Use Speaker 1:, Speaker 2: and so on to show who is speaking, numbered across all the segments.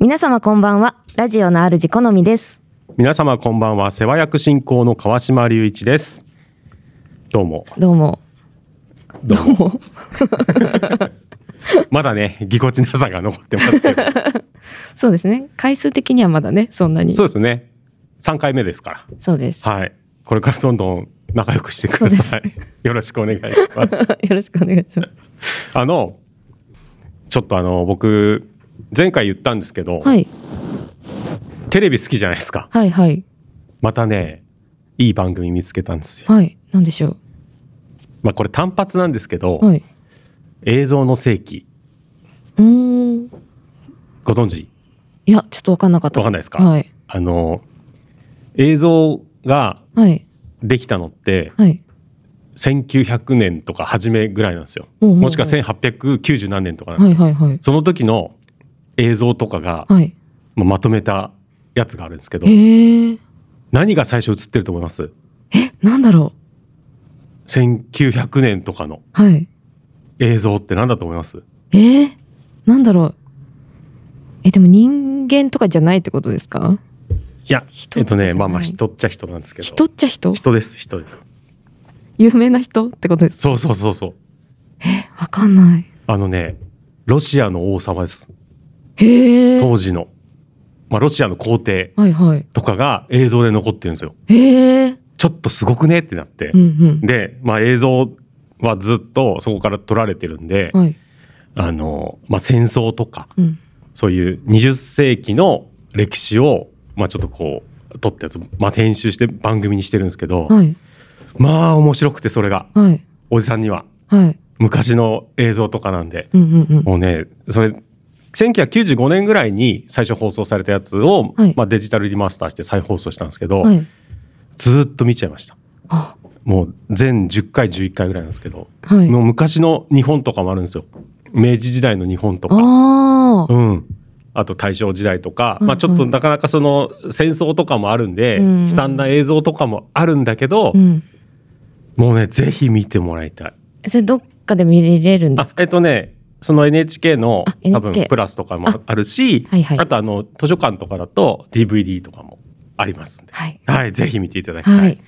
Speaker 1: 皆様こんばんは。ラジオの主好みです。
Speaker 2: 皆様こんばんは世話役進行の川島隆一ですどうも
Speaker 1: どうも。
Speaker 2: どうもまだね ぎこちなさが残ってますけど
Speaker 1: そうですね。回数的にはまだね、そんなに。
Speaker 2: そ
Speaker 1: そうう
Speaker 2: ですね3回目ですか
Speaker 1: です。
Speaker 2: らはいこれからどんどん仲良くしてください、 よろしくお願いします
Speaker 1: よろしくお願いしま
Speaker 2: あのちょっとあの僕前回言ったんですけど、
Speaker 1: す。はい。
Speaker 2: テレビ好きじゃないですか
Speaker 1: はいはい。
Speaker 2: またねいい番組見つけたんですよ、
Speaker 1: はい。なんでしょ
Speaker 2: まあこれ単発なんですけど、
Speaker 1: う。はい。
Speaker 2: 映像の世紀
Speaker 1: うーん。
Speaker 2: ご存知
Speaker 1: いや、ちょっとわかんなかった。
Speaker 2: わかんないですか
Speaker 1: はい。
Speaker 2: あの映像が
Speaker 1: はい。
Speaker 2: できたのって
Speaker 1: はい。
Speaker 2: 1900年とか初めぐらいなんですよ、
Speaker 1: うんうんうん
Speaker 2: もしくは1890何年とかなんで
Speaker 1: はいはいはい。
Speaker 2: その時の映像とかが、
Speaker 1: はい。
Speaker 2: まあまとめたやつがあるんですけど
Speaker 1: へえ。
Speaker 2: 何が最初映ってると思います
Speaker 1: え、なんだろ
Speaker 2: ?1900 年とかの
Speaker 1: う。はい。
Speaker 2: 映像って何だと思います
Speaker 1: えー、なんだろう。え、でも人間とかじゃないってことですか
Speaker 2: いや
Speaker 1: 人
Speaker 2: えっと
Speaker 1: じゃな
Speaker 2: ね
Speaker 1: い
Speaker 2: まあまあ人っちゃ人なんですけど
Speaker 1: 人っちゃ人
Speaker 2: 人です人です
Speaker 1: 有名な人ってことです。
Speaker 2: そうそうそうそう
Speaker 1: わかんない。
Speaker 2: あのねロシアの王様です
Speaker 1: へえ。
Speaker 2: 当時の、まあ、ロシアの皇帝
Speaker 1: はいはい。
Speaker 2: とかが映像で残ってるんですよ
Speaker 1: へえ。
Speaker 2: ちょっとすごくねってなって
Speaker 1: うん、うん。
Speaker 2: で、まあ、映像はずっとそこから撮られてるんで、
Speaker 1: はい。
Speaker 2: あのまあ、戦争とか
Speaker 1: うん。
Speaker 2: そういう20世紀の歴史を、まあ、ちょっとこう撮ったやつ、まあ、編集して番組にしてるんですけど、
Speaker 1: はい。
Speaker 2: まあ面白くてそれが
Speaker 1: はい。
Speaker 2: おじさんには
Speaker 1: はい。
Speaker 2: 昔の映像とかなんで
Speaker 1: うんうんうん。
Speaker 2: もうねそれ1995年ぐらいに最初放送されたやつを、
Speaker 1: はい
Speaker 2: まあ、デジタルリマスターして再放送したんですけど、
Speaker 1: はい。
Speaker 2: ずーっと見ちゃいました。
Speaker 1: あ、
Speaker 2: もう全10回11回ぐらいなんですけど、
Speaker 1: はい。
Speaker 2: もう昔の日本とかもあるんですよ明治時代の日本とか
Speaker 1: ああ。
Speaker 2: うん、あと大正時代とか、
Speaker 1: うん
Speaker 2: まあ、ちょっ
Speaker 1: う
Speaker 2: と
Speaker 1: ん
Speaker 2: なかなかその戦争とかもあるんで、
Speaker 1: うん
Speaker 2: 悲惨な映像とかもあるんだけど、
Speaker 1: うん。
Speaker 2: もうねぜひ見てもらいたい。
Speaker 1: それどっかで見れるんで
Speaker 2: あ
Speaker 1: すか
Speaker 2: えっとねその NHK の
Speaker 1: あ
Speaker 2: 多
Speaker 1: NHK
Speaker 2: 分プラスとかも
Speaker 1: あ
Speaker 2: あるしあ,、
Speaker 1: はいはい
Speaker 2: とあの図書館とかだと DVD とかもありますんで、
Speaker 1: はい。
Speaker 2: はい、ぜひ見ていただきた
Speaker 1: はいい。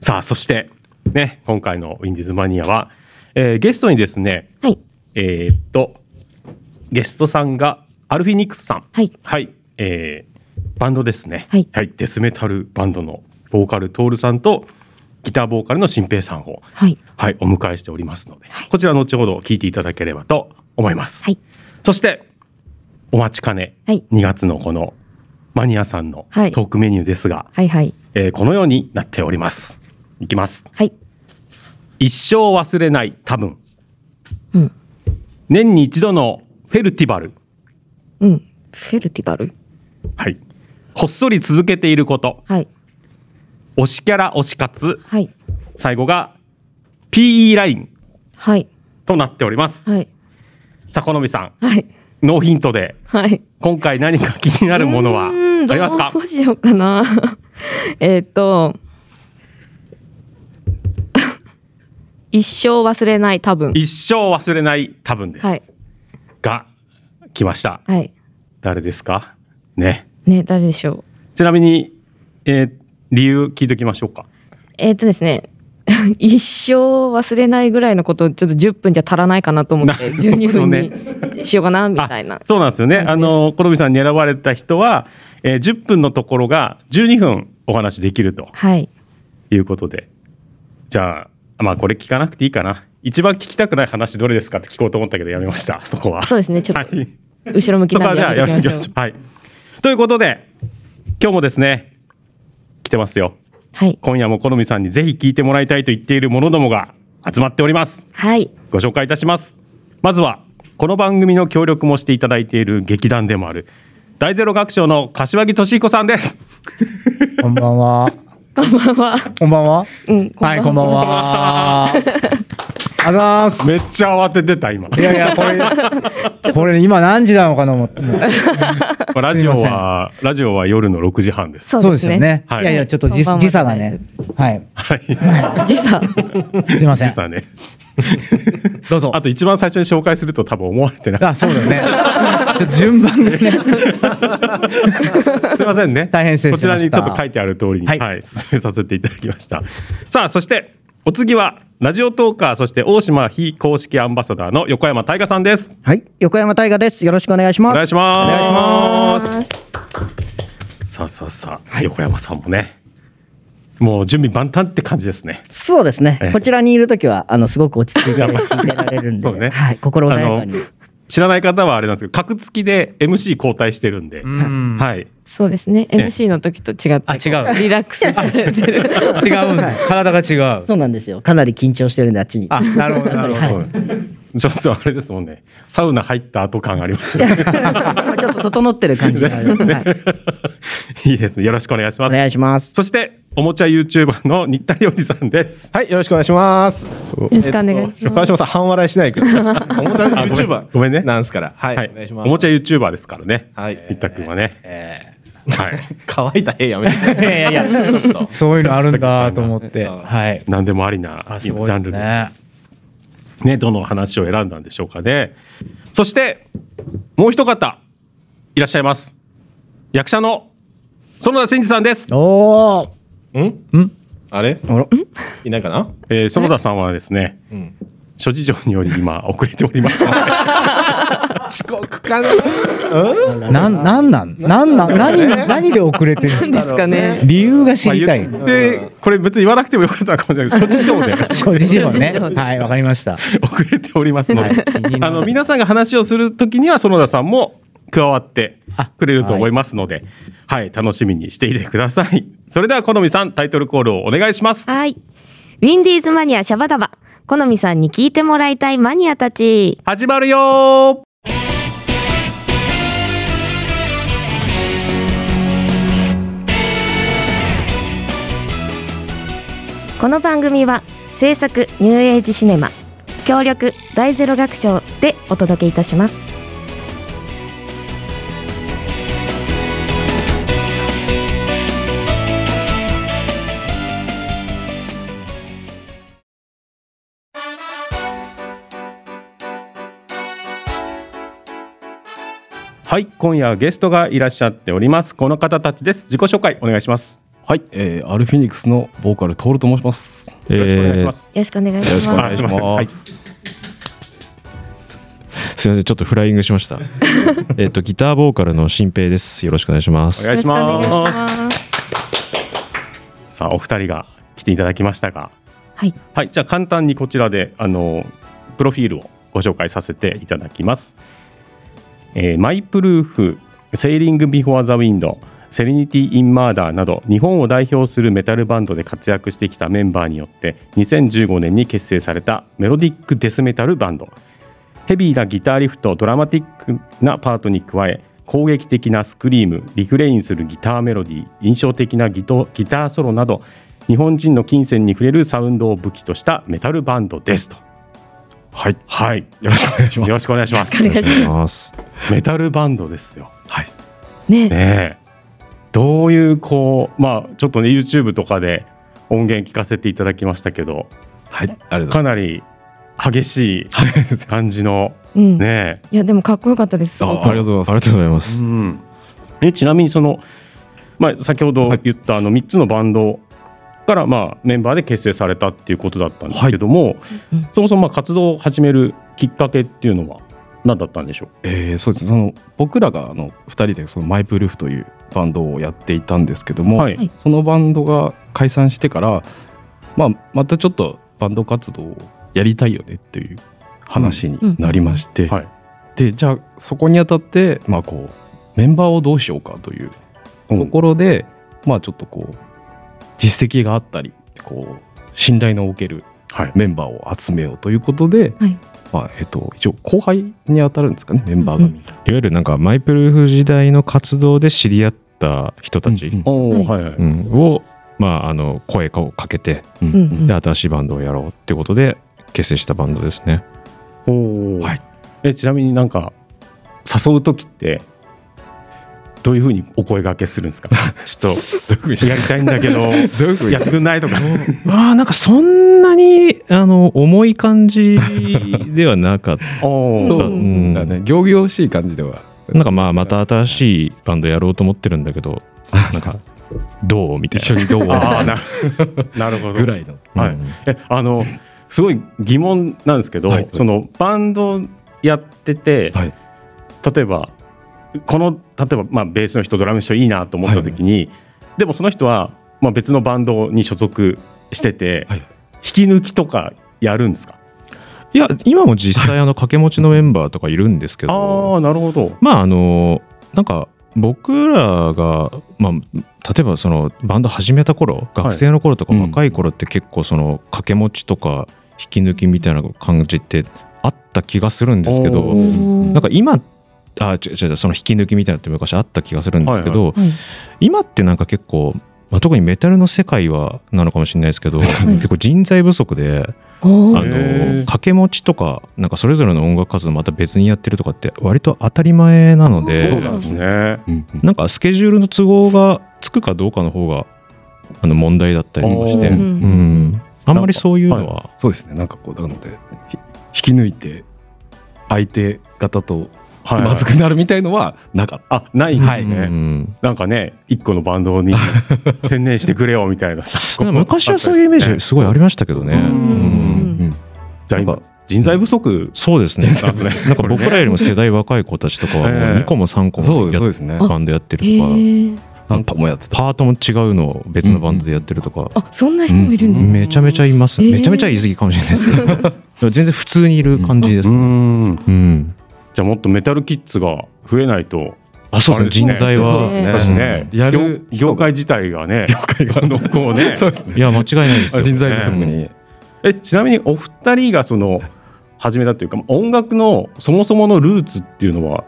Speaker 2: さあ、そして、ね、今回のウィンディーズマニアは、えーゲストにですね、
Speaker 1: はい。
Speaker 2: えーっと、ゲストさんが、アルフィニックスさん。
Speaker 1: はい。
Speaker 2: はい。えーバンドですね。
Speaker 1: はい
Speaker 2: デスメタルバンドのボーカル、トールさんと、ギターボーカルの新平さんを、
Speaker 1: はい。
Speaker 2: はい、お迎えしておりますので、
Speaker 1: はい
Speaker 2: こちら後ほど聞いていただければと思います。
Speaker 1: はい。
Speaker 2: そして、お待ちかね、
Speaker 1: はい
Speaker 2: 2月のこの、マニアさんのト
Speaker 1: はい
Speaker 2: ークメニューですが、
Speaker 1: はいはい。
Speaker 2: えーこのようになっております。いきます。
Speaker 1: はい。
Speaker 2: 一生忘れない多分
Speaker 1: うん。
Speaker 2: 年に一度のフェルティバル、
Speaker 1: うん。フェルティバル。
Speaker 2: はい、こっそり続けていること
Speaker 1: はい。
Speaker 2: 推しキャラ推し活
Speaker 1: はい。
Speaker 2: 最後が PE ライン
Speaker 1: はい。
Speaker 2: となっております、
Speaker 1: はい。
Speaker 2: さあ好みさ
Speaker 1: はい。
Speaker 2: んノーヒントで
Speaker 1: はい。
Speaker 2: 今回何か気になるものはあ
Speaker 1: うー
Speaker 2: り
Speaker 1: ん
Speaker 2: ますか
Speaker 1: どうしようかな。 えーっと、一生忘れない多分。
Speaker 2: 一生忘れない多分です、
Speaker 1: はい。
Speaker 2: が来ました
Speaker 1: はい。
Speaker 2: 誰ですかね
Speaker 1: ね、誰でしょ
Speaker 2: ちなみに、えー理由聞いときましょうか
Speaker 1: う。えーっとですね、 一生忘れないぐらいのこと、ちょっと10分じゃ足らないかなと思って、
Speaker 2: なるほどね
Speaker 1: 12 分にしようかな、みたい
Speaker 2: あ
Speaker 1: な。
Speaker 2: そうなんですよね。
Speaker 1: 感じです
Speaker 2: あの、コロビさんに選ばれた人は、えー10分のところが12分お話できると
Speaker 1: はい。
Speaker 2: いうことで。じゃあ、まあこれ聞かなくていいかな。一番聞きたくない話どれですかって聞こうと思ったけどやめました。そこは。
Speaker 1: そうですね、ちょ
Speaker 2: は
Speaker 1: っと
Speaker 2: い。
Speaker 1: 後ろ向き
Speaker 2: そこは
Speaker 1: なん
Speaker 2: じ
Speaker 1: で
Speaker 2: ゃあ
Speaker 1: や
Speaker 2: や
Speaker 1: め
Speaker 2: め
Speaker 1: て
Speaker 2: て
Speaker 1: い
Speaker 2: き
Speaker 1: きま
Speaker 2: ま
Speaker 1: し
Speaker 2: しょ
Speaker 1: ょ
Speaker 2: う。は
Speaker 1: う。
Speaker 2: い。ということで、今日もですね、来てますよ。
Speaker 1: はい。
Speaker 2: 今夜もコロミさんにぜひ聞いてもらいたいと言っている者どもが集まっております。
Speaker 1: はい。
Speaker 2: ご紹介いたしますまずはこの番組の協力もしていただいている劇団でもある大ゼロ学賞の柏木俊彦さんです
Speaker 3: こんばんは。
Speaker 1: こんばんは。
Speaker 3: こんばんは。
Speaker 1: うん、
Speaker 3: はい、こんばんは。あざーす。
Speaker 2: めっちゃ慌て てた今
Speaker 3: いやいや、これ、 これ今何時なのかな思って。
Speaker 2: ラジオはラジオは夜の6時半です
Speaker 1: そうですね。
Speaker 2: はい
Speaker 3: いやいや、ちょっと
Speaker 1: こん
Speaker 3: 時
Speaker 1: ばんは
Speaker 3: 時差がね。はい。
Speaker 2: はい
Speaker 1: 時差。
Speaker 3: すいません
Speaker 2: 実。はね
Speaker 3: どうぞ。
Speaker 2: あと一番最初に紹介すると多分思われてなかっ
Speaker 3: あ、そうだよ ね。ちょっと順番がね。
Speaker 2: たすいませんね
Speaker 3: 大変失礼
Speaker 2: こ
Speaker 3: し
Speaker 2: ちら
Speaker 3: ま
Speaker 2: に
Speaker 3: し
Speaker 2: ち
Speaker 3: た
Speaker 2: ょっと書いてある通りに、は
Speaker 3: はいい
Speaker 2: 進めさせていただきましたさあそしてお次はラジオトーカーそして大島非公式アンバサダーの横山大賀さんです
Speaker 4: はい、横山大河です。よろしくお願いし
Speaker 2: お
Speaker 4: ます。
Speaker 2: 願いしま
Speaker 4: お願い
Speaker 2: す
Speaker 4: します。
Speaker 2: さあさあさあ、横山さんもねもう準備万端って感じですね
Speaker 4: そうです
Speaker 2: え
Speaker 4: ね
Speaker 2: え。
Speaker 4: こちらにいるときは、あの、すごく落ち着いて
Speaker 2: やっぱ
Speaker 4: 聞いてられるんで、
Speaker 2: そうね
Speaker 4: はい、心穏やか
Speaker 2: あ
Speaker 4: に
Speaker 2: の。知らない方はあれなんですけど格付きで MC 交代してるんで、
Speaker 3: ん
Speaker 2: はい
Speaker 1: そうですね。
Speaker 2: え
Speaker 1: MC の時と違って。
Speaker 3: あ違う
Speaker 1: リラックスしてる。
Speaker 3: 違うんだ。体が違う。
Speaker 4: そうなんですよ。かなり緊張してるんで、あっちに。
Speaker 3: あ、なるほど、なるほ ど。
Speaker 2: ちょっとあれですもんねサウナ入った後感ありますよね
Speaker 4: ちょっと整ってる 感じがある。はい
Speaker 2: いいですねよろしくお願いし
Speaker 4: お
Speaker 2: ます
Speaker 4: 願いします。
Speaker 2: そしておもちゃ YouTuber の新田おじさんです
Speaker 5: はい、よろしくお願い します。よ
Speaker 1: ろしくお願いし
Speaker 5: お
Speaker 1: ます
Speaker 5: 願いします。半笑いしないでください。おもちゃ YouTuber。
Speaker 2: ごめんね
Speaker 5: なんすから。はい、
Speaker 2: はい
Speaker 5: お願いします。
Speaker 2: おもちゃ YouTuber ですからね、
Speaker 5: はい
Speaker 2: 新田君はね、
Speaker 5: え
Speaker 2: はい
Speaker 5: ー、 乾いた絵やめて。い
Speaker 3: やいやい
Speaker 5: や、ちょっと。
Speaker 3: そういうのあるんだと思 って。はい。
Speaker 2: 何でもありな
Speaker 3: あ、
Speaker 2: ジ
Speaker 3: すご
Speaker 2: ャ
Speaker 3: い
Speaker 2: ン
Speaker 3: で
Speaker 2: ル
Speaker 3: す
Speaker 2: です
Speaker 3: ね。
Speaker 2: ね、どの話を選んだんでしょうかね。そして、もう一方、いらっしゃいます。役者の園田真二さんです。
Speaker 4: おー
Speaker 5: ん
Speaker 3: ん
Speaker 5: あれ
Speaker 4: あら
Speaker 5: いないかな
Speaker 2: えー、園田さんはですね、
Speaker 5: うん。
Speaker 2: 諸事情により今遅れておりますので、
Speaker 5: 遅刻かなうん
Speaker 3: なん、なんなんなんなん何、何で遅れてるんです
Speaker 1: で
Speaker 3: か
Speaker 1: すかね。
Speaker 3: 理由が知りたい。
Speaker 2: で、これ別に言わなくてもよかったかもしれ ないけど、諸事情で
Speaker 3: そう、自身もね。はい、わかりました。
Speaker 2: 遅れておりますので、
Speaker 3: にな
Speaker 2: あ
Speaker 3: る
Speaker 2: の、皆さんが話をするときには園田さんも加わってくれると思いますので、はい、楽しみにしていてください。それでは、好みさん、タイトルコールをお願いします。
Speaker 1: はい。ウィンディーズマニアシャバダバ。好みさんに聞いてもらいたいマニアたち。
Speaker 2: 始まるよー
Speaker 1: この番組は制作ニューエイジシネマ協力大ゼロ学賞でお届けいたします
Speaker 2: はい、今夜はゲストがいらっしゃっております。この方たちです。自己紹介お願いします。
Speaker 6: はい、えー、アルフィニックスのボーカルトールと申します。よ
Speaker 2: よろしくお願いしま。す。
Speaker 1: よろしくお願い
Speaker 6: よろ
Speaker 1: し
Speaker 6: しくお
Speaker 1: ま
Speaker 6: 願
Speaker 2: あ、
Speaker 1: す
Speaker 6: い
Speaker 2: す
Speaker 6: し
Speaker 2: みます
Speaker 6: ま
Speaker 2: せん。はい、
Speaker 7: すみません、ちょっとフライングしま した。えっと、ギターボーカルの新平です。よろしくお願いしま
Speaker 2: お
Speaker 7: す。
Speaker 2: 願いし
Speaker 1: よろしくお願いし
Speaker 2: ま
Speaker 1: ます
Speaker 2: す。さあ、お二人が来ていただきましたが、
Speaker 1: はい
Speaker 2: はい、じゃあ簡単にこちらであのプロフィールをご紹介させていただきます。えーマイプルーフ、セーリング・ビフォア・ザ・ウィンド、セレニティ・イン・マーダーなど日本を代表するメタルバンドで活躍してきたメンバーによって2015年に結成されたメロディック・デスメタルバンドヘビーなギターリフトドラマティックなパートに加え攻撃的なスクリームリフレインするギターメロディー印象的なギトギターソロなど日本人の金銭に触れるサウンドを武器としたメタルバンドですと。はい、はい、よろしくお願いします。よろしくお願いします。
Speaker 7: お願いします。
Speaker 2: メタルバンドですよ。はい。
Speaker 1: ね
Speaker 2: ねえ。どういうこうまあちょっとね YouTube とかで音源聞かせていただきましたけど、
Speaker 6: はい、ありがとうござ
Speaker 2: か
Speaker 6: い
Speaker 2: なり激しい
Speaker 6: ます。
Speaker 2: 感じの
Speaker 1: うん
Speaker 2: ねえ。
Speaker 1: いやでもかっこよかったですすご
Speaker 6: あありが
Speaker 1: く
Speaker 6: とうご
Speaker 7: あ
Speaker 6: ざいま
Speaker 7: りがとうございます。
Speaker 2: うん、えちなみにその、まあ、先ほど言ったあの3つのバンドからまあメンバーで結成されたっていうことだったんですけども、
Speaker 1: うん
Speaker 2: そもそもまあ活動を始めるきっかけっていうのは何だったんでしょう
Speaker 6: す。えー、そうです。その僕らがあの二人でそのマイプルーフというバンドをやっていたんですけども、
Speaker 2: はい
Speaker 1: はい
Speaker 6: そのバンドが解散してから、まあまたちょっとバンド活動をやりたいよねっていう話になりまして、
Speaker 2: はい
Speaker 6: でじゃあそこにあたってまあこうメンバーをどうしようかというところで、まあちょっとこう実績があったりこう信頼のおける
Speaker 2: はい
Speaker 6: メンバーを集めようということで、
Speaker 1: はい
Speaker 6: まあえっと、一応後輩にあたるんですかねメンバーがみんな、
Speaker 7: いわゆるなんか、マイプルーフ時代の活動で知り合った人たち、
Speaker 6: うん
Speaker 2: おーはい
Speaker 7: うんを、まあ、あの、声をかけて、
Speaker 6: うん
Speaker 1: うん
Speaker 7: で、新しいバンドをやろうってことで、結成したバンドですね。
Speaker 2: おお、
Speaker 7: はい
Speaker 2: えちなみになんか誘う時ってどういうふうにお声掛けするんですかちょっとやりたいんだけど
Speaker 7: どういうふ
Speaker 2: やってくんないとか
Speaker 7: まあなんかそんなにあの重い感じではなかった。
Speaker 2: おー
Speaker 6: そう
Speaker 7: うん
Speaker 6: だね仰々しい感じでは
Speaker 7: なんかまあまた新しいバンドやろうと思ってるんだけど、なんかどうみたいな。
Speaker 6: 一緒にどう
Speaker 2: ああな なるほど
Speaker 6: ぐらいの
Speaker 2: はい
Speaker 7: うん
Speaker 2: えあのすごい疑問なんですけど、
Speaker 6: はい
Speaker 2: そのバンドやってて、
Speaker 6: はい
Speaker 2: 例えばこの例えば、まあ、ベースの人ドラムの人いいなと思った時に、でもその人は、まあ、別のバンドに所属してて、
Speaker 6: はい
Speaker 2: 引き抜きとかやるんですか
Speaker 7: いや今も実際あの掛け持ちのメンバーとかいるんですけ
Speaker 2: あ
Speaker 7: ど、
Speaker 2: あなるほど。
Speaker 7: まああのなんか僕らがまあ例えばそのバンド始めた頃、学生の頃とか
Speaker 6: うん
Speaker 7: 若い頃って結構その掛け持ちとか引き抜きみたいな感じってあった気がするんですけ
Speaker 2: お
Speaker 7: ど、
Speaker 1: ー
Speaker 7: なんか今あ違う違うその引き抜きみたいなのって昔あった気がするんですけど、
Speaker 1: はいはい
Speaker 7: 今ってなんか結構、まあ、特にメタルの世界はなのかもしれないですけど結構人材不足であ
Speaker 1: おー
Speaker 7: の
Speaker 2: へー
Speaker 7: 掛け持ちとかなんかそれぞれの音楽活動また別にやってるとかって割と当たり前なの
Speaker 1: え
Speaker 7: で
Speaker 1: ー
Speaker 2: そうなんですね。
Speaker 7: なんかスケジュールの都合がつくかどうかの方があの問題だったりもして、
Speaker 2: おー
Speaker 7: うん、あんまりそういうのは
Speaker 6: そうですねなんかこうなのでひ引き抜いて相手方と
Speaker 2: はい
Speaker 6: まずくなるみたいのはなかっ
Speaker 2: あないんですね、
Speaker 6: は
Speaker 7: うん
Speaker 2: なんかね一個のバンド に専念してくれよみたいなさ
Speaker 7: なんか昔はそういうイメージすごいありましたけどね。
Speaker 1: うん
Speaker 7: うん
Speaker 2: じゃあ今人材不足
Speaker 7: そうですね。
Speaker 2: ですね
Speaker 7: なんか僕らよりも世代若い子たちとかはもう
Speaker 2: ええ
Speaker 7: 2個も3個
Speaker 6: たそう
Speaker 7: も
Speaker 6: で
Speaker 7: や
Speaker 6: すそう
Speaker 7: っ
Speaker 6: ですね
Speaker 7: バンドやってるとか、
Speaker 1: へえ
Speaker 6: なんかもやってた
Speaker 7: パートも違うのを別のバンドでやってるとか、
Speaker 1: あそんな人もいるんですね
Speaker 7: めちゃめちゃいます。
Speaker 1: ええ
Speaker 7: めちゃめちゃ言い過ぎかもしれないですけど、でも全然普通にいる感じですね。
Speaker 2: ん
Speaker 7: うん。
Speaker 2: じゃあもっとメタルキッズが増えないと
Speaker 7: あ、そうですね。
Speaker 2: あれ
Speaker 7: 人
Speaker 2: ですね
Speaker 7: 材
Speaker 6: そう
Speaker 7: は
Speaker 6: ですね
Speaker 2: 私ね、
Speaker 6: うんやる
Speaker 2: 業業界自体がね業界 がのこうね
Speaker 6: そうですね
Speaker 7: いや間違いないです
Speaker 6: あ
Speaker 7: よ。
Speaker 6: 人材不足に
Speaker 2: えちなみにお二人がその始めたというか音楽のそもそものルーツっていうのは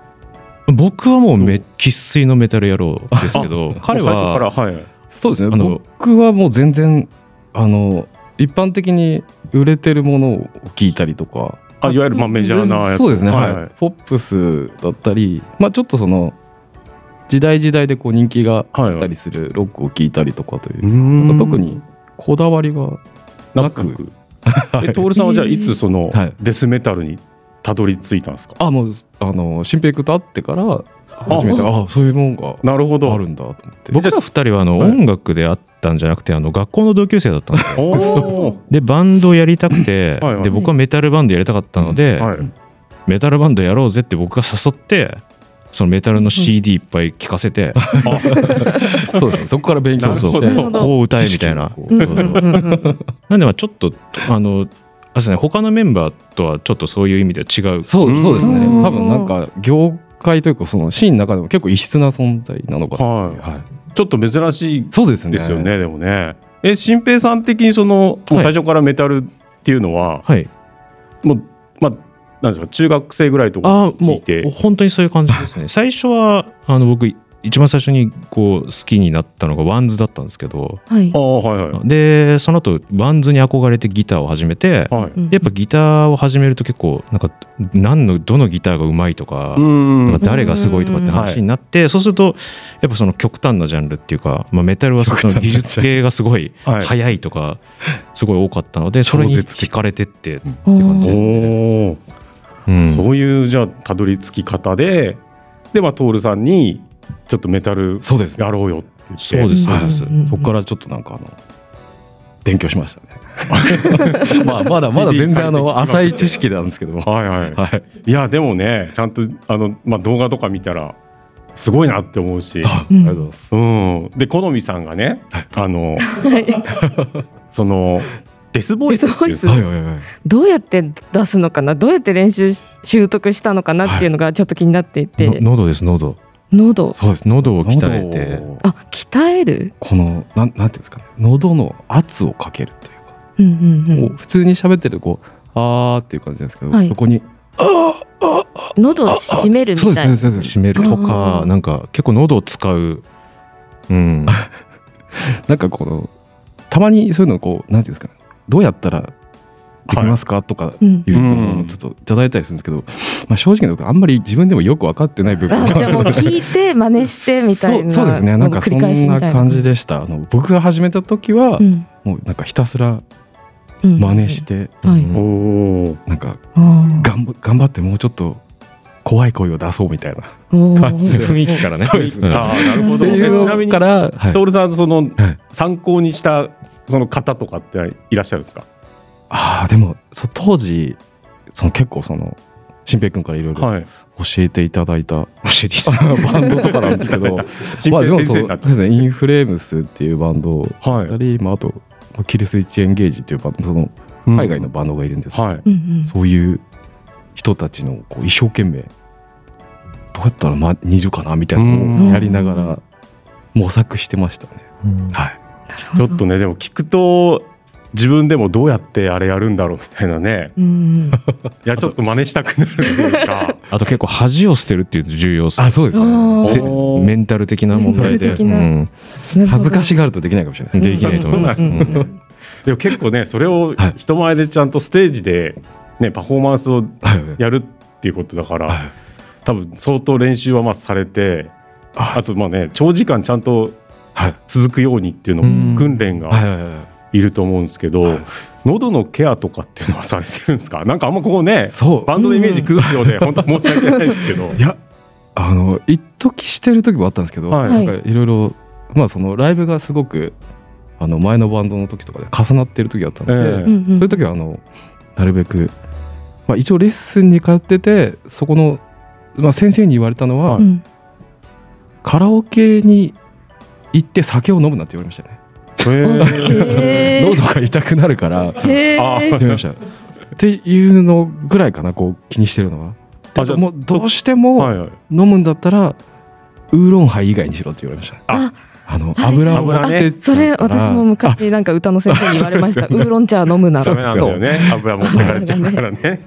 Speaker 7: 僕はもうめ生粋のメタル野郎 ですけど、彼は
Speaker 2: もう最初 からはい
Speaker 6: そうです
Speaker 7: あ
Speaker 6: ね
Speaker 7: の
Speaker 6: 僕はもう全然あの一般的に売れてるものを聞いたりとか
Speaker 2: あいわゆるまあメジャーなやつ
Speaker 6: そうですね、はい
Speaker 2: はい
Speaker 6: ポップスだったり、まあ、ちょっとその時代時代でこう人気があったりするロックを聞いたりとかという、
Speaker 2: うん
Speaker 6: 特にこだわりが
Speaker 2: な
Speaker 6: な
Speaker 2: く
Speaker 6: く
Speaker 2: え徹さんはじゃあいつその
Speaker 6: はい
Speaker 2: デスメタルにたどり着いたんですか
Speaker 6: あもうあの新平君と会ってから初めてあそういうもんが
Speaker 2: なるほど
Speaker 6: あるんだと思って
Speaker 7: 僕ら二人はあの
Speaker 2: はい
Speaker 7: 音楽であったんじゃなくて、あの学校の同級生だったんです よ。
Speaker 2: おお
Speaker 7: でバンドやりたくて、
Speaker 2: はいはい
Speaker 7: で僕はメタルバンドやりたかったので、
Speaker 2: はい
Speaker 7: メタルバンドやろうぜって僕が誘ってそのメタルの CD いっぱい聴かせて、
Speaker 6: そうですねそこから勉強
Speaker 2: なるほ
Speaker 6: し
Speaker 2: ど
Speaker 6: て
Speaker 2: なるほど
Speaker 7: こう歌えみたいな
Speaker 6: 知識をこ
Speaker 7: そうそうなんでまあちょっとあのあれですね他のメンバーとはちょっとそういう意味では違う
Speaker 6: そうそうですね
Speaker 1: うん
Speaker 6: 多分なんか業界というかそのシーンの中でも結構異質な存在なのかな
Speaker 2: は
Speaker 6: はい
Speaker 2: いちょっと珍しい
Speaker 6: そうですね
Speaker 2: ですよねでもねえ新平さん的にそのもう最初からメタルっていうのは、
Speaker 7: はい
Speaker 2: もうまあなんですか中学生ぐらいとか
Speaker 7: ああ
Speaker 2: 聞い
Speaker 7: も
Speaker 2: て
Speaker 7: う本当にそういう感じですね最初はあの僕一番最初にこう好きになったのがワンズだったんですけど
Speaker 1: はい
Speaker 2: ああはいは
Speaker 7: でその後ワンズに憧れてギターを始めて
Speaker 2: いはい
Speaker 7: やっぱギターを始めると結構なんか何のどのギターがうまいとか、
Speaker 2: ん
Speaker 7: なんか誰がすごいとかって話になって、そうするとやっぱその極端なジャンルっていうか、まあ、メタルはその
Speaker 6: 極端な
Speaker 7: 技術系がすごい
Speaker 2: はい
Speaker 7: 速いとかすごい多かったのでそれに
Speaker 6: 超絶的
Speaker 7: 惹かれてって、
Speaker 1: お
Speaker 2: お
Speaker 1: ー
Speaker 2: お、
Speaker 7: うん
Speaker 2: そういうじゃあたどり着き方ででまあ徹さんにちょっとメタル
Speaker 6: そうですね
Speaker 2: やろうよって言って
Speaker 7: そうですそうです、
Speaker 1: うんうん
Speaker 6: そこからちょっとなんかあの勉強し ましたねまあまだまだ全然あの浅い知識なんですけどもは
Speaker 2: はいはい、
Speaker 6: い
Speaker 2: い、やでもねちゃんとあの、まあ、動画とか見たらすごいなって思うし
Speaker 6: あありがとうございます
Speaker 2: うん、で好みさんがね、あのそのデスボイスっていう
Speaker 1: デスボ
Speaker 6: は
Speaker 1: イス
Speaker 6: いはいはい
Speaker 1: どうやって出すのかなどうやって練習し習得したのかなっていうのがちょっと気になっていて、
Speaker 7: の喉です喉
Speaker 1: 喉
Speaker 6: そうですね
Speaker 7: 喉を鍛えて
Speaker 6: 喉を
Speaker 1: あ鍛える
Speaker 6: このなんなんていうんですかね喉の圧をかけるというか
Speaker 1: うんうんう
Speaker 6: こ
Speaker 1: ん
Speaker 6: う普通に喋ってるこうあーっていう感じなんですけど、
Speaker 1: はい
Speaker 6: そこに
Speaker 1: 喉を締める
Speaker 6: そう
Speaker 1: み
Speaker 6: で
Speaker 1: た
Speaker 6: すね
Speaker 1: いな
Speaker 6: そうですね
Speaker 7: 締めるとか、
Speaker 1: うん
Speaker 7: なんか結構喉を使う、うん、
Speaker 6: なんかこのたまにそういうのをこうなんていうんですかねどうやったらできますか、とか
Speaker 1: うん
Speaker 6: いう質問
Speaker 2: う
Speaker 6: を
Speaker 2: ん
Speaker 6: ちょっといただいたりするんですけど、まあ、正直なところあんまり自分でもよく分かってない部分
Speaker 1: あ
Speaker 6: が
Speaker 1: じゃあもう聞いて真似してみたいな
Speaker 6: そうそうですねなんかそ
Speaker 1: 繰
Speaker 6: ん
Speaker 1: り返しみた
Speaker 6: ない
Speaker 1: な
Speaker 6: 感じでしたあの僕が始めた時は、
Speaker 1: うん
Speaker 6: もうなんかひたすら
Speaker 1: うん
Speaker 6: 真似して、
Speaker 1: はい
Speaker 2: おお
Speaker 6: なんか
Speaker 1: あー
Speaker 6: 頑張頑張ってもうちょっと怖い声を出そうみたいな
Speaker 1: おー
Speaker 6: 感じで
Speaker 7: 雰囲気からね。
Speaker 2: そうですね
Speaker 7: ん
Speaker 2: ああなるほ
Speaker 6: っ
Speaker 2: ど
Speaker 6: て
Speaker 2: え
Speaker 6: いう
Speaker 2: ちなみ
Speaker 6: の
Speaker 2: に
Speaker 6: から、はい
Speaker 2: 徹さんその
Speaker 6: はい
Speaker 2: 参考にしたその方とかっていらっしゃるんですか
Speaker 6: ああでもそう当時その結構その新平君からいろいろ教
Speaker 2: い
Speaker 6: えていただいた、
Speaker 7: 教えていただい
Speaker 6: バンドとかなんですけど
Speaker 2: 新
Speaker 6: まあ
Speaker 2: 平
Speaker 6: でも
Speaker 2: 先
Speaker 6: そ
Speaker 2: 生
Speaker 6: う
Speaker 2: になっち
Speaker 6: そう
Speaker 2: ゃ
Speaker 6: ですねインフレームスっていうバンド
Speaker 2: うは
Speaker 6: だり、まあ、あとキルスイッチエンゲージっていうバンドその
Speaker 2: うん
Speaker 6: 海外のバンドがいるんですけど、
Speaker 2: はい
Speaker 1: うんうん
Speaker 6: そういう人たちのこう一生懸命どうやったらま似るかなみたいなのをやりながら模索してましたね。はい、
Speaker 2: ちょっとねでも聞くと自分でもどうやってあれやるんだろうみたいなね
Speaker 1: うん
Speaker 2: いやちょっと真似したくなるというか
Speaker 7: あと結構恥を捨てるっていう重要さ
Speaker 6: あ。そうです
Speaker 1: あ
Speaker 6: ね。
Speaker 7: せ
Speaker 2: おー
Speaker 7: メンタル的な問題で。
Speaker 1: メンタル的な
Speaker 7: うん
Speaker 1: うん
Speaker 6: 恥ずかしがるとできないかもしれないですね。
Speaker 7: できないと思います。
Speaker 1: う
Speaker 7: うん
Speaker 1: うんうん
Speaker 7: ん
Speaker 2: でも結構ねそれを
Speaker 6: はい
Speaker 2: 人前でちゃんとステージで、ね、パフォーマンスを
Speaker 6: はいはい
Speaker 2: やるっていうことだから、
Speaker 6: はい
Speaker 2: 多分相当練習はまあされてあとまあね長時間ちゃんと
Speaker 6: はい
Speaker 2: 続くようにっていうの
Speaker 7: うん
Speaker 2: も訓練が
Speaker 6: はいはいはい
Speaker 2: ると思うんですけど、
Speaker 6: はい
Speaker 2: 喉のケアとかっていうのはされてるんですか なんかあんまここね
Speaker 6: そう
Speaker 2: バンドのイメージ崩すよう で、本当申し訳ないんですけど。
Speaker 6: いやあの一時してる時もあったんですけど、
Speaker 2: はい
Speaker 6: なんかいろいろまあそのライブがすごくあの前のバンドの時とかで重なってる時だったので、
Speaker 2: ええ
Speaker 1: うんうん
Speaker 6: そういう時はあのなるべく、まあ、一応レッスンに通っててそこの、まあ、先生に言われたのは、
Speaker 1: うん
Speaker 6: カラオケに行って酒を飲むなって言われましたね、
Speaker 1: へー
Speaker 6: 喉が痛くなるからって
Speaker 1: へ
Speaker 2: あ
Speaker 1: ー
Speaker 6: 言われましたっていうのぐらいかなこう気にしてるのは。
Speaker 2: あじゃあ
Speaker 6: もうどうしても、
Speaker 2: はいはい
Speaker 6: 飲むんだったらウーロンハイ以外にしろって言われました
Speaker 2: あ
Speaker 6: あの油を
Speaker 2: 油ね
Speaker 6: 当て
Speaker 1: それ私も
Speaker 6: あ
Speaker 1: 昔なんか歌の先生に言われました。ウーロン茶飲むな
Speaker 2: ダ
Speaker 1: ら
Speaker 2: メなんだよね。油持ってかれちゃうからね。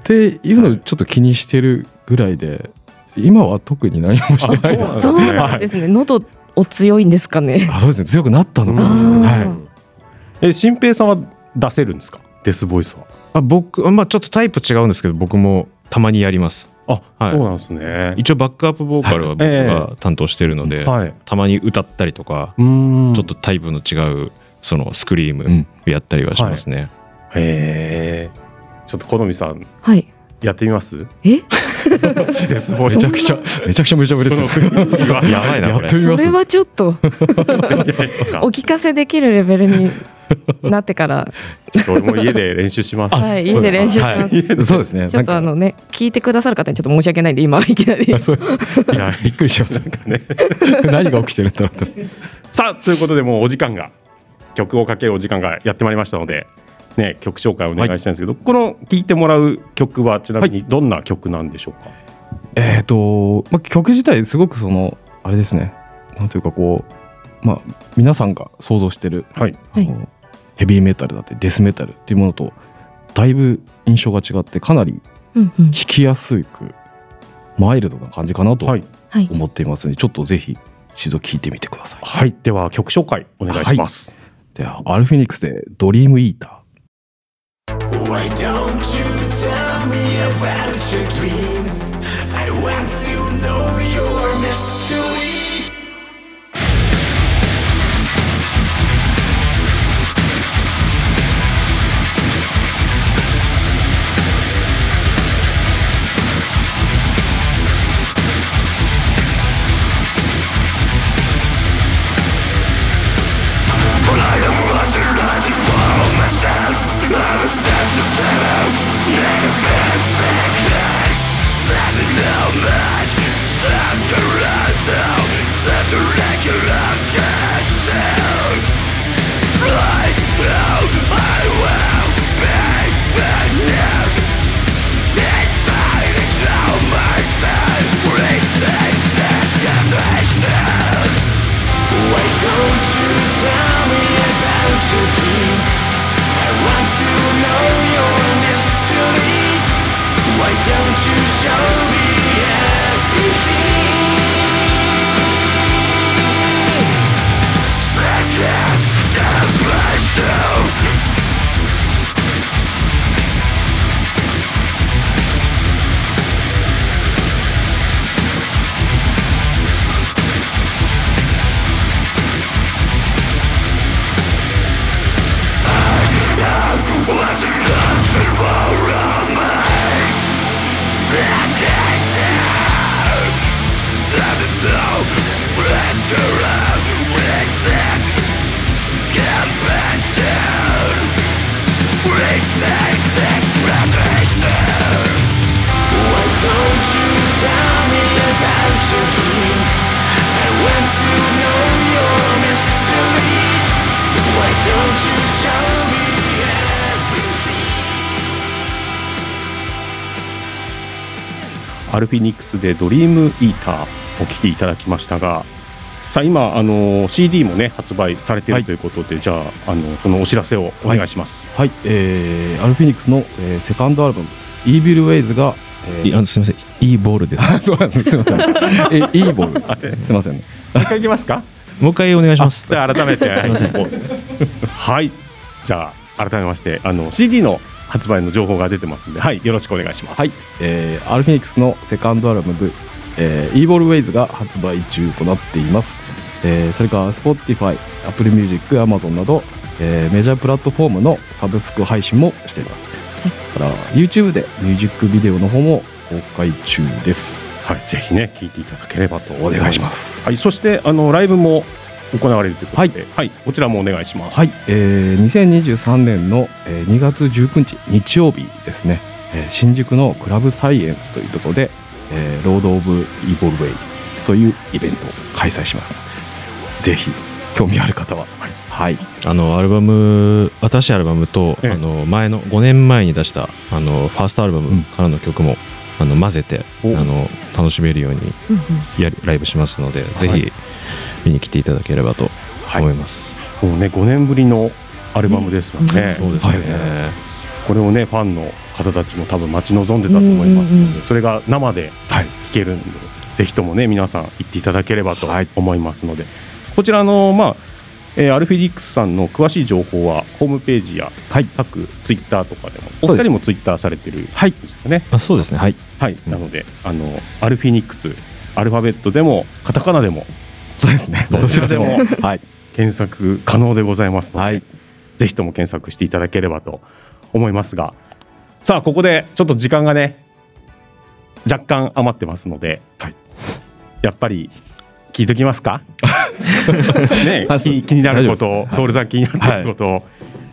Speaker 6: っていうのをちょっと気にしてるぐらいで今は特に何もしてないで
Speaker 2: あ
Speaker 6: す
Speaker 2: そ
Speaker 1: そうなんですね。喉お強いんですかね。
Speaker 6: あそうですね強くなったのか
Speaker 1: うん
Speaker 6: な
Speaker 1: あ
Speaker 6: は
Speaker 2: え、新平さんは出せるんですか。デスボイスは。
Speaker 7: あ僕、まあちょっとタイプ違うんですけど、僕もたまにやります。
Speaker 2: あ、
Speaker 7: はい
Speaker 2: そうなんですね。
Speaker 7: 一応バックアップボーカルは僕
Speaker 2: はいえ
Speaker 7: が担当してるので、
Speaker 2: はい。
Speaker 7: たまに歌ったりとか、
Speaker 2: うん
Speaker 7: ちょっと。タイプの違うそのスクリー
Speaker 6: う
Speaker 7: ム
Speaker 6: ん
Speaker 7: やったりはしますね。
Speaker 2: へえ。ちょっと好みさん、
Speaker 1: はい。
Speaker 2: やってみ ます。
Speaker 1: え
Speaker 2: デスボイス
Speaker 6: いめちゃ。くちゃめちゃくちゃ無茶ぶりですよ
Speaker 2: その雰囲気は
Speaker 7: やばいな
Speaker 6: や
Speaker 7: こ
Speaker 6: っ
Speaker 7: れ
Speaker 6: てみ
Speaker 1: そ
Speaker 6: ます
Speaker 1: れはちょっとお
Speaker 2: ち
Speaker 1: 聞かせできるレベルになってから、
Speaker 2: ょっと俺も家で練習します。
Speaker 1: はい、家で練習します。
Speaker 6: そうですね
Speaker 1: ちょっとあのね聞いてくださる方にちょっと申し訳ないんで今いきなり
Speaker 6: なんかそういやびっくりしました
Speaker 2: ね。
Speaker 6: 何が起きてるんだろうと
Speaker 2: さあということでもうお時間が曲をかけるお時間がやってまいりましたので、ね、曲紹介をお願いしたいんですけど、この聴いてもらう曲はちなみにどんな曲なんでしょうか、
Speaker 6: えーと、まあ、曲自体すごくそのあれですねなんというかこう、まあ、皆さんが想像してる、
Speaker 2: はい
Speaker 6: あのヘビーメタルだってデスメタルっていうものとだいぶ印象が違ってかなり
Speaker 1: うんうん
Speaker 6: 聴きやすくマイルドな感じかなと
Speaker 2: はい
Speaker 1: はい
Speaker 6: 思っていますので、ちょっとぜひ一度聴いてみてください。
Speaker 2: はい、では曲紹介お願いします。
Speaker 6: ではアルフェニックスで「ドリームイーター」
Speaker 8: Why don't you tell me about your dreams? I want to know your mystery.
Speaker 9: 「
Speaker 2: アルフィニックスで「ドリームイーター」お聴きいただきましたがさあ今あの CD もね発売されてい
Speaker 6: は
Speaker 2: る
Speaker 6: い
Speaker 2: ということで、じゃああのそのお知らせをお願いします、
Speaker 6: はい、えー、アルフィニックスの、えーセカンドアルバム「イービル・ウェイズが」え
Speaker 7: い
Speaker 6: ー
Speaker 7: あのすみませんいいボー ルです
Speaker 6: そうなんですすいませんえイーボールすいませんね
Speaker 2: 一回いきます か
Speaker 7: もう一回お願いします
Speaker 2: じゃあ改めて はいじゃあ改めましてあの CD の発売の情報が出てますのではいよろしくお願いします
Speaker 6: はい、えーアルフィニックスのセカンドアルバム「えー、イーボール・ウェイズ」が発売中となっています、えーそれから Spotify、Apple Music、Amazon など、えーメジャープラットフォームのサブスク配信もしていますだから YouTube でミュージックビデオの方も公開中です
Speaker 2: はい、ぜひね聞いていただければと
Speaker 6: お
Speaker 2: お
Speaker 6: 願
Speaker 2: 願
Speaker 6: い
Speaker 2: い
Speaker 6: し
Speaker 2: し
Speaker 6: ま
Speaker 2: ます
Speaker 6: す
Speaker 2: はいそしてあのライブも行われるということで、はいこちらもお願いします
Speaker 6: はい、えー、2023年の、えー2月19日日曜日ですね、えー新宿のクラブサイエンスというところで、えーロード・オブ・イボルウェイズというイベントを開催しますぜひ興味ある方ははい
Speaker 7: あのアルバム新しいアルバムと、
Speaker 2: ええ
Speaker 7: あの前の5年前に出したあのファーストアルバムからの曲も、あの混ぜてあの楽しめるようにやりライブしますので、ぜ
Speaker 2: は
Speaker 7: ひ見に来ていただければと
Speaker 2: はい
Speaker 7: 思います。
Speaker 2: もうね5年ぶりのアルバムですもんね、
Speaker 7: そうです
Speaker 6: そう
Speaker 7: ね
Speaker 6: ですね
Speaker 2: これをねファンの方たちも多分待ち望んでたと思いますので、
Speaker 1: うんうんう
Speaker 2: それが生で聴けるんで、ぜひともね皆さん行っていただければと思いますので、こちらのまあえーアルフィディックスさんの詳しい情報はホームページや各ツイッターとかでも、お
Speaker 6: そう
Speaker 2: 二
Speaker 6: です
Speaker 2: 人もツイッターされてるんです
Speaker 6: はい
Speaker 2: よね。
Speaker 7: あそうですねはい
Speaker 2: はい、なので、あの、アルフィニックス、アルファベットでも、カタカナでも、
Speaker 6: そうですね
Speaker 2: どちらでも
Speaker 6: はい
Speaker 2: 検索可能でございますので、
Speaker 6: はい
Speaker 2: ぜひとも検索していただければと思いますが、さあ、ここでちょっと時間がね、若干余ってますので、やっぱり、聞いときます かね
Speaker 6: はい
Speaker 2: 気気になることを
Speaker 6: 大丈夫
Speaker 2: 徹
Speaker 6: で、す
Speaker 2: さん気になることを、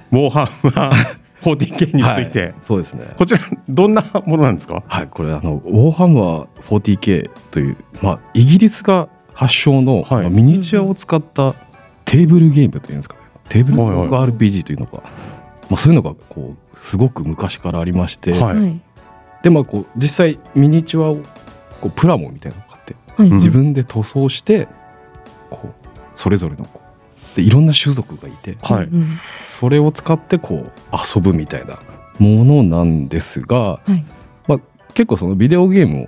Speaker 2: モーハンは 14K について、
Speaker 6: はいそうですね
Speaker 2: こちら、どんなものなんですか
Speaker 6: はいこれあのウォーハンマー 40K という、まあ、イギリスが発祥の、
Speaker 2: はい
Speaker 6: まあミニチュアを使ったテーブルゲームというんですかねテーブルトーク
Speaker 2: は
Speaker 6: RPG というのが、まあ、そういうのがこうすごく昔からありまして、
Speaker 2: はい
Speaker 1: はい
Speaker 6: でまあこう実際ミニチュアをこうプラモみたいなのを買って
Speaker 1: はい
Speaker 2: うん
Speaker 6: 自分で塗装してこうそれぞれのこうでいろんな種族がいて
Speaker 2: はい。
Speaker 1: うん
Speaker 6: それを使ってこう遊ぶみたいなものなんですが、
Speaker 1: はい
Speaker 6: まあ、結構そのビデオゲームを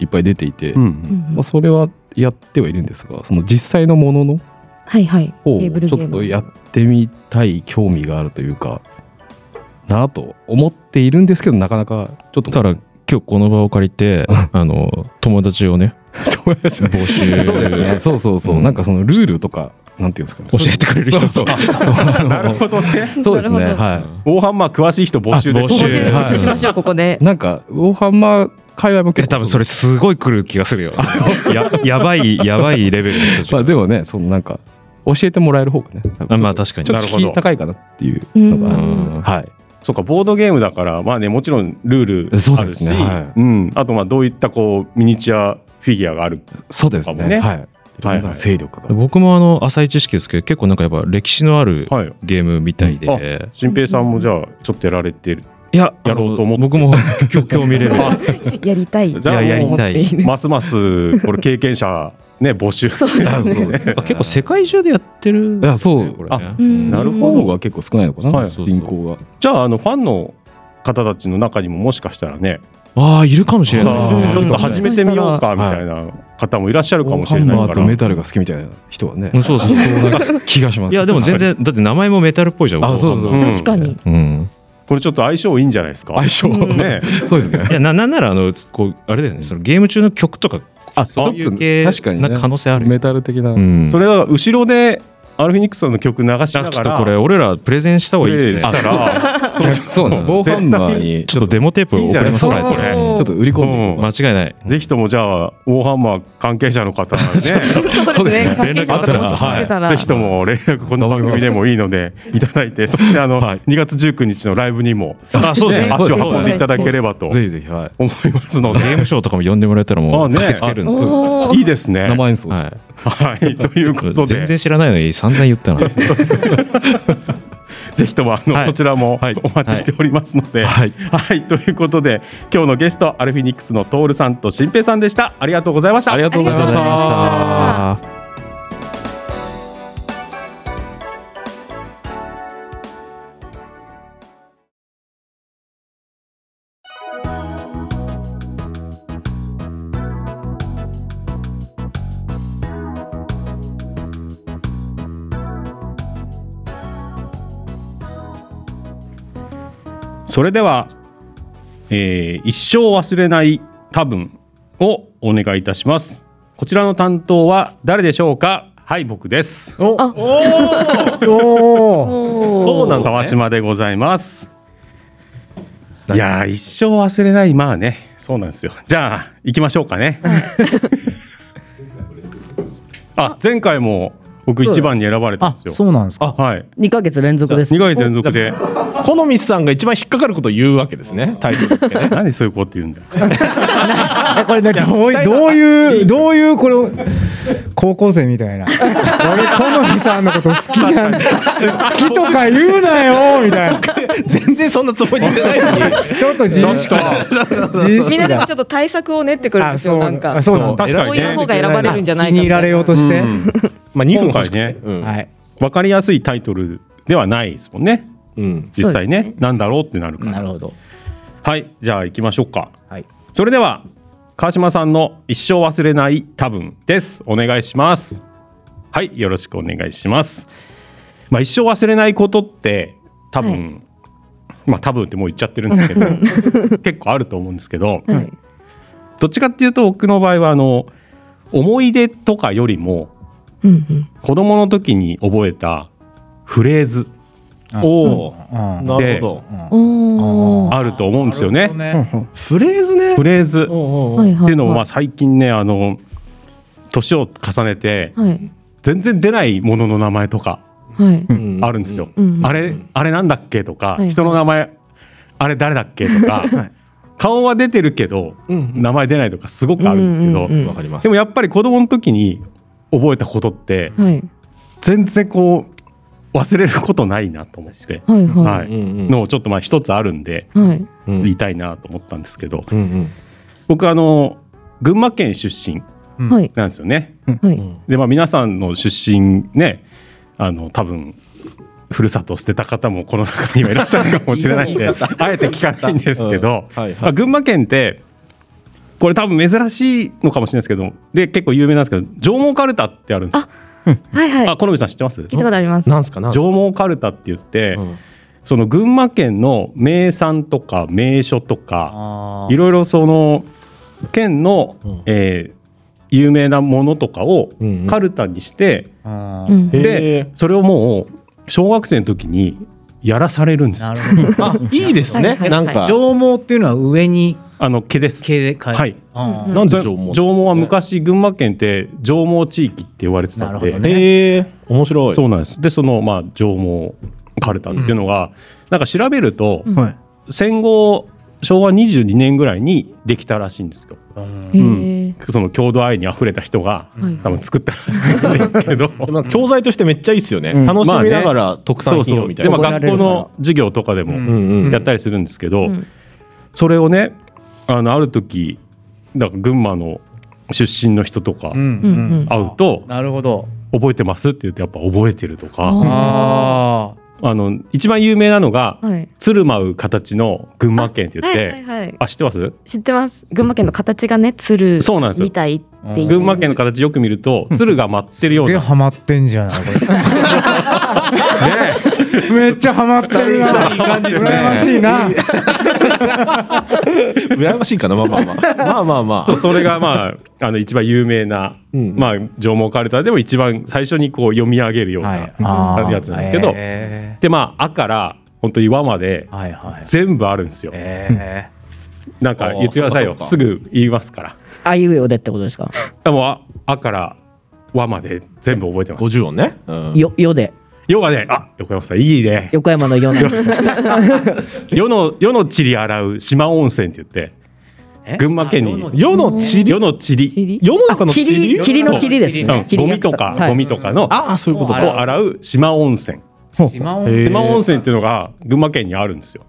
Speaker 6: いっぱい出ていて、
Speaker 2: うん
Speaker 1: うん
Speaker 6: まあ、それはやってはいるんですがその実際のものの
Speaker 1: はいはい
Speaker 6: 方を
Speaker 1: テ
Speaker 6: ち
Speaker 1: ーブルゲー
Speaker 6: ょっ
Speaker 1: ム
Speaker 6: とやってみたい興味があるというかなと思っているんですけどなかなかちょっと
Speaker 7: だから今日この場を借りてあの友達をね
Speaker 6: 友達の
Speaker 7: 募集
Speaker 6: そうですね。 そうそうそう。
Speaker 7: うん
Speaker 6: なんかそのルールとか、なんていうんですかね。
Speaker 7: 教えてくれる人
Speaker 6: そうそう。
Speaker 2: なるほどね。
Speaker 6: そうですね。
Speaker 1: なるほど
Speaker 6: は
Speaker 2: ウォーハンマー詳しい人募集です。
Speaker 7: あ募集
Speaker 1: 募集
Speaker 6: はい
Speaker 1: 募集しましょうここで
Speaker 6: い。なんか、ウォーハンマー界隈も
Speaker 7: え
Speaker 6: 結構。
Speaker 7: 多分それ。すごい来る気が するよややばいやばいレベルの人じ
Speaker 6: ま
Speaker 7: ゃ
Speaker 6: あ
Speaker 7: ん
Speaker 6: でもね、そのなんか、教えてもらえる方がね。
Speaker 7: あまあ確かに
Speaker 6: ちょっと敷居高いかなっていうのが。
Speaker 7: うん
Speaker 6: はい。
Speaker 2: そうか、ボードゲームだから、まあね、もちろんルールあ
Speaker 6: そう
Speaker 2: る
Speaker 6: で
Speaker 2: し、
Speaker 6: すねはい
Speaker 2: うん、あとまあどういったこうミニチュアフィギュアがある。
Speaker 6: そうです
Speaker 2: かもね
Speaker 6: ね。はい。
Speaker 2: はい
Speaker 6: いろんな勢力が。
Speaker 7: 僕もあの浅い知識ですけど結構なんかやっぱ歴史のある
Speaker 2: はい。
Speaker 7: ゲームみたいで、
Speaker 2: うん新平さんもじゃあちょっとやられてる。
Speaker 7: いや
Speaker 2: やろうと思って
Speaker 7: あの僕も興興味レベル
Speaker 2: あ
Speaker 1: やりたい
Speaker 2: じゃあ
Speaker 7: いややりたい
Speaker 2: ますますこれ経験者ね募集。
Speaker 6: あそうですね
Speaker 7: あ結構世界中でやってるん
Speaker 6: いや
Speaker 7: ですね、
Speaker 6: そう
Speaker 7: これ
Speaker 6: あ
Speaker 7: ね
Speaker 1: うん
Speaker 2: なる
Speaker 6: フ
Speaker 2: ほ
Speaker 6: ォロー
Speaker 2: ど。
Speaker 6: が結構少ないのか
Speaker 2: は
Speaker 6: ない人口が。
Speaker 2: じゃああのファンの方たちの中にももしかしたらね、
Speaker 7: ああいるかもし
Speaker 2: ち
Speaker 7: れ
Speaker 2: ょ
Speaker 7: ないですね
Speaker 1: あー
Speaker 2: っと始めてみようかみたいな方もいらっしゃるかもしれ
Speaker 6: ウォーハ
Speaker 2: ない
Speaker 6: ンマ
Speaker 2: か
Speaker 6: ーとメ
Speaker 2: ら。
Speaker 6: タルが好きみたいな人はね
Speaker 7: う。んそうそう
Speaker 6: そうなんか気がします。
Speaker 7: いやでも全然だって名前もメタルっぽいじゃん
Speaker 6: あそうそう
Speaker 7: 僕は
Speaker 1: 確かに
Speaker 7: うん
Speaker 2: これちょっと相性いいんじゃないですか。
Speaker 6: 相性。
Speaker 2: ね。
Speaker 6: そうですね
Speaker 7: い。やななんならあのこうあれだよねそのゲーム中の曲とか
Speaker 6: あ、ち
Speaker 7: そ
Speaker 6: ょ
Speaker 7: う
Speaker 6: っ
Speaker 7: い
Speaker 6: と
Speaker 7: う系
Speaker 6: 確かにね
Speaker 7: な可能性あるよ
Speaker 6: メタル的な。
Speaker 7: うん
Speaker 2: それは後ろでアルフィニックスさんの曲流し
Speaker 7: ちょ
Speaker 2: な
Speaker 7: っ
Speaker 2: が
Speaker 7: と
Speaker 2: ら
Speaker 7: これ俺らプレゼンした方
Speaker 2: プ
Speaker 7: がいいで
Speaker 2: レ
Speaker 7: す
Speaker 2: イ
Speaker 7: ね
Speaker 2: したら
Speaker 6: そうね。防犯マーに
Speaker 7: ちょっとデモテープを送ります
Speaker 2: いい
Speaker 7: か
Speaker 2: じゃ
Speaker 7: ら
Speaker 2: ない
Speaker 7: こ
Speaker 2: ですか
Speaker 7: れ
Speaker 6: ちょっと売り込ん
Speaker 7: 間
Speaker 6: で。
Speaker 7: 違いない
Speaker 2: ぜひともじゃあ、ウォーハンマー関係者の方なんでね、
Speaker 6: そうですね。
Speaker 1: 関係者
Speaker 6: あ
Speaker 1: の
Speaker 6: った
Speaker 1: 方
Speaker 6: ら
Speaker 1: もし聞いてたら
Speaker 2: ぜひとも連絡、この番組でもいいので、いただいて、そしてあの、2月19日のライブにも、
Speaker 7: あそうですね
Speaker 2: 足を運んでいただければと
Speaker 6: ぜひぜひはい。
Speaker 2: 思いますの
Speaker 7: ゲ
Speaker 2: で、
Speaker 7: ームショーとかも呼んでもらえたらも
Speaker 2: あ
Speaker 7: う
Speaker 2: ね
Speaker 7: 駆けつけるんで
Speaker 1: おー
Speaker 2: いいですね。
Speaker 6: 生演奏。
Speaker 7: は
Speaker 2: はい、ということ
Speaker 7: 全
Speaker 2: で
Speaker 7: 然、知らないのに散々言ったな
Speaker 2: ぜひともあの、
Speaker 7: はい
Speaker 2: そちらも
Speaker 7: はい
Speaker 2: お待ちしておりますので、
Speaker 7: はい
Speaker 2: はい、ということで、今日のゲスト、アルフィニックスのトールさんと新平さんでした。ありがとうございました。
Speaker 7: ありがとうございまし
Speaker 1: ありがとうございました
Speaker 7: た。
Speaker 2: それでは、えー一生忘れない多分をお願いいたします。こちらの担当は誰でしょうか。はい、僕です。
Speaker 3: お
Speaker 1: あ
Speaker 3: おー
Speaker 5: そうなのね
Speaker 2: 川島でございます。いやー一生忘れないまあねそうなんですよじゃあ行きましょうかねあ前回も僕一番に選ばれたん
Speaker 3: あ
Speaker 2: ですよ
Speaker 3: そうなんですか
Speaker 2: あはい
Speaker 4: 2ヶ月連続です
Speaker 2: 2ヶ月連続で
Speaker 5: コノミスさんが一番引っかかることを言うわけですねタイトルってね
Speaker 2: 何そういうこと言うんだよ
Speaker 3: えこれねどういどういうどういうこれを高校生みたい な俺好みさんのこと好きなんだ好きとか言うなよみたいなち
Speaker 5: 全然そんなつもりでないのに
Speaker 3: ょっと自意識が自意
Speaker 9: みん
Speaker 3: 識
Speaker 9: なでも
Speaker 3: が
Speaker 9: ちょっと対策を練ってくるん
Speaker 3: あ
Speaker 9: です
Speaker 3: そ
Speaker 9: よ
Speaker 3: う
Speaker 9: なんか
Speaker 3: あそうなんだ
Speaker 2: 確か
Speaker 9: こう
Speaker 2: に
Speaker 9: いう
Speaker 2: ね
Speaker 9: 方が選ばれるんじゃない
Speaker 3: 気
Speaker 9: かみ
Speaker 3: に入
Speaker 9: たいな
Speaker 3: られようとして、
Speaker 2: うん
Speaker 5: まあ2分欲しく
Speaker 2: 今
Speaker 5: うん
Speaker 3: はい
Speaker 2: 分かりやすいタイトルではないですもんね
Speaker 5: うん
Speaker 2: 実際ねなんだろうってなるから
Speaker 4: なるほど
Speaker 2: はいじゃあ行きましょうか
Speaker 4: はい
Speaker 2: それでは川島さんの一生忘れない多分ですお願いしますはいよろしくお願いしますまあ一生忘れないことって多分、まあ多分ってもう言っちゃってるんですけど結構あると思うんですけど、
Speaker 1: はい
Speaker 2: どっちかっていうと僕の場合はあの思い出とかよりも
Speaker 1: うんうん
Speaker 2: 子供の時に覚えたフレーズ
Speaker 5: おー
Speaker 3: うん
Speaker 5: なるほど
Speaker 1: おー
Speaker 2: あると思うんですよね。
Speaker 5: フレーズね
Speaker 2: フレーズっ
Speaker 5: おうおう
Speaker 1: はいは
Speaker 2: てい
Speaker 1: いう
Speaker 2: のもまあ
Speaker 1: は
Speaker 2: 最近ねあの年を重ねて
Speaker 1: いはい
Speaker 2: 全然出ないものの名前とか
Speaker 1: はい
Speaker 5: うん
Speaker 2: あるんですよ。
Speaker 1: うんうん
Speaker 2: あれあれなんだっけとか、
Speaker 1: はい
Speaker 2: 人の名前あれ誰だっけとか、顔は出てるけど
Speaker 5: うん
Speaker 2: 名前出ないとかすごくあるんですけど、
Speaker 1: うんうんうん
Speaker 5: わかります
Speaker 2: でもやっぱり子供の時に覚えたことって
Speaker 1: はい
Speaker 2: 全然こう忘れることないなと思って、
Speaker 1: はいは
Speaker 2: は
Speaker 1: いう
Speaker 2: い
Speaker 5: ん
Speaker 2: のをちょっとまあ一つあるんで
Speaker 1: はい
Speaker 5: うん
Speaker 2: 言いたいなと思ったんですけど、
Speaker 5: うんうん
Speaker 2: 僕あの群馬県出身
Speaker 1: はい
Speaker 2: なんですよね。
Speaker 1: は
Speaker 5: う
Speaker 1: い
Speaker 5: ん
Speaker 2: でまあ皆さんの出身ねあの多分ふるさとを捨てた方もこの中にはいらっしゃるかもしれないん であえて聞かないんですけど、
Speaker 5: うんはいはい
Speaker 2: まあ群馬県ってこれ多分珍しいのかもしれないですけどで結構有名なんですけど上毛かるたってあるんですよ
Speaker 1: はいはい
Speaker 2: あ好みさん知ってます
Speaker 1: 聞いたことあります
Speaker 5: なんすかな
Speaker 2: 上毛かるたって言って、
Speaker 5: うん
Speaker 2: その群馬県の名産とか名所とか
Speaker 3: あ
Speaker 2: いろいろその県の、
Speaker 5: うん
Speaker 2: えー有名なものとかを
Speaker 5: うんうん
Speaker 2: かるたにして、
Speaker 3: あ
Speaker 1: うん
Speaker 5: へ
Speaker 2: で
Speaker 5: え
Speaker 2: それをもう小学生の時にやらされるんですよ
Speaker 3: なるほど
Speaker 5: あいいです
Speaker 1: はい
Speaker 5: ね
Speaker 1: はい
Speaker 5: なんか
Speaker 3: 上毛っていうのは上に
Speaker 2: あの毛です
Speaker 3: 毛で変え
Speaker 2: はい
Speaker 3: あ
Speaker 5: なんで
Speaker 2: それ
Speaker 5: 縄文
Speaker 2: 上毛は昔群馬県って上毛地域って言われてた
Speaker 3: なる
Speaker 2: ん
Speaker 3: ほ
Speaker 2: で、
Speaker 3: どね
Speaker 5: へえ面白い
Speaker 2: そうなんですでそのまあ上毛カルタっていうのが、なんか調べると、
Speaker 1: うん
Speaker 3: はい
Speaker 2: 戦後昭和22年ぐらいにできたらしいんですよ
Speaker 1: へ
Speaker 2: うん
Speaker 1: ー
Speaker 2: その郷土愛にあふれた人が
Speaker 1: はい
Speaker 2: 多分作ったらしいんです けど
Speaker 5: でもなんか教材としてめっちゃいいですよね、
Speaker 3: うん
Speaker 5: 楽しみながら特
Speaker 2: そ
Speaker 5: 産
Speaker 2: う
Speaker 5: 品
Speaker 2: そ
Speaker 5: を
Speaker 2: う
Speaker 5: みた
Speaker 2: で
Speaker 5: いな、
Speaker 2: まあ学校の授業とかでも、
Speaker 3: うん
Speaker 5: うんうん
Speaker 2: やったりするんですけど、
Speaker 1: うん
Speaker 2: それをねあのある時だから群馬の出身の人とか
Speaker 3: うん
Speaker 1: うんうん
Speaker 2: 会うと
Speaker 3: なるほど
Speaker 2: 「覚えてます?」って言ってやっぱ覚えてるとか
Speaker 1: あ
Speaker 3: あ
Speaker 2: あの一番有名なのが
Speaker 1: ーはい
Speaker 2: 「鶴舞う形の群馬県」って言
Speaker 1: は
Speaker 2: っ
Speaker 1: いはい
Speaker 2: て
Speaker 1: はい
Speaker 2: あ知ってます
Speaker 1: 知ってます群馬県の形がね鶴
Speaker 2: そうなんですよ
Speaker 1: みたいっていう
Speaker 2: 群馬県の形よく見ると鶴が舞ってるよ
Speaker 3: あ
Speaker 2: う
Speaker 3: すげえ
Speaker 2: な
Speaker 3: ハマってんじゃない
Speaker 2: ね
Speaker 3: これめっちゃハマってるな羨ましいな
Speaker 5: 羨ましいかなまあまあまあまあまあま
Speaker 2: そうそれがまああの一番有名な、
Speaker 5: うん
Speaker 2: まあ、縄文カルタでも一番最初にこう読み上げるような、
Speaker 3: あ
Speaker 2: やつなんですけど
Speaker 3: え
Speaker 2: でまあ「あ」から本当岩まで
Speaker 3: ーはいはい
Speaker 2: 全部あるんですよ。
Speaker 3: え
Speaker 2: なんか言ってくださいよ
Speaker 5: あー
Speaker 2: す
Speaker 5: そうか
Speaker 2: ぐ言いますから。
Speaker 4: あいうえおでってことですか
Speaker 2: でもあ「あ」から「わ」まで全部覚えて
Speaker 5: あ
Speaker 2: ます。
Speaker 5: 50音ね、うん
Speaker 4: よよ で
Speaker 2: よがねあ横山さんいいね。
Speaker 4: 横山のよなん です
Speaker 2: 世の世の塵洗う島温泉って言って
Speaker 3: え
Speaker 2: 群馬県に
Speaker 5: 世の地理
Speaker 2: 世の塵
Speaker 1: 尻
Speaker 5: 世の中の地
Speaker 4: チ
Speaker 5: 理
Speaker 4: リチリのチリです
Speaker 2: う
Speaker 4: ね
Speaker 2: んゴミと
Speaker 4: が
Speaker 2: か
Speaker 4: はい
Speaker 2: ゴミとかの
Speaker 5: ああそういうこと
Speaker 2: を
Speaker 5: か
Speaker 2: 洗う島温泉
Speaker 5: 島
Speaker 6: へ
Speaker 5: 温
Speaker 6: ー
Speaker 2: 四万温泉っていうのが群馬県にあるんですよ。
Speaker 5: うん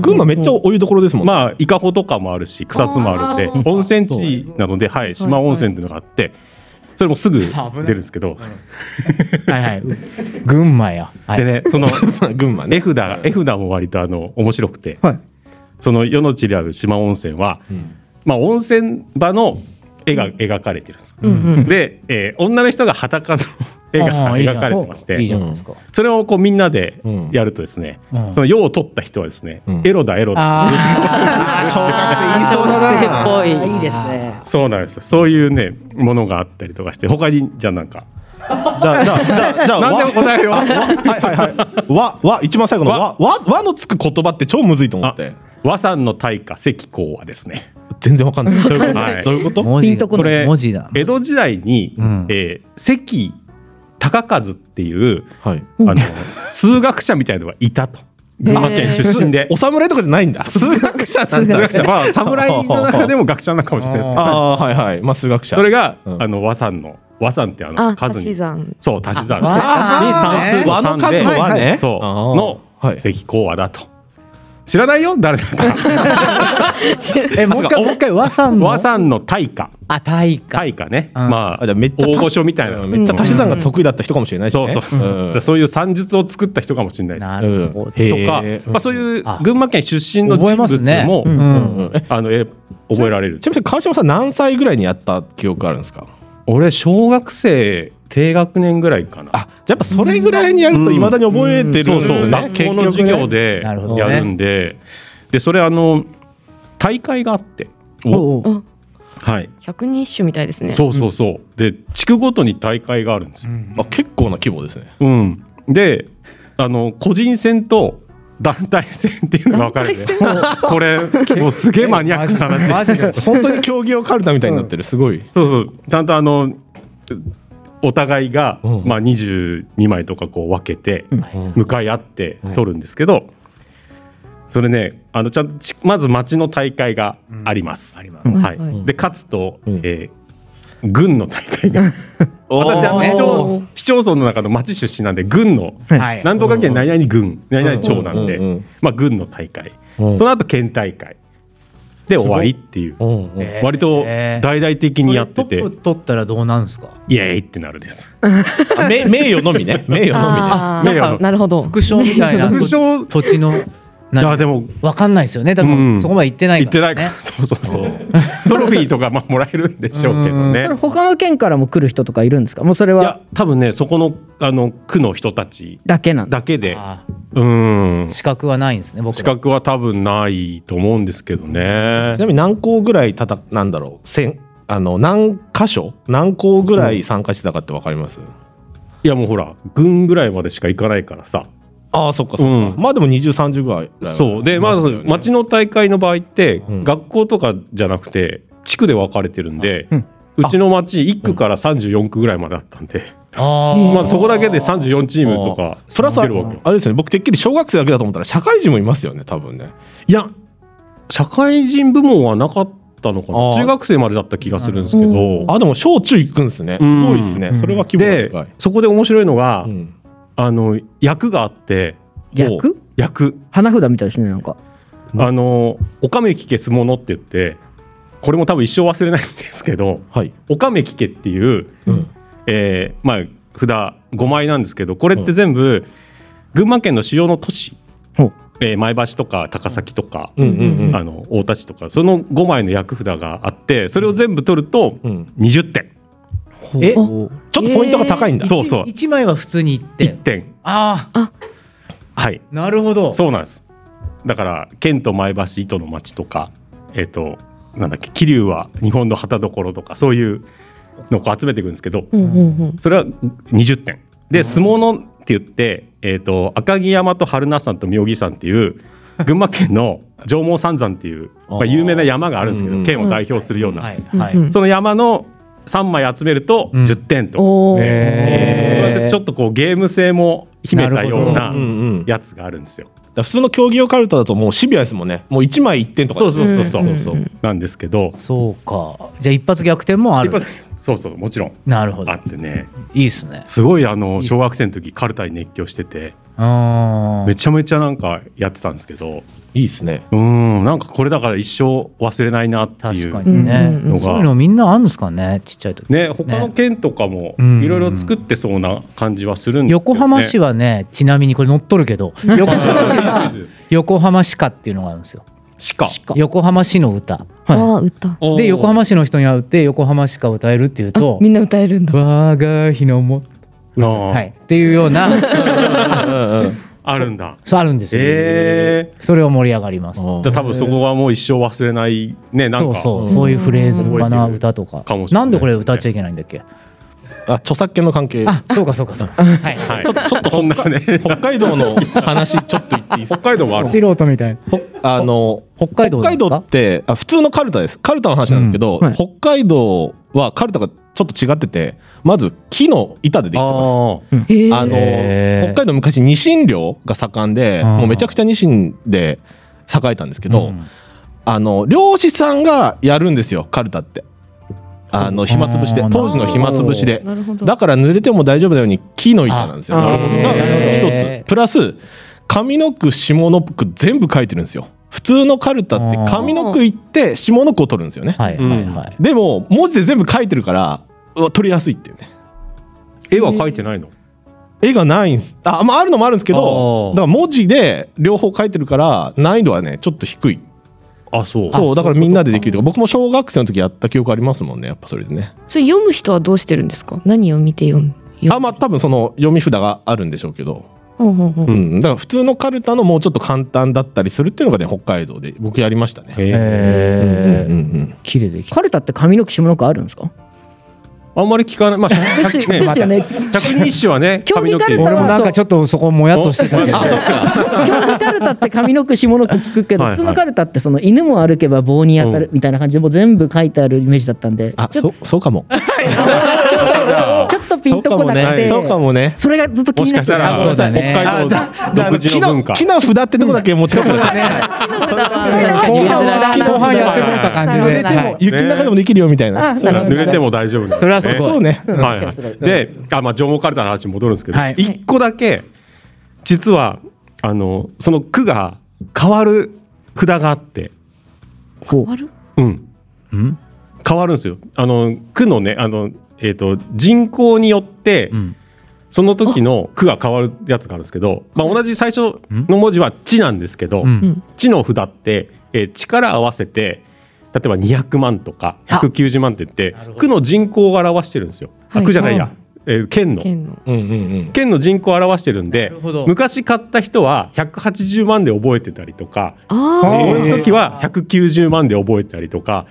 Speaker 5: 群
Speaker 1: 馬
Speaker 5: 馬めっちゃお湯どころですもんね。
Speaker 2: まあ伊香保とかもあるし草津もある
Speaker 5: あー
Speaker 2: んで温泉地なので、はい、四万温泉っていうのがあってそれもすぐ出るんですけど
Speaker 3: はいはい。群馬や。は
Speaker 2: で
Speaker 3: い。
Speaker 2: ねその
Speaker 5: 群馬
Speaker 2: 絵
Speaker 5: ね。
Speaker 2: 札絵札も割とあの面白くて、
Speaker 4: はい
Speaker 2: その世の地にある四万温泉は、まあ、温泉場の絵が描かれてるんですよ。
Speaker 1: うんうん
Speaker 2: で、えー女の人が裸の絵
Speaker 3: あ
Speaker 2: が
Speaker 3: ーいいじゃん
Speaker 2: 描かれてまして
Speaker 4: いいじゃないですか。
Speaker 2: それをこうみんなで
Speaker 5: うん
Speaker 2: やるとですね、
Speaker 3: うん
Speaker 2: その世を取った人はですね、
Speaker 5: うん
Speaker 2: エロだエロだ
Speaker 3: あ
Speaker 5: 小
Speaker 4: あ
Speaker 9: 学生っぽい
Speaker 4: ーいいですね。
Speaker 2: そうなんですよそういうねものがあったりとかして他にじゃあなんか
Speaker 5: じゃあじゃあじゃあじゃあ
Speaker 2: 何でも答えるよ
Speaker 5: わわはいはいはい。わわ一番最後のわわわのつく言葉って超むずいと思って。
Speaker 2: 和さんの大家関公はですね
Speaker 5: 全然わかんない。どういうこと？
Speaker 2: はい
Speaker 5: どういうこと？
Speaker 4: 文字ピンとこ
Speaker 2: こ
Speaker 4: ない
Speaker 2: れ
Speaker 4: 文字だ。
Speaker 2: 江戸時代に、
Speaker 3: ん
Speaker 2: えー関高和っていう
Speaker 5: はい。
Speaker 2: あの数学者みたいのがいたと群馬県出身で
Speaker 5: お侍とかじゃないんだ。数学者なん
Speaker 2: 数
Speaker 5: だ。
Speaker 2: 学者まあ侍の中でも学者なのかもしれないですけど
Speaker 5: ああーはいはい。まあ数学者。
Speaker 2: それが、
Speaker 5: うん
Speaker 2: あの和さんの和さんってあの
Speaker 1: あ
Speaker 2: 数
Speaker 1: 足
Speaker 2: に
Speaker 1: し算
Speaker 2: そう足し算に
Speaker 5: あ
Speaker 2: 算数
Speaker 5: 和の数の和ね。
Speaker 2: そう
Speaker 5: あー
Speaker 2: の
Speaker 5: はい。
Speaker 2: 関公和だと知らないよ誰だか
Speaker 4: え、もう一回、もう一回、和さんの。
Speaker 2: 和さんの大家
Speaker 4: あ、大化。
Speaker 2: 大家ね
Speaker 3: うん
Speaker 2: まあ
Speaker 5: あじゃあめっちゃ
Speaker 2: 大御所みたいな
Speaker 5: うんめっちゃ足し算が得意だった人かもしれないし
Speaker 2: そ
Speaker 5: ね。
Speaker 2: うそう、だからそういう算術を作った人かもしれないです
Speaker 4: な
Speaker 5: うん
Speaker 4: るほど。
Speaker 5: へ
Speaker 2: と
Speaker 5: ー
Speaker 2: か、まあ、そういう群馬県出身の
Speaker 4: 覚え
Speaker 2: 人
Speaker 4: ま
Speaker 2: 物
Speaker 4: すね
Speaker 2: も、
Speaker 5: うんうんうんえ
Speaker 2: あのえ覚えられる
Speaker 5: ちなみに川島さん何歳ぐらいにやった記憶あるんですか
Speaker 2: 俺小学生低学年ぐらいかな
Speaker 5: あじゃあやっぱそれぐらいにやるといまだに覚えてる
Speaker 2: そ
Speaker 5: ん
Speaker 2: う
Speaker 5: です
Speaker 2: そう、
Speaker 5: ね
Speaker 2: 学校の授業で
Speaker 4: なるほどね
Speaker 2: やるんで、でそれあの大会があって、
Speaker 4: おうおう
Speaker 2: はい、
Speaker 9: 百人一首みたいですね。
Speaker 2: そうそうそう、で地区ごとに大会があるんですよ。
Speaker 5: あ結構な規模ですね
Speaker 2: うん、で、あの個人戦と団体戦っていうのが分かれて、これもうすげえマニアックな話。
Speaker 3: マジで。
Speaker 5: 本当に競技用カルタみたいになってるすごい
Speaker 2: そうそう、ちゃんとあのお互いが、
Speaker 5: うん
Speaker 2: まあ22枚とかこう分けて、
Speaker 5: うん
Speaker 2: 向かい合って
Speaker 5: うん
Speaker 2: 取るんですけど、それねあのちゃんとちまず町の大会があります。はい
Speaker 9: はいは
Speaker 2: で勝つと、
Speaker 5: うん
Speaker 2: えー軍の大会 が私あの市町市町村の中の町出身なんで軍の
Speaker 3: はい。
Speaker 2: 何とか県何々軍何々町なんで、
Speaker 5: うんうんうん
Speaker 2: まあ、軍の大会、
Speaker 5: うん
Speaker 2: その後県大会で終わりっていう
Speaker 5: うんうん
Speaker 3: えー
Speaker 2: 割と
Speaker 3: え
Speaker 2: 大
Speaker 3: ー
Speaker 2: 々的にやってて、
Speaker 3: それトップ取ったらどうなんですか。
Speaker 2: イエーイってなるです。
Speaker 5: あめ名誉の みね名誉の
Speaker 9: あ
Speaker 2: 名誉
Speaker 9: あ、なるほど。
Speaker 3: 副賞みたいな。
Speaker 2: 副賞
Speaker 3: 土地の。
Speaker 2: い
Speaker 3: な
Speaker 2: や
Speaker 3: んか
Speaker 2: でも
Speaker 3: わかんないですよね。だか
Speaker 2: うん
Speaker 3: ら、そこまで行ってない
Speaker 2: 行っ
Speaker 3: か
Speaker 2: てな
Speaker 3: ら
Speaker 2: い
Speaker 3: ね。
Speaker 2: から、そうそうそうトロフィーとかまあもらえるんでしょうけどね。
Speaker 4: それ他の県からも来る人とかいるんですかもうそれ
Speaker 2: い
Speaker 4: は
Speaker 2: や多分ねそこのあの区の人たち
Speaker 4: だけなんだ。
Speaker 2: だけで
Speaker 3: あ
Speaker 2: うん
Speaker 3: ー資格はないんですね。僕
Speaker 2: 資
Speaker 3: ら。
Speaker 2: 格は多分ないと思うんですけど
Speaker 5: み
Speaker 2: ね
Speaker 5: ちなみに何校ぐらいたたなんだろうせんあの何箇所何校ぐらい参加してたかってわかります、
Speaker 2: いやもうほら軍ぐらいまでしか行かないからさ
Speaker 5: ああそっかそっか、
Speaker 2: うん
Speaker 5: まあでも2030ぐらいだよね
Speaker 2: そうでまず町の大会の場合って、
Speaker 5: ん
Speaker 2: 学校とかじゃなくて地区で分かれてるんで、うちの町1区から34区ぐらいまであったんで、
Speaker 3: あー
Speaker 2: まあ、そこだけで34チームとか
Speaker 5: プラスあ
Speaker 2: 出るわけよ
Speaker 5: あれですね僕てっきり小学生だけだと思ったら社会人もいますよね多分ね
Speaker 2: いや社会人部門はなかったのかな
Speaker 5: あー
Speaker 2: 中学生までだった気がするんですけど、
Speaker 9: うん
Speaker 5: あでも小中行くんですね
Speaker 2: うん
Speaker 5: すごいですね、
Speaker 3: うん
Speaker 5: それは規模がで
Speaker 2: で
Speaker 5: かい、
Speaker 2: そこで面白いのが、
Speaker 5: うん
Speaker 2: あの役があって
Speaker 4: 逆
Speaker 2: 役
Speaker 4: 花札みたいですね、なんか。
Speaker 5: うん
Speaker 2: あの「おかめきけすもの」って言ってこれも多分一生忘れないんですけど
Speaker 5: はい
Speaker 2: 「おかめきけ」っていう、
Speaker 5: うん
Speaker 2: えーまあ札5枚なんですけどこれって全部、群馬県の主要の都市、
Speaker 4: ほう
Speaker 2: えー前橋とか高崎とか、
Speaker 5: うんうん
Speaker 2: あの太田市とかその5枚の役札があってそれを全部取ると
Speaker 5: うんうん
Speaker 2: 20点、
Speaker 5: えちょっ
Speaker 4: お
Speaker 5: とポイントが高いんだ、
Speaker 2: そうそう
Speaker 3: 一枚は普通に行って
Speaker 2: 1。点
Speaker 3: あ
Speaker 2: はい
Speaker 3: あ。なるほど。
Speaker 2: そうなんです。だから県と前橋糸の町とかえっ、となんだっけ桐生は日本の旗所とかそういうのをこう集めていくんですけど、
Speaker 9: うんうんうん。
Speaker 2: それは20点で相撲のって言って、えっと赤城山と榛名山と妙義山っていう群馬県の上毛三山っていう、まあ、有名な山があるんですけ
Speaker 5: うんう
Speaker 2: ど
Speaker 5: ん
Speaker 2: 県を代表するような、
Speaker 3: はい。
Speaker 9: うん
Speaker 3: は
Speaker 9: う
Speaker 3: い。
Speaker 9: ん
Speaker 2: その山の3枚集めると
Speaker 3: うん
Speaker 2: 10点と、
Speaker 9: おお。
Speaker 2: そうやっ
Speaker 3: へ
Speaker 2: てちょっとこうゲーム性も秘めたよう
Speaker 5: う
Speaker 2: なん
Speaker 5: うんだか
Speaker 2: やつがあるんですよ。
Speaker 5: ら普通の競技用カルタだともうシビアですもんねもう1枚1点とか
Speaker 2: そうそうそうそう
Speaker 9: うんうんうん
Speaker 2: なんですけど
Speaker 3: そうか。じゃあ一発逆転もある。
Speaker 2: 一発そうそうもちろん
Speaker 9: なるほど
Speaker 2: あってね
Speaker 9: いいっすね
Speaker 2: すごいあの
Speaker 9: いいっす
Speaker 2: 小学生の時カルタに熱狂してて
Speaker 9: あ
Speaker 2: めちゃめちゃなんかやってたんですけど
Speaker 5: いいですね。
Speaker 2: うんなんかこれだから一生忘れないなってい
Speaker 9: 確か
Speaker 2: う
Speaker 9: にね、
Speaker 1: うんうん
Speaker 2: うん
Speaker 9: そういうのみんなあるんですかねちっちゃい時、
Speaker 2: ね他の県とかも
Speaker 9: うん
Speaker 2: いろいろ作ってそうな感じはするんですけど、ね、
Speaker 9: 横浜市
Speaker 2: は
Speaker 9: はねちなみにこれ乗っとるけど横浜市は横浜市歌っていうのがあるんですよ
Speaker 2: 市か
Speaker 9: 横浜市の歌
Speaker 1: ああ歌
Speaker 2: おー
Speaker 9: で横浜市の人に会うって横浜市歌を歌えるっていう
Speaker 1: あ
Speaker 9: と
Speaker 1: みんな歌える
Speaker 9: 「
Speaker 1: んだ
Speaker 9: 我が日のも」
Speaker 2: あー
Speaker 9: はい、っていうような
Speaker 2: あるんだ
Speaker 9: そうあるんですよ、
Speaker 2: ええ
Speaker 9: それを盛り上がります
Speaker 2: じゃあ多分そこはもう一生忘れないねなん
Speaker 9: そう
Speaker 2: か
Speaker 9: そうそういうフレーズか
Speaker 2: 覚え
Speaker 9: な
Speaker 2: てる
Speaker 9: 歌とか
Speaker 2: かもしれな
Speaker 9: ないんでこれ歌っちゃいけないんだっけ
Speaker 5: あ、著作権の関係。
Speaker 9: あそうかそうかそうかはい
Speaker 2: はい、ちょっとこんなね
Speaker 5: 北海道の話ちょっと言っていいです
Speaker 2: 北
Speaker 5: か。
Speaker 2: 海道もある
Speaker 3: 素人みたいな
Speaker 5: ほあの
Speaker 9: 北海道
Speaker 5: 北海道
Speaker 9: なん
Speaker 5: っ
Speaker 9: で
Speaker 5: てあ普通のカルタですカルタの話なんですけど、
Speaker 4: うんはい
Speaker 5: 北海道はカルタがちょっと違っててまず木の板でできてます
Speaker 1: へえ
Speaker 5: あの
Speaker 9: へー
Speaker 5: 北海道昔ニシン漁が盛んで
Speaker 9: あー
Speaker 5: もうめちゃくちゃニシンで栄えたんですけど、
Speaker 9: うん
Speaker 5: あの漁師さんがやるんですよカルタってあの暇つぶしで
Speaker 9: あー
Speaker 5: 当時の暇つぶしで
Speaker 1: なるほど
Speaker 5: だから濡れても大丈夫なように木の板なんですよ
Speaker 4: あ
Speaker 5: が
Speaker 4: ー
Speaker 9: なるほどへ
Speaker 5: 一
Speaker 9: ー
Speaker 5: つプラス上の句下の句全部書いてるんですよ普通のカルタって上の句行って下の句を取るんですよね
Speaker 9: はいはいはい、
Speaker 5: でも文字で全部書いてるからうわ取りやすいっていうね
Speaker 2: 絵は描いてないの
Speaker 5: 絵がないんですあ,、まあ、あるのもあるんですけ
Speaker 2: あー
Speaker 5: どだから文字で両方書いてるから難易度はねちょっと低い
Speaker 2: あそう
Speaker 5: そうだからみんなでできるとか僕も小学生の時やった記憶ありますもんねやっぱそれでね
Speaker 1: それ読む人はどうしてるんですか何を見て読む
Speaker 5: あまあ多分その読み札があるんでしょうけど
Speaker 1: ほうほうほう
Speaker 5: うん、だから普通のカルタのもうちょっと簡単だったりするっていうのがね北海道で僕やりましたね。
Speaker 2: へえ
Speaker 5: うん
Speaker 9: え
Speaker 5: うん、
Speaker 9: 綺麗できた
Speaker 4: カルタって上の句下の句あるんですか
Speaker 2: あんまり聞かない まあ
Speaker 4: で
Speaker 2: 着
Speaker 4: すですよね
Speaker 2: 着任誌はね
Speaker 4: 興味
Speaker 2: 髪の
Speaker 4: があ
Speaker 2: 毛
Speaker 3: 俺
Speaker 4: るら
Speaker 3: もなんかちょっとそこもやっとしてたけど
Speaker 2: あ そっか
Speaker 4: 興味カルタって上の句下の句聞くけど
Speaker 2: はいはい
Speaker 4: 普通のカルタってその犬も歩けば棒に当たるみたいな感じでもう全部書いてあるイメージだったんで
Speaker 5: あそうそうかも。
Speaker 4: ちょっと ピンとこなくて
Speaker 5: そうかもね。
Speaker 4: それがずっと気
Speaker 2: も
Speaker 4: に
Speaker 2: し
Speaker 4: な
Speaker 2: か
Speaker 4: っ
Speaker 2: してたら
Speaker 9: あそうだね
Speaker 2: 北海
Speaker 5: じゃ
Speaker 2: 道
Speaker 5: あじゃああの
Speaker 2: 独自
Speaker 5: 木
Speaker 2: の
Speaker 5: の
Speaker 2: 文化
Speaker 5: 木の札ってとこだけ持ち帰ってくださ
Speaker 3: 後半は
Speaker 5: い。
Speaker 3: 後半やってもらった感じで、
Speaker 4: なるほどなるほ
Speaker 3: は
Speaker 4: ど
Speaker 3: い
Speaker 5: 雪の中でもできるよみたいな。
Speaker 4: あ
Speaker 5: そう
Speaker 4: なるほ
Speaker 2: 濡
Speaker 4: ど
Speaker 2: れても大丈夫な
Speaker 3: それはすごい
Speaker 5: そうね。
Speaker 2: はいは
Speaker 4: すごい
Speaker 2: い、であ、まあ、情報カルタの話に戻るんですけど、
Speaker 3: はい
Speaker 2: 一個だけ実はあのその句が変わる札があって、
Speaker 1: ある
Speaker 2: うん、
Speaker 9: うん
Speaker 2: 変わるんですよあの句のねあの、えー、と人口によって、
Speaker 9: ん
Speaker 2: その時の句が変わるやつがあるんですけど、まあ、同じ最初の文字は「地」なんですけど「
Speaker 9: うん
Speaker 2: 地」の札って、えー力合わせて例えば200万とか190万って言って区の人口を表してるんですよ。あ
Speaker 1: はい
Speaker 2: 区じゃないや、えー県の
Speaker 1: 県の
Speaker 5: うんうんうん。
Speaker 2: 県の人口を表してるんで
Speaker 9: るほど
Speaker 2: 昔買った人は180万で覚えてたりとか
Speaker 1: あ
Speaker 2: 俺の時は190万で覚えてたりとか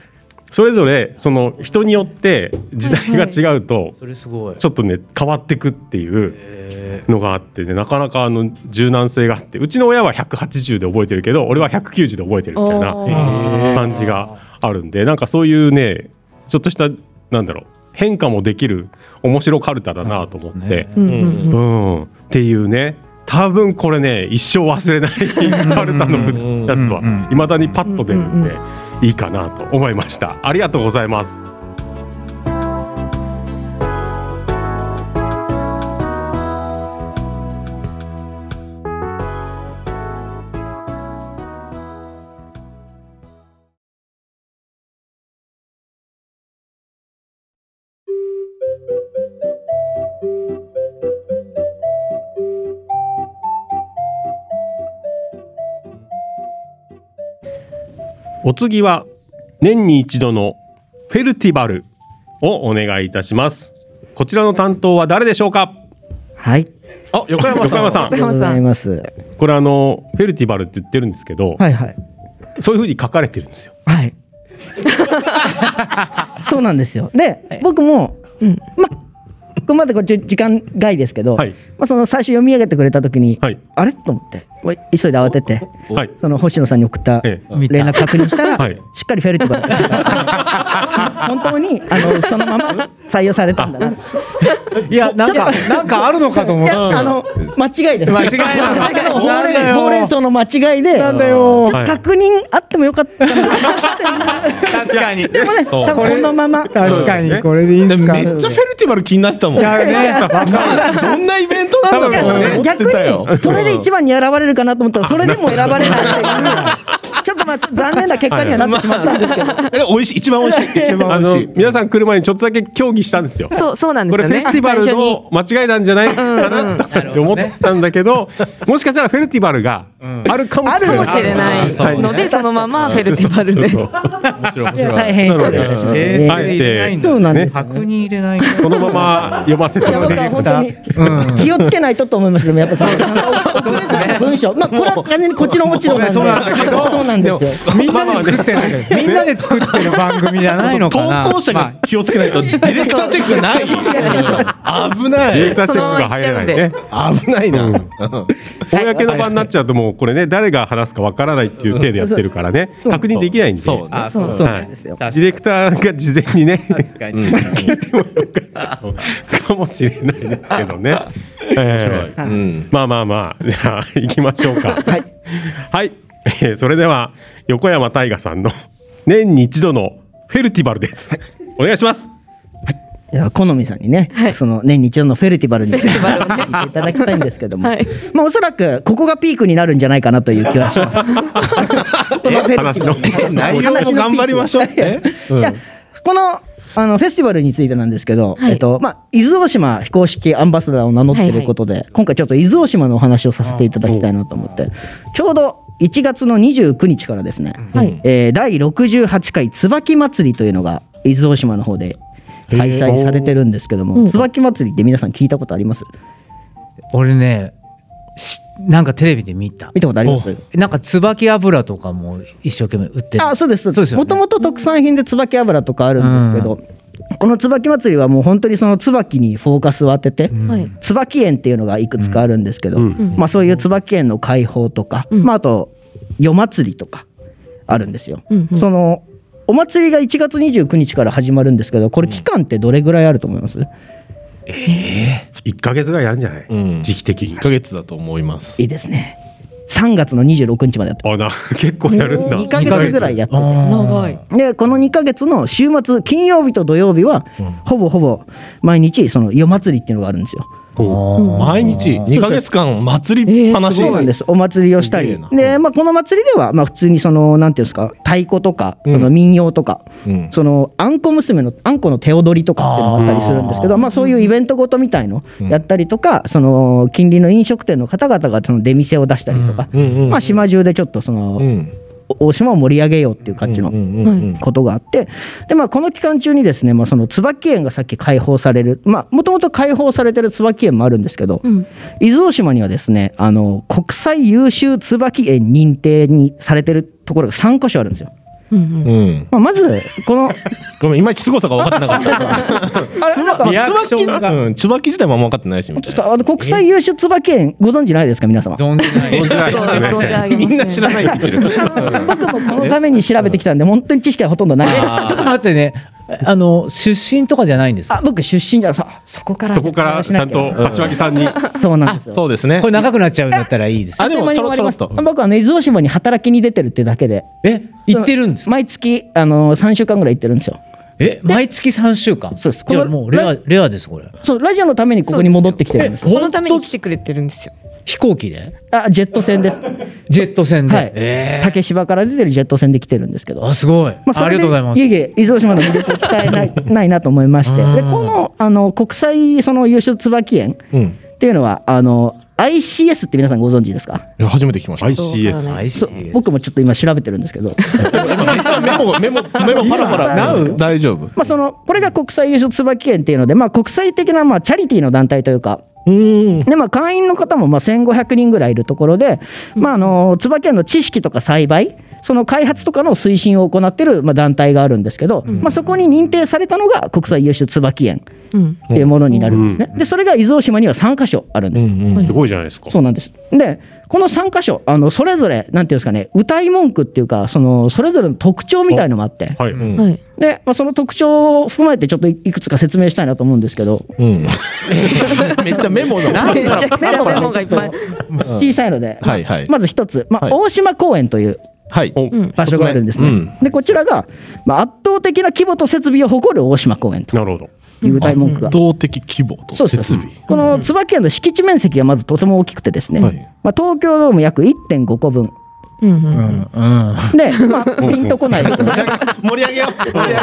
Speaker 2: それぞれその人によって時代が違うと
Speaker 9: それすごい
Speaker 2: ちょっとね変わってくっていうのがあってねなかなかあの柔軟性があってうちの親は180で覚えてるけど俺は190で覚えてるみたいな
Speaker 1: おー
Speaker 2: 感じがあるんでなんかそういうねちょっとしたなんだろう変化もできる面白カルタだなと思って。
Speaker 1: あうんうん
Speaker 2: う
Speaker 1: うん
Speaker 2: ん、っていうね多分これね一生忘れないカルタのやつ
Speaker 9: うんうん
Speaker 2: は未だにパッと出るんで
Speaker 1: うん
Speaker 2: いいかなと思いましたありがとうございますお次は年に一度のフェルティバルをお願いいたしますこちらの担当は誰でしょうか
Speaker 4: はい
Speaker 2: あ横山さん横山さ
Speaker 4: ありが
Speaker 2: ん
Speaker 4: とうございます
Speaker 2: これあのフェルティバルって言ってるんですけど、
Speaker 4: はいはい
Speaker 2: そういう風に書かれてるんですよ
Speaker 4: はいそうなんですよで僕も
Speaker 1: うん
Speaker 4: まこれまでこっち時間外ですけど、
Speaker 2: はい
Speaker 4: まあ、その最初読み上げてくれた時に、
Speaker 2: はい
Speaker 4: あれと思っておい急いで慌てて
Speaker 2: はい
Speaker 4: その星野さんに送った
Speaker 2: え
Speaker 4: 連
Speaker 9: え
Speaker 4: 絡確認したら、
Speaker 2: はい
Speaker 4: しっかりフェルトが本当にあのそのまま採用されたんだな。
Speaker 9: いやなんかなんかあるのかと思
Speaker 4: い
Speaker 9: っ
Speaker 4: や
Speaker 9: た
Speaker 4: あの間違いです。
Speaker 9: 間違いなの
Speaker 4: だけどほ
Speaker 9: なん
Speaker 4: う
Speaker 9: だ
Speaker 4: れん
Speaker 9: よ
Speaker 4: ほうれん草の間違いで。
Speaker 9: なんだよ
Speaker 4: ちょっと確認あってもよかったな
Speaker 9: 確かに
Speaker 4: でもね、多分このまま。
Speaker 9: 確かにこれでいいん
Speaker 5: です
Speaker 9: か
Speaker 5: めっちゃフェルティバル気になってたもん。
Speaker 9: やるね わかんない
Speaker 5: どんなイベントなんだろうね。思っ
Speaker 4: 逆
Speaker 5: てたよ。
Speaker 4: にそれで一番に選ばれるかなと思ったらそれでも選ばれないっていうちょっとまあ残念な結果にはなってしまったんですけど
Speaker 5: え美味しい一番美味しい一
Speaker 2: あ
Speaker 5: 番美
Speaker 2: の
Speaker 5: 味しい。
Speaker 2: 皆さん来る前にちょっとだけ協議したんですよ。
Speaker 1: そうそうなんで
Speaker 2: こ
Speaker 1: す
Speaker 2: れ
Speaker 1: よ
Speaker 2: フ
Speaker 1: ね
Speaker 2: ェスティバル の間違いなんじゃないかなって思ったんだけど、もしかしたらフェルティバルがあるかも
Speaker 1: あ
Speaker 2: し
Speaker 1: る
Speaker 2: れ
Speaker 1: か
Speaker 2: な
Speaker 1: も
Speaker 2: い。
Speaker 1: しれないのでそのままフェルティバルで
Speaker 2: そうそう
Speaker 4: 大変失礼いたしまし
Speaker 2: えーあえて
Speaker 4: そうなんです
Speaker 9: 確認入れない
Speaker 2: そのまま読ませて
Speaker 4: たいや
Speaker 2: も
Speaker 4: 僕
Speaker 2: ら
Speaker 4: は
Speaker 2: って
Speaker 4: 本当に気をつけないとと思いますけどやっぱそうです文章まあこれは完全にこっちのもちろんなんで
Speaker 9: そうなんだけど
Speaker 4: そうなんですよ
Speaker 9: みんなで作ってるみんなで作ってる番組じゃないの
Speaker 5: 投
Speaker 9: かな
Speaker 5: 稿者が気をつけないとディレクターチェックない。危な
Speaker 2: ディレ
Speaker 5: い
Speaker 2: ク。ターチェックが入らないね。
Speaker 5: 危ないな。
Speaker 2: 公の場になっちゃうともうこれね誰が話すかわからないっていう体でやってるからね
Speaker 4: そう
Speaker 2: 確認できないんで。
Speaker 5: そうね。
Speaker 4: そうそうなんですよ
Speaker 2: ディレクターが事前にね、聞いてもよかったかもしれないですけどね。えー
Speaker 5: うん。
Speaker 2: まあまあまあ、じゃあ行きましょうか。はい。えーそれでは横山大我さんの年に一度のフェルティバルです。お願いします。
Speaker 4: いや好みさんにね、
Speaker 1: はい
Speaker 4: その年に一度のフェルティバルに行ってい
Speaker 1: バルをね
Speaker 4: ただきたいんですけども、
Speaker 1: はい
Speaker 4: まあおそらくここがピークになるんじゃないかなという気はします。このフェル
Speaker 2: 話の
Speaker 4: ティバル
Speaker 5: 内容も頑張りましょう
Speaker 4: いやいやいやこのあのフェスティバルについてなんですけど、
Speaker 1: はい
Speaker 4: えっとまあ、伊豆大島非公式アンバサダーを名乗っていることで、今回ちょっと伊豆大島のお話をさせていただきたいなと思ってちょうど1月の29日からですね、
Speaker 1: はい
Speaker 4: えー第68回椿祭りというのが伊豆大島の方で開催されてるんですけども、
Speaker 1: うん
Speaker 4: 椿祭りって皆さん聞いたことあります
Speaker 9: 俺ねしなんかテレビで見た
Speaker 4: 見たことあります
Speaker 9: なんか椿油とかも一生懸命売ってる
Speaker 4: あそうですそうです
Speaker 9: よね
Speaker 4: もともと特産品で椿油とかあるんですけど、この椿祭りはもう本当にその椿にフォーカスを当てて、
Speaker 1: はい
Speaker 4: 椿園っていうのがいくつかあるんですけど、
Speaker 2: うんう
Speaker 4: まあ、そういう椿園の開放とか、
Speaker 1: うん
Speaker 4: まあ、あと夜祭りとかあるんですよ。
Speaker 1: うんうん
Speaker 4: そのお祭りが1月29日から始まるんですけどこれ期間ってどれぐらいあると思います、
Speaker 2: 一ヶ月ぐらいやるんじゃない？
Speaker 5: うん
Speaker 2: 時期的に
Speaker 5: 一。ヶ月だと思います。
Speaker 4: いいですね3月の26日までやって
Speaker 2: あな 結構 やるんだ。
Speaker 4: 2ヶ月ぐらいやってて
Speaker 1: 長い
Speaker 4: でこの2ヶ月の週末金曜日と土曜日は、ほぼほぼ毎日その夜祭りっていうのがあるんですよ。
Speaker 5: 毎日二ヶ月間祭りっぱなし。
Speaker 4: そうなんですお祭りをした
Speaker 5: す
Speaker 4: り
Speaker 5: げえな
Speaker 4: で、まあ、この祭りでは、まあ、普通にそのなんていうんですか太鼓とか、
Speaker 5: うん
Speaker 4: その民謡とか、
Speaker 5: うん
Speaker 4: そのあんこ娘のあんこの手踊りとかっていうのもあったりするんですけどまあ、そういうイベントごとみたいのやったりとか、その近隣の飲食店の方々がその出店を出したりとか、
Speaker 5: うんうんうん
Speaker 4: まあ、島中でちょっとその、
Speaker 5: うん。
Speaker 4: おお島を盛り上げようっていう感じの。
Speaker 5: うんうんうん
Speaker 4: ことがあってで、まあ、この期間中にですね、まあ、その椿園がさっき開放されるもともと開放されてる椿園もあるんですけど、
Speaker 1: うん
Speaker 4: 伊豆大島にはですねあの国際優秀椿園認定にされてるところが3箇所あるんですよ。
Speaker 1: うんうん
Speaker 5: うん。
Speaker 4: まあ、まずこの
Speaker 5: ごめんいまいち凄さが分かってなかった。
Speaker 4: あれなんか
Speaker 9: リアクションが
Speaker 5: 椿うん椿自体もあんま分かってないしみ
Speaker 4: ちょ
Speaker 5: た
Speaker 4: っ
Speaker 5: いな。
Speaker 4: とあの国際優秀椿園ご存知ないですか皆様。
Speaker 9: 存じない
Speaker 2: 存じない
Speaker 1: そう存じ上げませ
Speaker 5: みんな知らないって言ってる。
Speaker 4: 僕もこのために調べてきたんで本当に知識はほとんどないです。
Speaker 9: ちょっと待ってねあの出身とかじゃないんですか
Speaker 4: あ僕出身じゃさそこから
Speaker 2: そこからちゃんと柏木さんに
Speaker 4: そうなんですよ。
Speaker 5: そうですね
Speaker 9: こ。れ長くなっちゃうんだったらいいです
Speaker 5: あでもちょろちょろっと。
Speaker 4: 僕はね伊豆大島に働きに出てるってだけで
Speaker 9: え行ってるんですか
Speaker 4: 毎月あの3週間ぐらい行ってるんですよ
Speaker 9: え毎月三週間
Speaker 4: そうです
Speaker 9: じゃあ
Speaker 4: この
Speaker 9: もうレア
Speaker 4: ラ
Speaker 9: レアですこれ
Speaker 4: そうラジオのためにここに戻ってきてるんです
Speaker 1: このために来てくれてるんですよ
Speaker 9: 飛行機で
Speaker 4: あジェット船です
Speaker 9: ジェット船で
Speaker 4: はい、
Speaker 9: えー
Speaker 4: 竹芝から出てるジェット船で来てるんですけど
Speaker 9: あすごいあり
Speaker 4: そ
Speaker 9: が
Speaker 4: れ
Speaker 9: と
Speaker 4: で
Speaker 9: うございます
Speaker 4: いえいえ伊豆大島の魅力を伝え ないないなと思いましてでこのあの国際その優秀椿園
Speaker 5: うん。
Speaker 4: っていうのはあの ICS って皆さんご存知ですか
Speaker 5: いや初めて聞きました。
Speaker 2: ICS。
Speaker 4: そう僕もちょっと今調べてるんですけど
Speaker 5: めっちゃメモメモメモパラパラ。大丈夫。
Speaker 4: まあそのこれが国際優秀椿園っていうので、まあ、国際的なまあチャリティーの団体というか
Speaker 5: うん。
Speaker 4: でまあ、会員の方もまあ1500人ぐらいいるところで、まあ、あの椿園の知識とか栽培その開発とかの推進を行っているまあ団体があるんですけど、まあ、そこに認定されたのが国際優秀椿園
Speaker 1: うん
Speaker 4: っていうものになるんですね。でそれが伊豆大島には3箇所あるんです。
Speaker 2: すごいじゃないですか。
Speaker 4: そうなんですでこの3箇所あのそれぞれなんていうんですかね歌い文句っていうかそのそれぞれの特徴みたいのもあって、
Speaker 2: はい。
Speaker 1: はい
Speaker 4: で、まあ、その特徴を含めてちょっといいくつか説明したいなと思うんですけど
Speaker 5: めっちゃメモの。
Speaker 1: めちゃくちゃメモがいっぱい。
Speaker 4: 小さいので、
Speaker 5: はいはい
Speaker 4: まず一つ、まあ
Speaker 5: はい
Speaker 4: 大島公園という
Speaker 5: はい。
Speaker 1: うん
Speaker 4: 場所があるんですね、
Speaker 5: うん
Speaker 4: でこちらが、まあ、圧倒的な規模と設備を誇る大島公園と
Speaker 2: なるほど。
Speaker 4: いう歌い文句が
Speaker 5: 動的規模
Speaker 4: そ
Speaker 5: と
Speaker 4: うです
Speaker 5: 設備。
Speaker 4: この椿園の敷地面積がまずとても大きくてですね、
Speaker 5: はい
Speaker 4: まあ、東京ドーム約1.5個分
Speaker 1: うんうんうん
Speaker 4: で、まあ、ピンとこないですよね
Speaker 5: 盛り上げよう盛り上げよ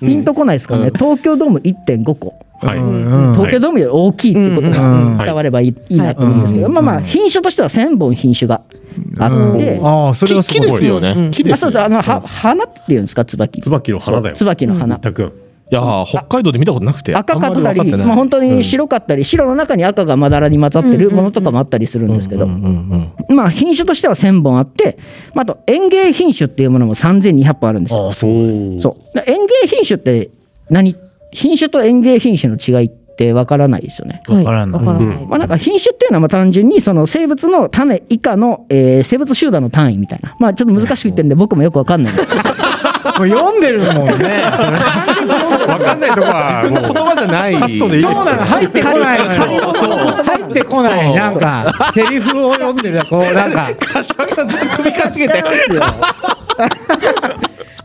Speaker 4: ピンとこないですからね、東京ドーム1.5個、
Speaker 2: はい。
Speaker 4: 東京ドームより大きいっていうことが伝わればいい,、いいなと思うんですけど、
Speaker 3: うん
Speaker 4: まあまあ、品種としては1000本品種があって、あ
Speaker 3: ああそれは
Speaker 5: う。
Speaker 3: す
Speaker 5: 木
Speaker 3: ごい
Speaker 5: ですよね。木です
Speaker 4: そう
Speaker 5: よ
Speaker 4: そう、
Speaker 5: ね。
Speaker 4: あの、は花っていうんですか、椿。
Speaker 2: 椿の花だよ。
Speaker 4: 椿の花。
Speaker 2: たくん。
Speaker 5: いやー北海道で見たことなくて。
Speaker 4: 赤かっ
Speaker 5: あ
Speaker 4: た
Speaker 5: んま分
Speaker 4: り、
Speaker 5: かってない
Speaker 4: まあ、本当に白かったり、白の中に赤がまだらに混ざってるものとかもあったりするんですけど、まあ、品種としては1000本あって、まあ、あと園芸品種っていうものも3200本あるんですよ。
Speaker 2: そう。
Speaker 4: そうで園芸品種って何、品種と園芸品種の違いってわからないですよね。
Speaker 1: はい
Speaker 9: わからんな
Speaker 1: わからない。
Speaker 4: まあ、なんか品種っていうのはまあ単純にその生物の種以下の、えー生物集団の単位みたいな、まあ、ちょっと難しく言ってるんで僕もよくわかんないんですけど
Speaker 3: もう読んでるもんねそれ
Speaker 2: わかんないとこはもう
Speaker 5: 言葉じゃない。
Speaker 3: そうなの入ってこないのよ
Speaker 5: そうそう
Speaker 3: 入ってこないなんかセリフを読んでるこうなんか
Speaker 5: 首かしげて。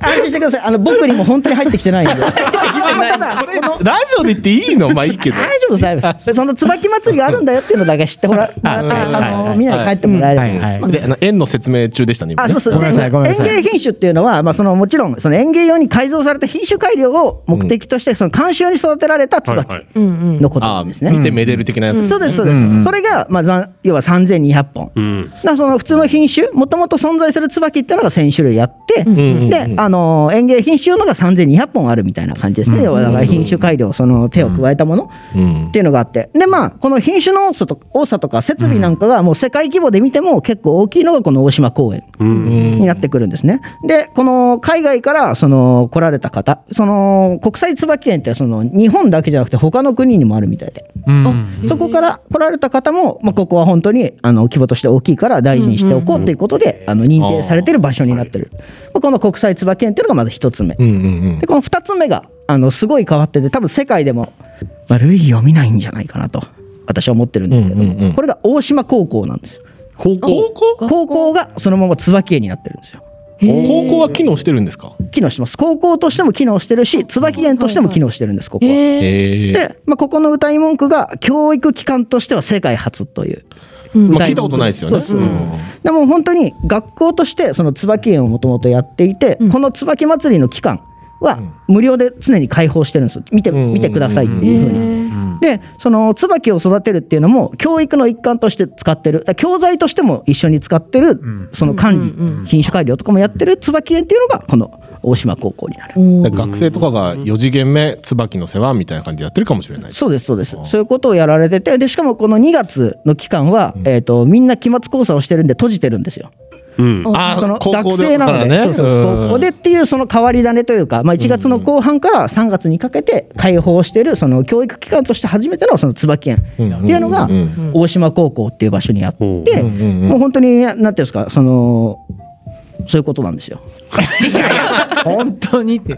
Speaker 4: 安心してくださいあの僕にも本当に入ってきてないんでただ
Speaker 5: それラジオで言っていいのまあいいけど。
Speaker 4: 大丈夫です大丈夫ですその椿祭りがあるんだよっていうのだけ知ってほらあのみんなに帰ってもらえれば、
Speaker 3: はいはい
Speaker 5: で、あの円の説明中でしたね。今
Speaker 4: あ
Speaker 5: ね
Speaker 4: そうそう
Speaker 3: ごめんなさい
Speaker 4: で
Speaker 3: ごめんなさい
Speaker 4: 園芸品種っていうのは、まあ、そのもちろんその園芸用に改造された品種改良を目的として、その監修に育てられた
Speaker 2: はい
Speaker 4: 椿
Speaker 2: はい。
Speaker 1: うんうん。
Speaker 4: のことな
Speaker 5: あ
Speaker 4: んですね。
Speaker 5: 見てめでる的なやつ。
Speaker 4: そうですそうです、
Speaker 3: うんうん
Speaker 4: それが、まあ、ざん要は3200本、
Speaker 2: うん。
Speaker 4: だからその普通の品種もともと存在する椿っていうのが1000種類あって、
Speaker 5: ん
Speaker 4: で、あのー園芸品種のが3200本あるみたいな感じですね、要はだから品種改良その手を加えたもの
Speaker 5: うん
Speaker 4: っていうのがあってでまあこの品種の多さと多さとか設備なんかがもう世界規模で見ても結構大きいのがこの大島公園になってくるんですね。でこの海外からその来られた方その国際椿園ってその日本だけじゃなくて他の国にもあるみたいで。
Speaker 1: あ
Speaker 4: そこから来られた方も、まあ、ここは本当にあの規模として大きいから大事にしておこうということで、あの認定されてる場所になってる、まあこの国際椿園っていうのがまず一つ目、
Speaker 5: うんうん
Speaker 4: でこの二つ目があのすごい変わってて多分世界でも、まあ、類を見ないんじゃないかなと私は思ってるんですけど、
Speaker 5: うんうんうん
Speaker 4: これが大島高校なんですよ
Speaker 5: 高校高校
Speaker 4: 高校がそのまま椿園になってるんですよ
Speaker 5: 高校は機能してるんですか
Speaker 4: 機能してます高校としても機能してるし椿園としても機能してるんですここは。
Speaker 1: へえ。
Speaker 5: ええ。
Speaker 4: で、まあ、ここの歌い文句が教育機関としては世界初という
Speaker 1: うん
Speaker 5: まあ聞いたことないですよね。
Speaker 4: そうそうでも本当に学校としてその椿園をもともとやっていて、
Speaker 1: うん
Speaker 4: この椿祭りの期間は無料で常に開放してるんですよ見て見てくださいって
Speaker 1: へ
Speaker 4: いうふうに。
Speaker 1: え。
Speaker 4: でその椿を育てるっていうのも教育の一環として使ってるだから教材としても一緒に使ってる、その管理、
Speaker 1: うんうんうん
Speaker 4: 品種改良とかもやってる椿園っていうのがこの大島高校になる。
Speaker 1: お
Speaker 5: で
Speaker 1: ー
Speaker 5: 学生とかが4次元目椿の世話みたいな感じでやってるかもしれない。
Speaker 4: そうですそうですそういうことをやられててでしかもこの2月の期間は、えー、とみんな期末考査をしてるんで閉じてるんですよ。
Speaker 2: うん。
Speaker 5: あー
Speaker 4: その
Speaker 5: 高校
Speaker 4: 学生なので、
Speaker 5: だか
Speaker 4: そう
Speaker 5: ら
Speaker 4: そうそう
Speaker 5: うん
Speaker 4: 高校でっていうその変わり種というか、まあ、1月の後半から3月にかけて開放してるその教育機関として初めてのその椿園っていうのが
Speaker 5: うんうん
Speaker 4: 大島高校っていう場所にあって、
Speaker 2: うん
Speaker 5: ん
Speaker 4: もう本当になんていうんですかそのそういうことなんですよ。
Speaker 9: 本当 にって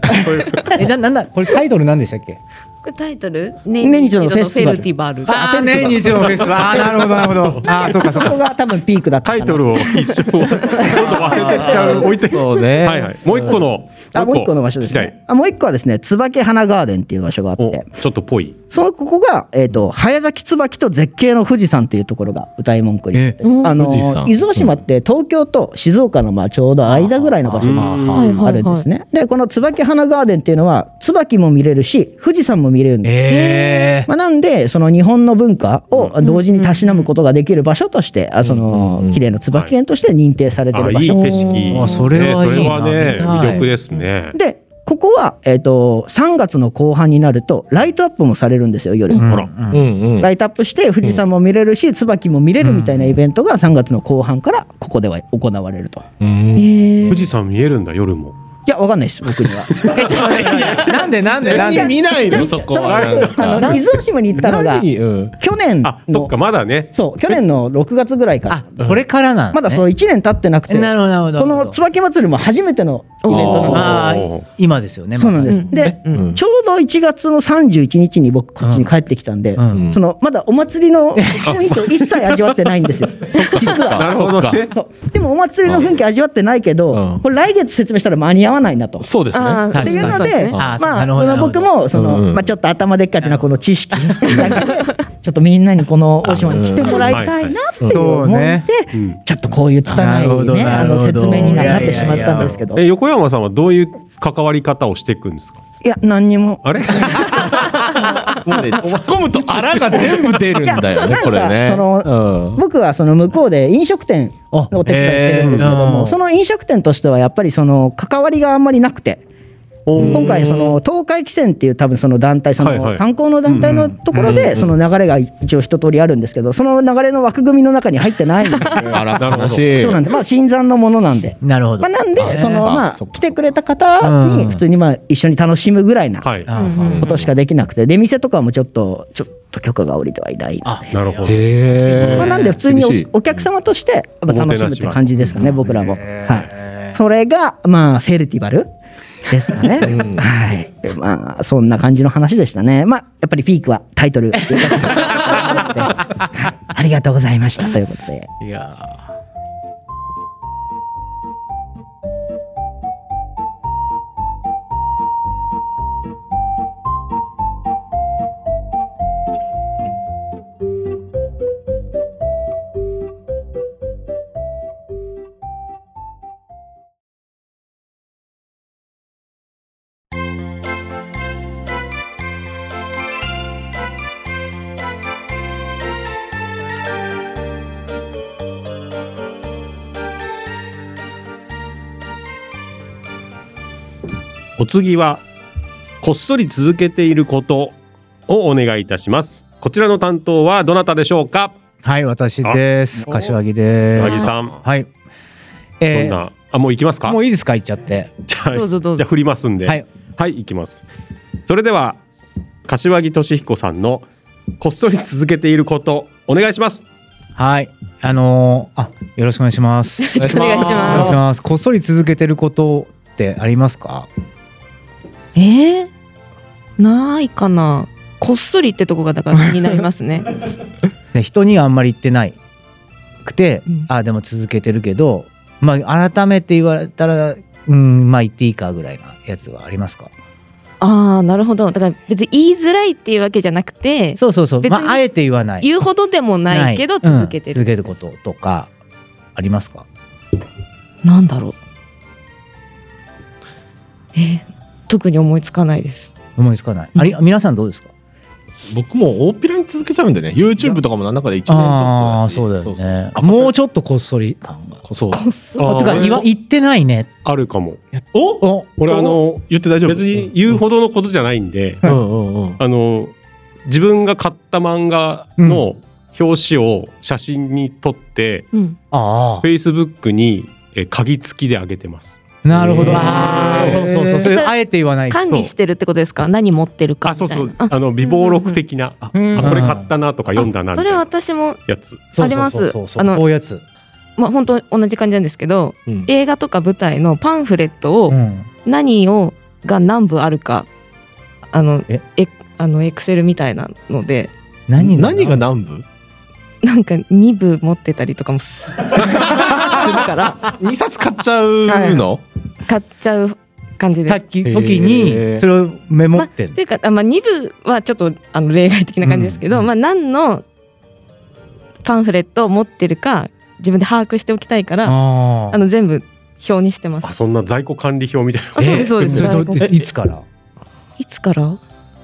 Speaker 9: えななんだこれタイトルなんでしたっけ
Speaker 1: これタイトル
Speaker 4: 年一度のフェスティバル
Speaker 1: フェルティバル。
Speaker 9: ああ年に上フェスああなるほどなるほどああそうか
Speaker 4: そ
Speaker 9: そうか
Speaker 4: こが多分ピークだったかな
Speaker 2: タイトルを一生今度忘れてっちゃう置いて。
Speaker 5: そうね。
Speaker 2: はいはい。もう一個の。
Speaker 4: あもう一個の場所です
Speaker 2: 聞きたい
Speaker 4: ね。あもう一個はですね椿花ガーデンっていう場所があっ
Speaker 2: お
Speaker 4: て
Speaker 2: ちょっとぽい。
Speaker 4: そのここが、えー、と早咲き椿と絶景の富士山っていうところが歌い文句になって
Speaker 1: えお
Speaker 4: あの
Speaker 5: 富士山
Speaker 4: 伊豆大島って東京と静岡のまあちょうど間ぐらいの場所
Speaker 2: あ
Speaker 4: が
Speaker 1: はいはいはい
Speaker 4: あるんですね。でこの椿花ガーデンっていうのは椿も見れるし富士山も見れるんです。
Speaker 9: え
Speaker 4: まあ、なんでその日本の文化を同時にたしなむことができる場所として、あその綺麗な椿園として認定されて
Speaker 2: あ
Speaker 4: る
Speaker 2: いい
Speaker 4: 場所、
Speaker 2: 景色。
Speaker 9: あそれはい
Speaker 2: ねそ
Speaker 9: いな
Speaker 2: れはね
Speaker 9: 見たい
Speaker 2: 魅力ですね。
Speaker 4: でここは、えー、と3月の後半になるとライトアップもされるんですよ夜。
Speaker 2: ほら。
Speaker 5: うんうん。
Speaker 4: ライトアップして富士山も見れるし、椿も見れるみたいなイベントが3月の後半からここでは行われると。
Speaker 5: うん
Speaker 1: へえ
Speaker 2: 富士山見えるんだ夜も。
Speaker 4: いや、わかんないです、僕 には。
Speaker 9: なんでなんでなん
Speaker 5: 全然
Speaker 9: で
Speaker 5: 見ないのそこ
Speaker 4: その
Speaker 5: はなんか
Speaker 4: あの伊豆大島に行ったのが、
Speaker 5: 何うん
Speaker 4: 去年
Speaker 2: あそっ
Speaker 4: の
Speaker 2: か、、まだね。
Speaker 4: そう、去年の6月ぐらいから
Speaker 9: あ、これからなんね
Speaker 4: まだその1年経ってなくて、
Speaker 9: なるほどなるほど
Speaker 4: この椿祭りも初めてのイベントな
Speaker 9: あ
Speaker 4: んで
Speaker 9: ー今ですよね
Speaker 4: す。そうなんです。
Speaker 1: うん
Speaker 4: で、
Speaker 5: うん
Speaker 4: ちょうど1月の31日に僕、こっちに帰ってきたんで、
Speaker 9: まさに
Speaker 4: そのまだお祭りの 雰囲気を一切味わってないん ですよ、実は。
Speaker 2: なるほどね。
Speaker 4: そうでもお祭りの雰囲気味わってないけど、
Speaker 5: うん
Speaker 4: これ来月説明したら間に合わないなと。
Speaker 5: そうですね
Speaker 1: あー
Speaker 9: っ
Speaker 4: っていうの
Speaker 1: そうす
Speaker 4: で、
Speaker 1: ね
Speaker 9: あ
Speaker 4: ま
Speaker 9: ー
Speaker 4: あ、
Speaker 9: なるほど
Speaker 4: その
Speaker 9: なるほど
Speaker 4: 僕もその、
Speaker 5: うんうん
Speaker 4: まあ、ちょっと頭でっかちなこの知識だ けで、ちょっとみんなにこの大島に来てもらいたいなっていう思いで、
Speaker 2: うん
Speaker 4: ちょっとこういう
Speaker 9: な
Speaker 4: 拙い
Speaker 9: るほど
Speaker 4: ね、
Speaker 9: な
Speaker 4: あ
Speaker 9: るほ
Speaker 4: の
Speaker 9: ど
Speaker 4: 説明になってしまったんですけど、
Speaker 2: え
Speaker 4: い
Speaker 2: 横山さんはどういう関わり方をしていくんですか
Speaker 4: や、何にも。
Speaker 2: あれ
Speaker 5: もうね、突っ込むとあらが全部出るんだよ
Speaker 4: い
Speaker 5: ね
Speaker 4: や
Speaker 5: これね
Speaker 4: なんかそ
Speaker 5: うん
Speaker 4: 僕はその向こうで飲食店のお手伝いしてるんですけど
Speaker 9: あへ
Speaker 4: も、
Speaker 9: ー
Speaker 4: その飲食店としてはやっぱりその関わりがあんまりなくて、今回、その東海汽船っていう多分その団体、そ
Speaker 2: はいはい
Speaker 4: の観光の団体のところで、その流れが一応一通りあるんですけど、その流れの枠組みの中に入ってないんで、
Speaker 5: あら悲しい
Speaker 4: そうなんで、まあ、新参のものなんで。
Speaker 9: なるほど
Speaker 4: まあ、なんで、その
Speaker 5: あ
Speaker 4: まあ
Speaker 5: そっか
Speaker 4: 来てくれた方
Speaker 9: う
Speaker 4: に
Speaker 9: ん
Speaker 4: 普通にまあ一緒に楽しむぐらいなこ
Speaker 2: はい。
Speaker 9: あー
Speaker 4: としかできなくて、出店とかもちょっと、ちょっと許可が下りてはいないので、
Speaker 2: なるほど。
Speaker 5: へ
Speaker 4: まあ、
Speaker 5: え
Speaker 4: なんで普通
Speaker 5: 厳しい
Speaker 4: におお客様としてやっぱ楽しむって感じですかね、僕らも。はい、それが、まあ、フェルティバルですかね。はい、でまあ、そんな感じの話でしたね。まあ、やっぱりピークはタ イトル。はいありがとうございましたということで。
Speaker 9: いや
Speaker 2: お次は、こっそり続けていることをお願いいたします。こちらの担当はどなたでしょうか
Speaker 9: はい私です柏木で
Speaker 2: 和
Speaker 9: す
Speaker 2: 木さん。
Speaker 9: はい
Speaker 2: どん
Speaker 9: えー
Speaker 2: な、あ、もう行きますか
Speaker 9: もういいですか言っちゃって
Speaker 2: じゃあ
Speaker 1: どうぞどう
Speaker 2: じ
Speaker 1: ぞ
Speaker 2: ゃあ振りますんで。は
Speaker 9: はいい、
Speaker 2: はい、行きます。それでは柏木俊彦さんのこっそり続けていることお願いします。
Speaker 9: はい。あのーあ、よろしくお願いします。お願いし
Speaker 1: ますお願いします
Speaker 9: ます。こっそり続けてることってありますか？
Speaker 1: えー、ないかなこっそりってとこがだから気になります ね
Speaker 9: ね、人にはあんまり言ってないくて、
Speaker 1: うん
Speaker 9: あ、でも続けてるけど、まあ改めて言われたら、うん、まあ言っていいかぐらいなやつはありますか？
Speaker 1: ああなるほどだから別に言いづらいっていうわけじゃなくて
Speaker 9: そうそうそう。
Speaker 1: 別に
Speaker 9: まああえて言わない。
Speaker 1: 言うほどでもないけど
Speaker 9: うん
Speaker 1: 続けてる、
Speaker 9: 続けることとかありますか？
Speaker 1: なんだろうえー、特に思いつかないです
Speaker 9: 思いつかない。
Speaker 1: うん
Speaker 9: あり、皆さんどうですか？
Speaker 5: 僕も大っぴらに続けちゃうんでね YouTube とかもなんだかで1年ちょっと
Speaker 9: ああー、
Speaker 5: だし
Speaker 9: そうだよ
Speaker 5: そうそう
Speaker 9: ね。もうちょっとこっそり感が。
Speaker 5: こそう
Speaker 1: こっそり
Speaker 9: あとか言わ言ってないね。
Speaker 2: あるかも。
Speaker 5: お
Speaker 9: お、
Speaker 2: 俺あの
Speaker 5: 言って大丈夫
Speaker 2: 別に言うほどのことじゃないんで、
Speaker 5: うんうんうん
Speaker 2: あの自分が買った漫画の表紙を写真に撮って、
Speaker 1: うん
Speaker 9: ああ。
Speaker 2: Facebook にえ鍵付きで上げてます。
Speaker 9: なるほど。
Speaker 5: へー
Speaker 9: ああ、そうそうそう。それあえて言わない。
Speaker 1: 管理してるってことですか何持ってるか
Speaker 2: あ、
Speaker 1: み
Speaker 2: そ
Speaker 1: たいうな
Speaker 2: そう。あの微暴録的な、あ、
Speaker 9: うん
Speaker 2: あこれ買ったなとか読んだな
Speaker 1: あ
Speaker 2: み
Speaker 1: そ
Speaker 2: たい
Speaker 1: れ
Speaker 2: な
Speaker 1: 私も
Speaker 2: やつ。
Speaker 9: そうそうそう
Speaker 1: あります
Speaker 9: そうそう
Speaker 1: あの
Speaker 9: こういうやつ。
Speaker 1: まあ本当同じ感じなんですけど、
Speaker 5: うん
Speaker 1: 映画とか舞台のパンフレットを、
Speaker 9: うん。
Speaker 1: 何をが何部あるかあの
Speaker 9: え
Speaker 1: えあのエクセルみたいなので
Speaker 9: 何
Speaker 5: 何が何部
Speaker 1: なんか2部持ってたりとかもすするから
Speaker 5: 2冊買っちゃうの
Speaker 1: 買っちゃう感じで
Speaker 9: さっ
Speaker 1: す。
Speaker 9: き時にそれをメモってん
Speaker 1: っていうかあ、まあ、2部はちょっとあの例外的な感じですけど、
Speaker 9: うん
Speaker 1: まあ、何のパンフレットを持ってるか自分で把握しておきたいからあ
Speaker 9: の。ああ。
Speaker 1: の全部表にしてます。
Speaker 2: あ、そんな在庫管理表みたいな。
Speaker 1: あそうですそうです。
Speaker 9: え
Speaker 1: 在
Speaker 9: そ
Speaker 1: 庫
Speaker 9: れどいつから？
Speaker 1: いつからい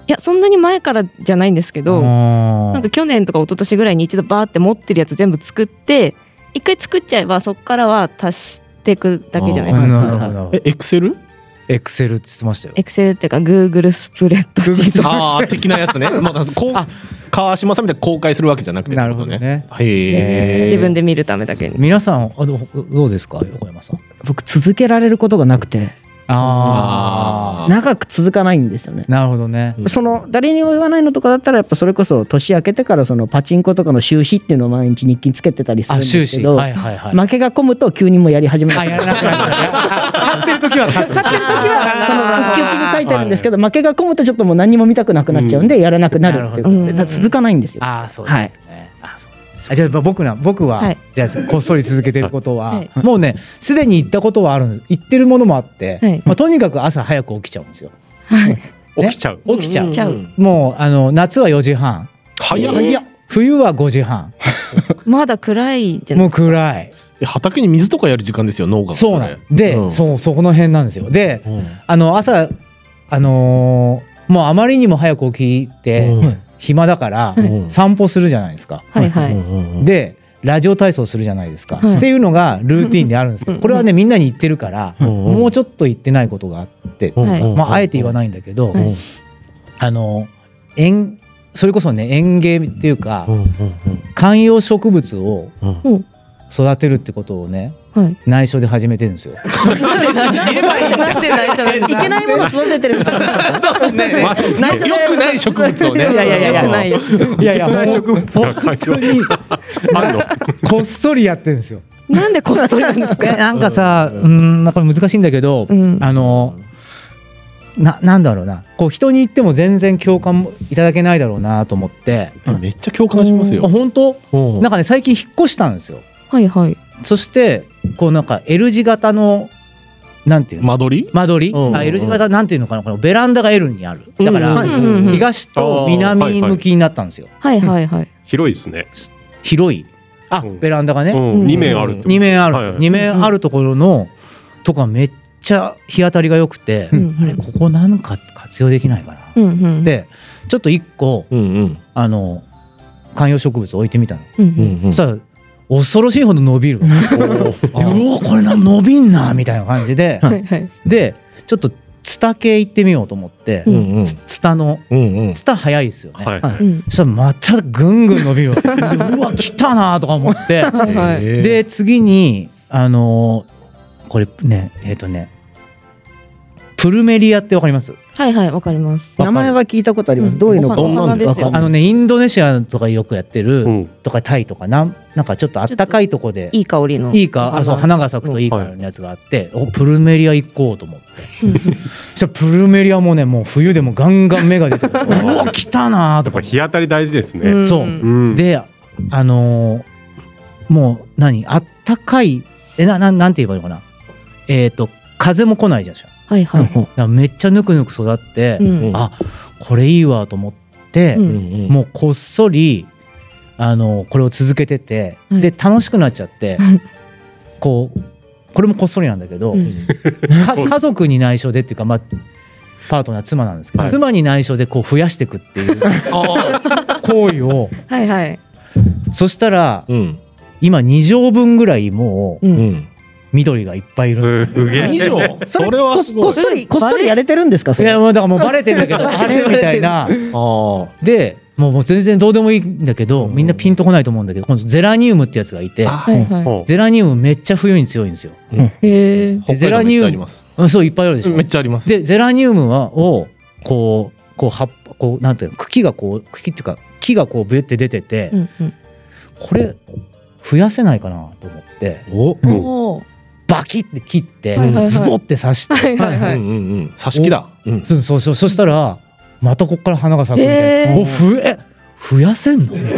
Speaker 1: やそんなに前からじゃないんですけど。な
Speaker 9: なん
Speaker 1: か去年とか一昨年ぐらいに一度バーって持ってるやつ全部作って一回作っちゃえばそこからは足していくだけじゃないですか。
Speaker 9: なるほど。
Speaker 5: えエクセル
Speaker 9: エクセルって言ってましたよ。
Speaker 1: エクセルっていうか Google スプレッドシ ート
Speaker 5: ああ的なやつねまだこう川島さんみたいに公開するわけじゃなくて
Speaker 9: なるほどね。
Speaker 5: へえ
Speaker 1: 自分 で見るためだけに。
Speaker 9: 皆さんあどうどうですか横山さん。
Speaker 4: 僕、続けられることがなくて、
Speaker 9: あ
Speaker 4: 長く続かないんですよね
Speaker 9: あ。なるほどね
Speaker 4: その誰にも言わないのとかだったらやっぱそれこそ年明けてからそのパチンコとかの収支っていうのを毎日日記につけてたりするん
Speaker 9: あ
Speaker 4: で
Speaker 9: 終
Speaker 4: すけ
Speaker 9: 始
Speaker 4: ど、
Speaker 9: はいはいはい
Speaker 4: 負けが込むと急にもうやり始めな
Speaker 9: あ
Speaker 4: くな
Speaker 9: や
Speaker 4: る
Speaker 9: らなくなるいや勝ってる時は勝ってる
Speaker 4: 勝ってる時はこのウキウキに書いてあるんですけど、負けが込むとちょっともう何も見たくなくなっちゃうんでやらなくなるっていうこと
Speaker 1: なるほ
Speaker 4: で
Speaker 1: ど
Speaker 4: だから続かないんですよ。
Speaker 9: ああそうですね、ああそうあじゃあまあ僕な僕は、
Speaker 1: はい
Speaker 9: じゃあこっそり続けてることは、
Speaker 1: はい
Speaker 9: もうねすでに行ったことはあるんです行ってるものもあって、
Speaker 1: はい
Speaker 9: まあ、とにかく朝早く起きちゃうんですよ
Speaker 2: 起きちゃう。
Speaker 9: 起きちゃう、
Speaker 1: ちゃう
Speaker 9: もうあの夏は4時半
Speaker 5: 早いや
Speaker 9: 冬は5時半
Speaker 1: まだ暗いじゃな
Speaker 9: も
Speaker 1: いう
Speaker 9: 暗い
Speaker 5: 畑に水とかやる時間ですよ農家が
Speaker 9: そうなんで、
Speaker 5: うん
Speaker 9: そうそこの辺なんですよで
Speaker 5: うん
Speaker 9: あの朝あのーもうあまりにも早く起きて、
Speaker 5: うん
Speaker 9: 暇だから、
Speaker 5: うん
Speaker 9: 散歩するじゃないですか、
Speaker 1: はいはい、
Speaker 5: うんうんうん
Speaker 9: でラジオ体操するじゃないですか、
Speaker 1: はい
Speaker 9: っていうのがルーティンであるんですけど、
Speaker 1: うん
Speaker 9: これはねみんなに言ってるから、
Speaker 5: うんうん
Speaker 9: もうちょっと言ってないことがあって、
Speaker 5: うん
Speaker 1: はい
Speaker 5: うん
Speaker 9: まあ、あえて言わないんだけど、
Speaker 1: はい
Speaker 9: あの園それこそね園芸っていうか、
Speaker 5: うんうん
Speaker 9: 観葉植物を
Speaker 5: うん
Speaker 1: うん
Speaker 9: 育てるってことをね
Speaker 1: はい
Speaker 9: 内緒で始めてるんですよ。
Speaker 1: なんで内緒なんです
Speaker 4: い
Speaker 1: か
Speaker 4: けないもの育ててるみたいな。そうですね。
Speaker 5: うんよくない植物をね
Speaker 1: いやいやいや、
Speaker 5: うん
Speaker 1: な いよ。
Speaker 9: い やいやもう
Speaker 2: 植物が書いてあるあんの
Speaker 9: こっそりやってるんですよ。
Speaker 1: なんでこっそりなんです
Speaker 9: え
Speaker 1: か。
Speaker 9: なんかさ、うん、なんか難しいんだけど、
Speaker 1: うん
Speaker 9: あの。な、なんだろうな、こう人に言っても全然共感もいただけないだろうなと思って。
Speaker 5: めっちゃ共感します
Speaker 9: あ
Speaker 5: よ
Speaker 9: 本当、
Speaker 5: うん
Speaker 9: なんかね、最近引っ越したんですよ。
Speaker 1: はいはい。
Speaker 9: そして、こうなんか L 字型の、なんていうの。
Speaker 5: 間取り
Speaker 9: 間取り、
Speaker 5: うん
Speaker 9: あ L 字型なんていうのかなこのベランダが L にあるだか
Speaker 1: う
Speaker 9: ら
Speaker 1: んうんうん
Speaker 9: 東と南向きになったんですよ、
Speaker 1: はいはいはい。
Speaker 2: 広いですね。
Speaker 9: 広いあ
Speaker 2: うん
Speaker 9: ベランダがね、
Speaker 2: うん二面あるってこと。
Speaker 9: 2面ある、
Speaker 2: はいはい
Speaker 9: 2面あるところのとかめっちゃ日当たりが良くて、
Speaker 1: うん
Speaker 9: あれここなんか活用できないかな、
Speaker 1: うんうん。
Speaker 9: でちょっと1個
Speaker 5: うんうん
Speaker 9: あの観葉植物置いてみたの、
Speaker 1: うんう、
Speaker 5: うんんうん
Speaker 9: そしたら恐ろしいほど伸び るわ うわこれな伸びんなみたいな感じで
Speaker 1: はいはい。
Speaker 9: でちょっとツタ系行ってみようと思って、
Speaker 1: う
Speaker 5: うんうん
Speaker 9: ツツタの
Speaker 5: うんうん
Speaker 9: ツタ早いですよね、
Speaker 2: はい。
Speaker 5: は
Speaker 1: うん。
Speaker 9: そしたらまたぐんぐん伸びるわ でうわ来たなとか思って
Speaker 1: はいはい。
Speaker 5: えー
Speaker 9: で次にあのーこれねえっ、とねプルメリアってわかります
Speaker 1: はいはい、わかります。
Speaker 4: 名前は聞いたことありま
Speaker 1: う
Speaker 4: す。
Speaker 1: ん
Speaker 4: どういうのか。
Speaker 1: お花ですよ
Speaker 9: あ。のねインドネシアとかよくやってる、
Speaker 2: うん
Speaker 9: とかタイとかなんなんかちょっとあったかいとこでい
Speaker 1: いい香りの。
Speaker 9: いかあそう花が咲くといいからのやつがあって、おプルメリア行こうと思 って
Speaker 1: うんうん
Speaker 9: そしたらプルメリアもねもう冬でもガンガン芽が出てくるうわ来たなー
Speaker 2: や
Speaker 9: と
Speaker 2: っぱ
Speaker 9: か
Speaker 2: 日当たり大事です
Speaker 1: う
Speaker 2: ね。
Speaker 1: ん
Speaker 9: そう
Speaker 2: うん。
Speaker 9: であのーもう何あったかいえななんなんて言えばいいのかなえっ、と風も来ないじゃん
Speaker 1: はいはい。
Speaker 9: だからめっちゃぬくぬく育って、
Speaker 1: うん
Speaker 9: あこれいいわと思って、
Speaker 1: う
Speaker 5: うんんうん
Speaker 9: もうこっそりあのこれを続けてて、
Speaker 1: はい
Speaker 9: で楽しくなっちゃって、
Speaker 1: うん
Speaker 9: こうこれもこっそりなんだけど、
Speaker 1: うん
Speaker 9: か家族に内緒でっていうか、まあ、パートナー妻なんですけど、
Speaker 2: はい
Speaker 9: 妻に内緒でこう増やしていくっていう行為を
Speaker 1: はいはい。
Speaker 9: そしたら
Speaker 5: うん
Speaker 9: 今2畳分ぐらいもう
Speaker 1: う。
Speaker 5: うんん
Speaker 9: 緑がいっぱいいるんですよ
Speaker 2: すげ
Speaker 5: 以
Speaker 2: え。
Speaker 5: 上
Speaker 4: それ
Speaker 5: それはす
Speaker 4: こ
Speaker 5: ご
Speaker 4: っ
Speaker 5: い
Speaker 4: そりこっそりやれてるんですか。そ
Speaker 9: い
Speaker 4: れ
Speaker 9: や。もうだからもうバレてんだけど あれみたいな。
Speaker 5: あ
Speaker 9: でもうもう全然どうでもいいんだけど、みんなピンとこないと思うんだけどこのゼラニウムってやつがいて
Speaker 1: はいは
Speaker 2: ほう
Speaker 9: ゼラニウムめっちゃ冬に強いんですよ。
Speaker 1: い。へえ。
Speaker 5: あ
Speaker 9: ゼラニウム
Speaker 5: あります
Speaker 9: うんそういっぱいあるでしょ。
Speaker 5: めっちゃあります
Speaker 9: でゼラニウムはをこうこう葉っぱこうなんていうの茎がこう茎っていうか木がこうブエって出てて、
Speaker 1: うんうん。
Speaker 9: これ増やせないかなと思って
Speaker 5: お
Speaker 1: おお。
Speaker 9: バキって切って、
Speaker 1: はいはいはい
Speaker 9: ズボって刺して、
Speaker 1: はいはいは
Speaker 5: う
Speaker 1: い。
Speaker 5: んうんうん挿し木だうん
Speaker 9: そうそうそうそしたらまたこっから花が咲くみたいな、
Speaker 1: へー
Speaker 9: おふえ増やせんのみたいな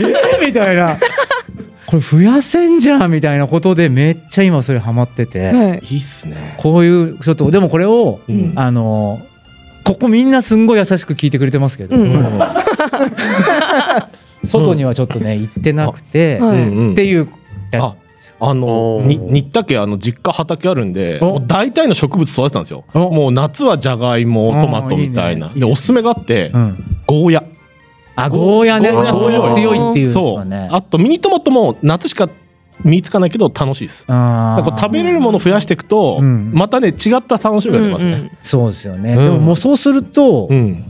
Speaker 9: えーみたいな これ増やせんじゃんみたいなことでめっちゃ今それハマってて、
Speaker 1: はい。
Speaker 5: いいっすね
Speaker 9: こういうちょっとでもこれを、
Speaker 1: うん
Speaker 9: あのここみんなすんごい優しく聞いてくれてますけど、
Speaker 1: うん
Speaker 9: 外にはちょっとね行ってなくて、
Speaker 1: は
Speaker 5: うんうん
Speaker 9: っていうや
Speaker 5: ああの
Speaker 2: おー
Speaker 5: に新田家あの実家畑あるんで
Speaker 9: お
Speaker 5: もう大体の植物育てたんですよ
Speaker 9: お
Speaker 5: もう夏はじゃがいも
Speaker 9: おー
Speaker 5: トマトみたいない
Speaker 9: いね
Speaker 5: でおすすめがあって
Speaker 9: つ、うん、
Speaker 5: ゴーヤ
Speaker 9: あゴーヤね
Speaker 5: ゴーヤ
Speaker 9: ゴーヤ強
Speaker 1: 強い
Speaker 9: いっていうんです
Speaker 5: そ
Speaker 9: よ
Speaker 5: う
Speaker 9: ね
Speaker 5: あとミニトマトも夏しか実つかないけど楽しいです
Speaker 9: あ
Speaker 5: なん
Speaker 9: ー
Speaker 5: かこう食べれるもの増やしていくと
Speaker 9: うん
Speaker 5: またね違った楽しみが出ますね
Speaker 9: そうですよ
Speaker 5: う
Speaker 9: ね、
Speaker 5: ん
Speaker 9: でももうそうすると、
Speaker 5: うん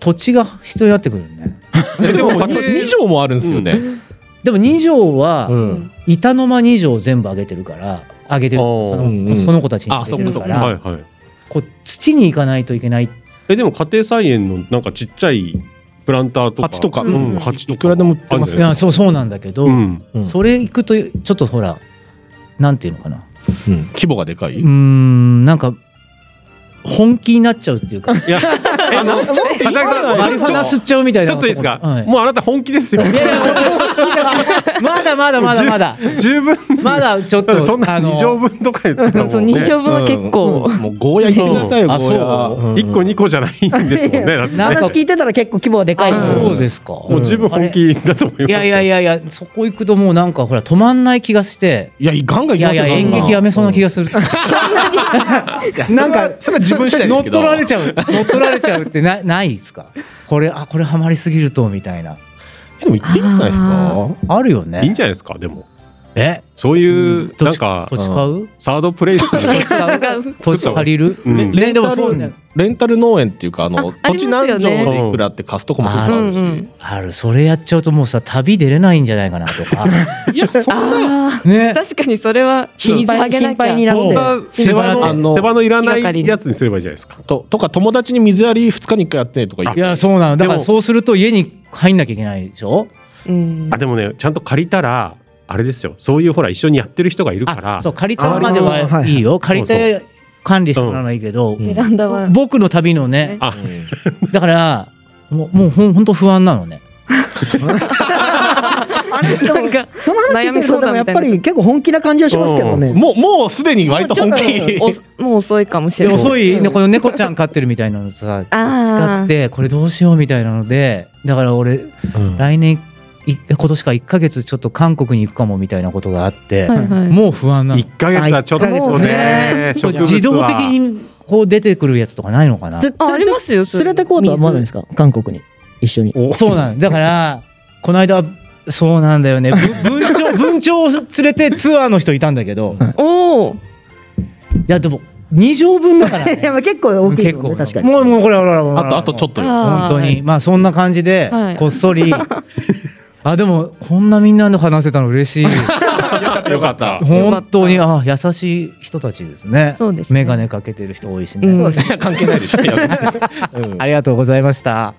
Speaker 9: 土地が必要になってくるよね
Speaker 5: えでも2畳もあるんですよね
Speaker 9: でも2畳
Speaker 5: う
Speaker 9: は
Speaker 5: ん
Speaker 9: 板の間2畳全部あげてるから、あげてる
Speaker 2: おー
Speaker 9: その,、
Speaker 5: うんうん
Speaker 9: その子たちにあ
Speaker 5: あ
Speaker 9: げてる
Speaker 5: そっ
Speaker 9: か
Speaker 5: かそっ
Speaker 9: ら
Speaker 5: か
Speaker 2: はいはい
Speaker 9: こう土に行かないといけない
Speaker 2: えでも家庭菜園のなんかちっちゃいプランターとか
Speaker 5: 鉢とか
Speaker 2: うん、
Speaker 5: 鉢
Speaker 2: 鉢
Speaker 5: と
Speaker 2: とか
Speaker 5: かいくらでも売ってます
Speaker 9: い
Speaker 5: よ
Speaker 9: やそうそうなんだけど、
Speaker 2: うん、
Speaker 5: うん
Speaker 9: それ行くとちょっとほらなんていうのかな
Speaker 5: うん規模がでか
Speaker 9: う
Speaker 5: い
Speaker 9: ーんなんか本気になっちゃうっていうか
Speaker 2: いやあ のちょっと
Speaker 5: 今のは
Speaker 9: マリファナ吸っちゃうみたいな
Speaker 2: ちょっといいですか、
Speaker 9: はい
Speaker 2: もうあなた本気ですよ
Speaker 9: まだまだまだまだ
Speaker 2: 十分
Speaker 9: まだちょっと
Speaker 2: そんな
Speaker 9: あ
Speaker 2: 2
Speaker 9: の
Speaker 2: 畳分とか言ってた
Speaker 1: そう
Speaker 2: もん
Speaker 1: 二
Speaker 2: ね
Speaker 1: 畳分は結構、
Speaker 5: もうゴーヤ行ってくださいよ
Speaker 9: あ
Speaker 5: ゴーヤ
Speaker 9: そう
Speaker 5: うん
Speaker 2: 1個2個じゃないんですもんねだってね
Speaker 9: なんか
Speaker 4: 話聞いてたら結構規模はでかいです
Speaker 1: あ
Speaker 4: よ
Speaker 9: そうですか
Speaker 2: もう十分本気だと思います
Speaker 9: いやいやい
Speaker 2: や
Speaker 9: やいやそこ行くともうなんかほら止まんない気がして
Speaker 5: いやガンガン行きますよ
Speaker 9: いや
Speaker 5: ガン
Speaker 9: いや
Speaker 5: ガン
Speaker 9: 演劇やめそうな気がする、なんか
Speaker 5: それは自分次第で
Speaker 9: 乗
Speaker 5: す
Speaker 9: っ
Speaker 5: けど
Speaker 9: 取られちゃう乗っ取られちゃうってなないですかこれあこれハマりすぎるとみたいな
Speaker 5: えでも行っていいんじゃないですか
Speaker 9: あるよ
Speaker 2: いいん
Speaker 9: ね
Speaker 2: じゃないですかでも
Speaker 9: え
Speaker 2: そういう
Speaker 9: 土
Speaker 2: なん
Speaker 9: 地
Speaker 2: か
Speaker 9: 土地買う
Speaker 2: サードプレイス
Speaker 9: 土地買う土地借りる
Speaker 2: うん
Speaker 5: レ
Speaker 9: ね
Speaker 5: レン
Speaker 9: でも
Speaker 5: タ
Speaker 9: そうね
Speaker 5: ルレンタル農園っていうかあの
Speaker 1: ああ
Speaker 5: 土
Speaker 1: り
Speaker 5: 地
Speaker 1: ますよね
Speaker 5: 何畳でいくらって貸すとこも結構ある
Speaker 1: うんう
Speaker 5: し
Speaker 1: ん
Speaker 9: あるそれやっちゃうともうさ旅出れないんじゃないかなとか
Speaker 5: いやそんな
Speaker 1: あ
Speaker 9: ね
Speaker 1: ー確かにそれは水
Speaker 4: 心
Speaker 1: あ
Speaker 4: 配
Speaker 1: げな
Speaker 4: 心
Speaker 1: きゃ
Speaker 4: 配になって
Speaker 2: 世話
Speaker 5: あの
Speaker 2: の世話のいらないやつにすればいいじゃないですか
Speaker 5: ととか友達に水やり2日に1回やってとか言っ
Speaker 9: い
Speaker 5: て
Speaker 9: やそうなのだから
Speaker 2: でも
Speaker 9: そうすると家に入んなきゃいけないでしょ
Speaker 1: うん
Speaker 2: あでもねちゃんと借りたらあれですよそういうほら一緒にやってる人がいるから
Speaker 9: あそう借りたまではいいよ借りて管理してもらわないけど、
Speaker 1: ベランダは
Speaker 9: 僕の旅のね
Speaker 1: ね
Speaker 2: あ
Speaker 9: だからもうもうほんほんと不安なのね
Speaker 4: あれでも
Speaker 1: なんか
Speaker 4: その話聞いてるとでもやっぱり結構本気な感じはしますけどね。
Speaker 5: もうもうすでに割と本気
Speaker 1: おもう遅いかもし
Speaker 9: で
Speaker 1: れない
Speaker 9: 遅いねこの猫ちゃん飼ってるみたいなのさ近
Speaker 1: あ
Speaker 9: く
Speaker 1: ー
Speaker 9: てこれどうしようみたいなのでだから俺来年い今年か1ヶ月ちょっと韓国に行くかもみたいなことがあって、
Speaker 1: はいはい
Speaker 9: もう不安なの
Speaker 2: 1ヶ月はちょっとね植物は
Speaker 9: 自動的にこう出てくるやつとかないのかな
Speaker 4: つ
Speaker 1: あありますよそれ
Speaker 4: 連れてこうとは思わないですか韓国に一緒に。
Speaker 9: そうなんだからこの間そうなんだよねぶ文鳥 文鳥を連れてツアーの人いたんだけど
Speaker 1: おお
Speaker 9: いやでも2畳分だか ら、
Speaker 4: いや
Speaker 9: ね、
Speaker 4: まあ結構大きいです
Speaker 9: 結
Speaker 4: もん
Speaker 9: 構
Speaker 4: ね確かに。
Speaker 9: もうもうこれほらほらほら
Speaker 5: あとあとちょっとよ
Speaker 9: 本当にまあそんな感じで
Speaker 1: はい
Speaker 9: こっ そりあでもこんなみんなで話せた の嬉しい
Speaker 5: よかった
Speaker 9: 本当にあ優しい人たちですね
Speaker 1: そうですね
Speaker 9: 眼鏡かけてる人多いしね、
Speaker 1: うん
Speaker 5: 関係ないでしょいや別 にうん
Speaker 9: ありがとうございました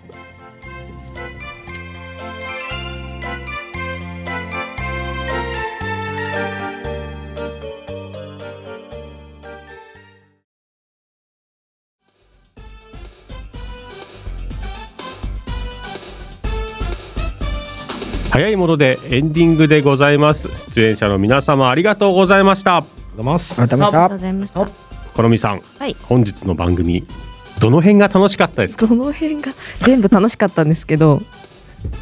Speaker 2: 早いものでエンディングでございます出演者の皆様ありがとうございました
Speaker 4: あ食べまし
Speaker 1: ありが
Speaker 4: た
Speaker 1: とうございました
Speaker 2: このみさん、
Speaker 1: はい
Speaker 2: 本日の番組どの辺が楽しかったですか
Speaker 1: どの辺が全部楽しかったんですけど、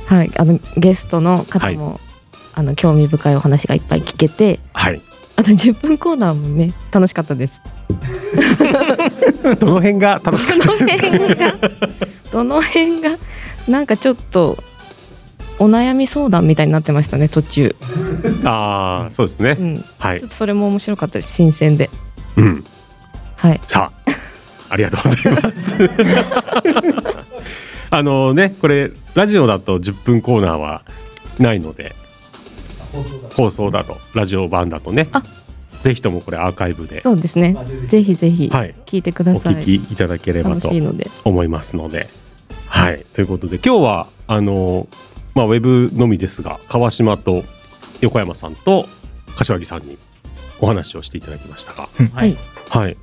Speaker 1: はい、あのゲストの方も、あの興味深いお話がいっぱい聞けて
Speaker 2: はい
Speaker 1: あと10分コーナーもね楽しかったです。
Speaker 2: どの辺が楽しか
Speaker 1: どの辺がどの辺がなんかちょっとお悩み相談みたいになってましたね途中、
Speaker 2: った ああそうですね、
Speaker 1: うん、ち
Speaker 2: はい
Speaker 1: ょっとそれも面白かったです新鮮で、
Speaker 2: うん
Speaker 1: はい、
Speaker 2: さあありがとうございます あのねこれラジオだと10分コーナーはないので放送だとラジオ版だとね
Speaker 1: あ
Speaker 2: ぜひともこれアーカイブで
Speaker 1: そうですねぜひぜひ
Speaker 2: はい
Speaker 1: 聞いてく
Speaker 2: お
Speaker 1: ださい、
Speaker 2: 聞きいただければ
Speaker 1: 楽
Speaker 2: と
Speaker 1: しいので
Speaker 2: 思いますので。はい、ということで今日はあの、まあ、ウェブのみですが川島と横山さんと柏木さんにお話をしていただきましたが、
Speaker 1: はい
Speaker 2: はい、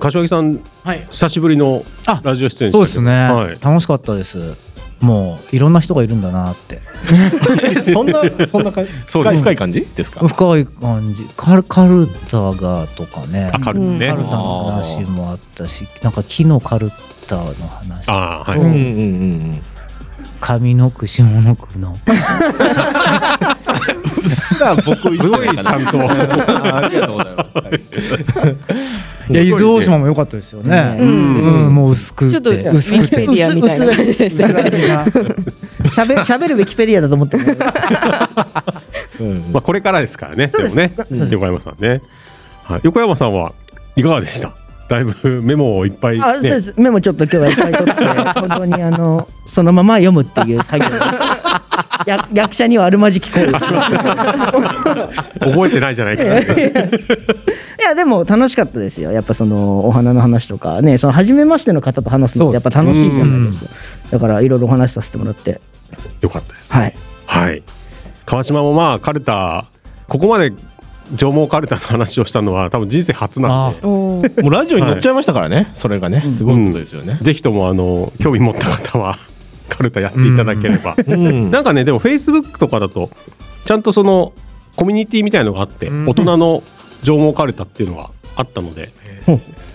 Speaker 2: 柏木さん
Speaker 9: はい
Speaker 2: 久しぶりの
Speaker 9: あ
Speaker 2: ラジオ出演
Speaker 9: そうですね、
Speaker 2: はい
Speaker 9: 楽しかったですもういろんな人がいるんだなって
Speaker 5: そんなそんな感じ
Speaker 2: そう
Speaker 5: 深
Speaker 2: で
Speaker 5: い
Speaker 2: す
Speaker 5: 深い感じですか
Speaker 9: 深い感じカルカルタがとかね
Speaker 2: あカルタね、
Speaker 9: カルタの話もあったしなんか木のカルタの話
Speaker 2: あーはい、
Speaker 5: うんうんうん
Speaker 9: 上の句下の句の
Speaker 5: うっすら僕
Speaker 2: すごいちゃんと
Speaker 5: ありがとうございますはい
Speaker 9: いや伊豆大島も良かったですよね、
Speaker 1: う
Speaker 9: うん
Speaker 1: ん
Speaker 9: うんもう薄く
Speaker 1: ちょっとウ
Speaker 9: て
Speaker 1: ィ
Speaker 9: 薄く
Speaker 1: キペ
Speaker 9: て
Speaker 1: ディアみたいな感じでしたよね
Speaker 4: 喋喋るウィキペディアだと思ってる。
Speaker 2: まあ、これからですからねでもね
Speaker 4: そうです
Speaker 2: 横山さんね、はい、横山さんはいかがでしただいぶメモをいっぱい、ね、
Speaker 4: あそうですメモちょっと今日はいっぱい取って本当にあのそのまま読むっていう 作業役役者にはあるまじき行為をしました
Speaker 2: 覚えてないじゃないかな
Speaker 4: いやでも楽しかったですよやっぱそのお花の話とかねその初めましての方と話すのってやっぱ楽しいじゃないですかだからいろいろお話しさせてもらって
Speaker 2: よかったです
Speaker 4: はい
Speaker 2: はい川島もまあカルタここまで上毛カルタの話をしたのは多分人生初なんで
Speaker 1: おー
Speaker 5: もうラジオに乗っちゃいましたからね、それがねすごいことですよね、
Speaker 2: ぜひともあの興味持った方は カルタやっていただければ、
Speaker 5: うん
Speaker 2: なんかねでもフェイスブックとかだとちゃんとそのコミュニティみたいのがあって、
Speaker 3: うん
Speaker 2: 大人の上毛カルタっていうのがあったので、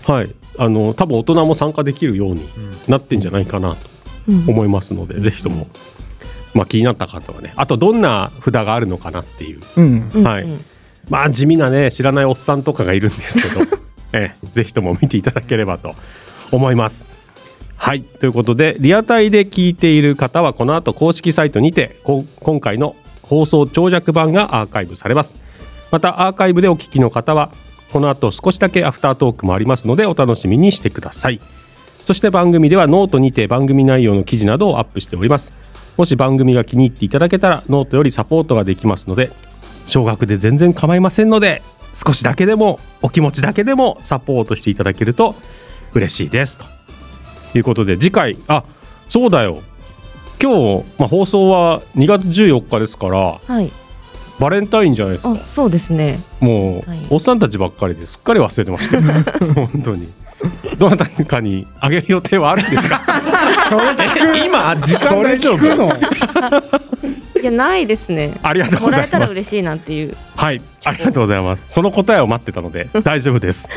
Speaker 2: はいあの多分大人も参加できるようになってんじゃないかなと思いますので、ぜひとも、まあ、気になった方はねあとどんな札があるのかなっていう
Speaker 4: うん
Speaker 1: うん
Speaker 2: はいまあ地味なね知らないおっさんとかがいるんで すけど、ええ、ぜひとも見ていただければと思います。はいということでリアタイで聞いている方はこの後公式サイトにてこ今回の放送長尺版がアーカイブされます。またアーカイブでお聞きの方はこの後少しだけアフタートークもありますのでお楽しみにしてください。そして番組ではノートにて番組内容の記事などをアップしております。もし番組が気に入っていただけたらノートよりサポートができますので少額で全然構いませんので少しだけでもお気持ちだけでもサポートしていただけると嬉しいですということで次回あそうだよ今日、まあ、放送は2月14日ですから
Speaker 1: はい
Speaker 2: バレンタインじゃないです
Speaker 1: あ
Speaker 2: か
Speaker 1: そうです ね
Speaker 2: もう、
Speaker 1: はい
Speaker 2: おっさんたちばっかりですっかり忘れてました よ本当にどなたかにあげる予定はあるんですか
Speaker 5: 今時間大丈夫
Speaker 3: 聞くの
Speaker 1: いやないですね
Speaker 2: ありがとう
Speaker 1: も
Speaker 2: ござい
Speaker 1: ら
Speaker 2: ま
Speaker 1: え
Speaker 2: す
Speaker 1: たら嬉しいなっていう
Speaker 2: はい、ありがとうございます。その答えを待ってたので大丈夫です。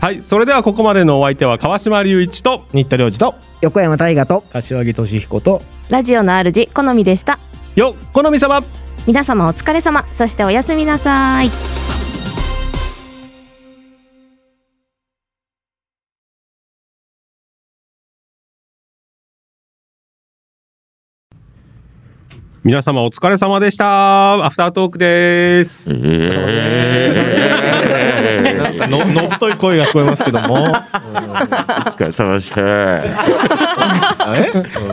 Speaker 2: はい、それではここまでのお相手は川島隆一と
Speaker 5: 新田良二と
Speaker 4: 横山大河と
Speaker 9: 柏木俊彦と
Speaker 1: ラジオの主好みでした
Speaker 2: よっ好み様。
Speaker 1: 皆様お疲れ様そしておやすみな さい
Speaker 2: 皆様お疲れ様でした。アフタートークです。
Speaker 5: なんかののっとい声が聞こえますけども
Speaker 10: 疲れ様でした。
Speaker 5: え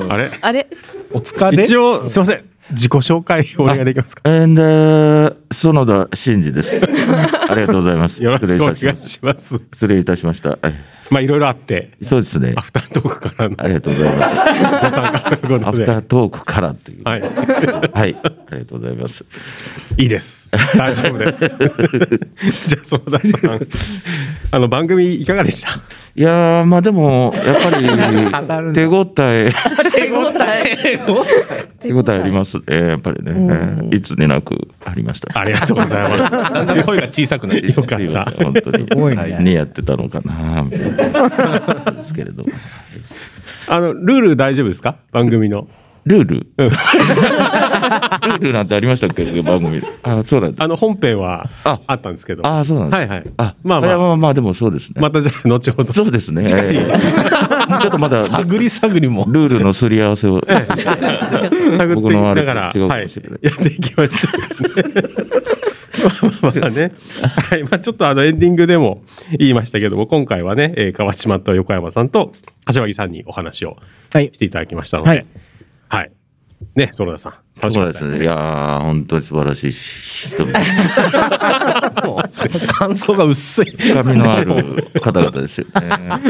Speaker 2: あれ、
Speaker 1: あれ
Speaker 5: お疲れ
Speaker 2: 一応すいません。自己紹介お願いできますか。
Speaker 10: エンダー、園田真二 です。ありがとうございます。
Speaker 2: よろしくお願い
Speaker 10: 失礼いたしま
Speaker 2: します。
Speaker 10: す。失礼いたしました。はい
Speaker 2: まあいろいろあって
Speaker 10: そうですね
Speaker 2: ア。フタートークからの
Speaker 10: ありがとうございます。
Speaker 2: ご参加というこ
Speaker 10: ア
Speaker 2: と
Speaker 10: フ
Speaker 2: で
Speaker 10: ター。トークからという。
Speaker 2: は
Speaker 10: はい。
Speaker 2: い、
Speaker 10: ありがとうございます。
Speaker 2: いいです。大丈夫 です。じゃあ、園田さん。あの番組いかがでした。
Speaker 10: いやー、まあでも、やっ ぱり、手応 え、
Speaker 1: 手応え
Speaker 10: 手応えありますね。やっぱりね、えーいつになくありました。
Speaker 2: ありがとうございます。
Speaker 5: だ んだん声が小さくなって
Speaker 2: よかった
Speaker 10: 本当に。
Speaker 3: ごいね
Speaker 10: はいにやってたのかなみたいな。ですけれど。
Speaker 2: あのルール大丈夫ですか番組の
Speaker 10: ルール、
Speaker 2: うん
Speaker 10: ルールなんてありましたっけ番組で。あ、そうなんだ。
Speaker 2: あの本編は
Speaker 10: あ
Speaker 2: あったんですけど
Speaker 10: あ、そうなんだ。
Speaker 2: はいはい
Speaker 10: あ、
Speaker 2: ま
Speaker 10: ま
Speaker 2: あ
Speaker 10: あ
Speaker 2: ま
Speaker 10: まあ。
Speaker 2: あ
Speaker 10: まあまあ、でもそうですね。
Speaker 2: またじゃあ後ほど
Speaker 10: そうですね。ええちょっとまだ、ル
Speaker 5: 探り探りも
Speaker 10: ールのすり合わせを。
Speaker 2: 探っていき
Speaker 10: 僕のあ
Speaker 2: な
Speaker 10: れ
Speaker 2: がら、
Speaker 10: 違うか
Speaker 2: は
Speaker 10: も
Speaker 2: い
Speaker 10: しれない、
Speaker 2: やっていきましょうかね。まあまあね、はいまあ、ちょっとあのエンディングでも言いましたけども今回はね、えー川島と横山さんと柏木さんにお話を
Speaker 4: はい
Speaker 2: していただきましたので、は
Speaker 4: はいい
Speaker 2: ね園田さん楽し
Speaker 10: そ
Speaker 2: か
Speaker 10: う
Speaker 2: っ
Speaker 10: で
Speaker 2: た
Speaker 10: すね。いやー、本当に素晴らしい人
Speaker 5: 感想が薄い
Speaker 10: 深みのある方々ですよね。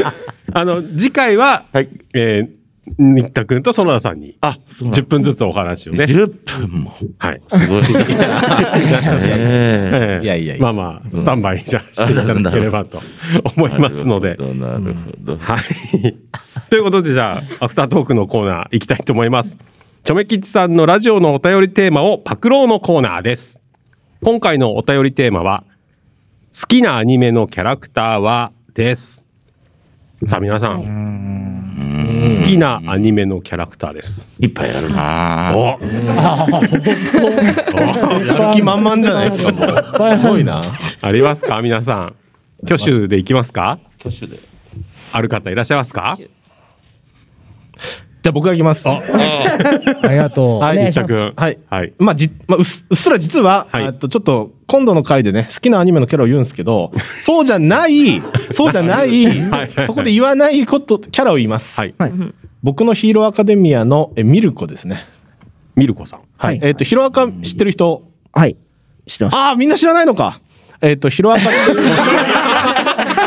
Speaker 2: あの次回は、
Speaker 10: はい。
Speaker 2: えー、新田君と園田さんに
Speaker 10: あ、そうなん
Speaker 2: 10
Speaker 10: だ。
Speaker 2: 分ずつお話をね。
Speaker 10: 10分も。
Speaker 2: はい
Speaker 10: すごい。ええ
Speaker 2: ええ
Speaker 5: いやいやいや
Speaker 2: まあまあ、スタンバイじゃあしていただければと思いますの
Speaker 10: な
Speaker 2: で。
Speaker 10: るほど。
Speaker 2: はい。 ということで、じゃあ、アフタートークのコーナー行きたいと思います。チョメ吉さんのラジオのお便りテーマをパクろうのコーナーです。今回のお便りテーマは、好きなアニメのキャラクターはです。さあ、皆さん、好きなアニメのキャラクターです。
Speaker 10: いっぱいあるなぁ。
Speaker 2: お
Speaker 5: やる気満々じゃないですか もうすごいな
Speaker 2: ありますか皆さん。挙手でいきますか
Speaker 10: 挙手で。
Speaker 2: ある方いらっしゃいますか
Speaker 5: じゃあ僕がいきます。あ
Speaker 3: りがとう
Speaker 5: は
Speaker 3: お願
Speaker 5: い、
Speaker 3: いします
Speaker 5: 君。はい。まあ、じ、まあ、うっすうっすら実は、えっと、ちょっと、今度の回でね、好きなアニメのキャラを言うんですけ ど、そうじゃない、そうじゃな
Speaker 2: はい
Speaker 5: い、そこで言わないこと、キャラを言います。僕のヒーローアカデミアの、え、ミルコですね。
Speaker 2: ミルコさん。
Speaker 5: はい。えっと、ヒロアカ知ってる人。
Speaker 4: はい。知ってます
Speaker 5: ああ、みんな知らないのか。えっと、ヒロアカ。自分で。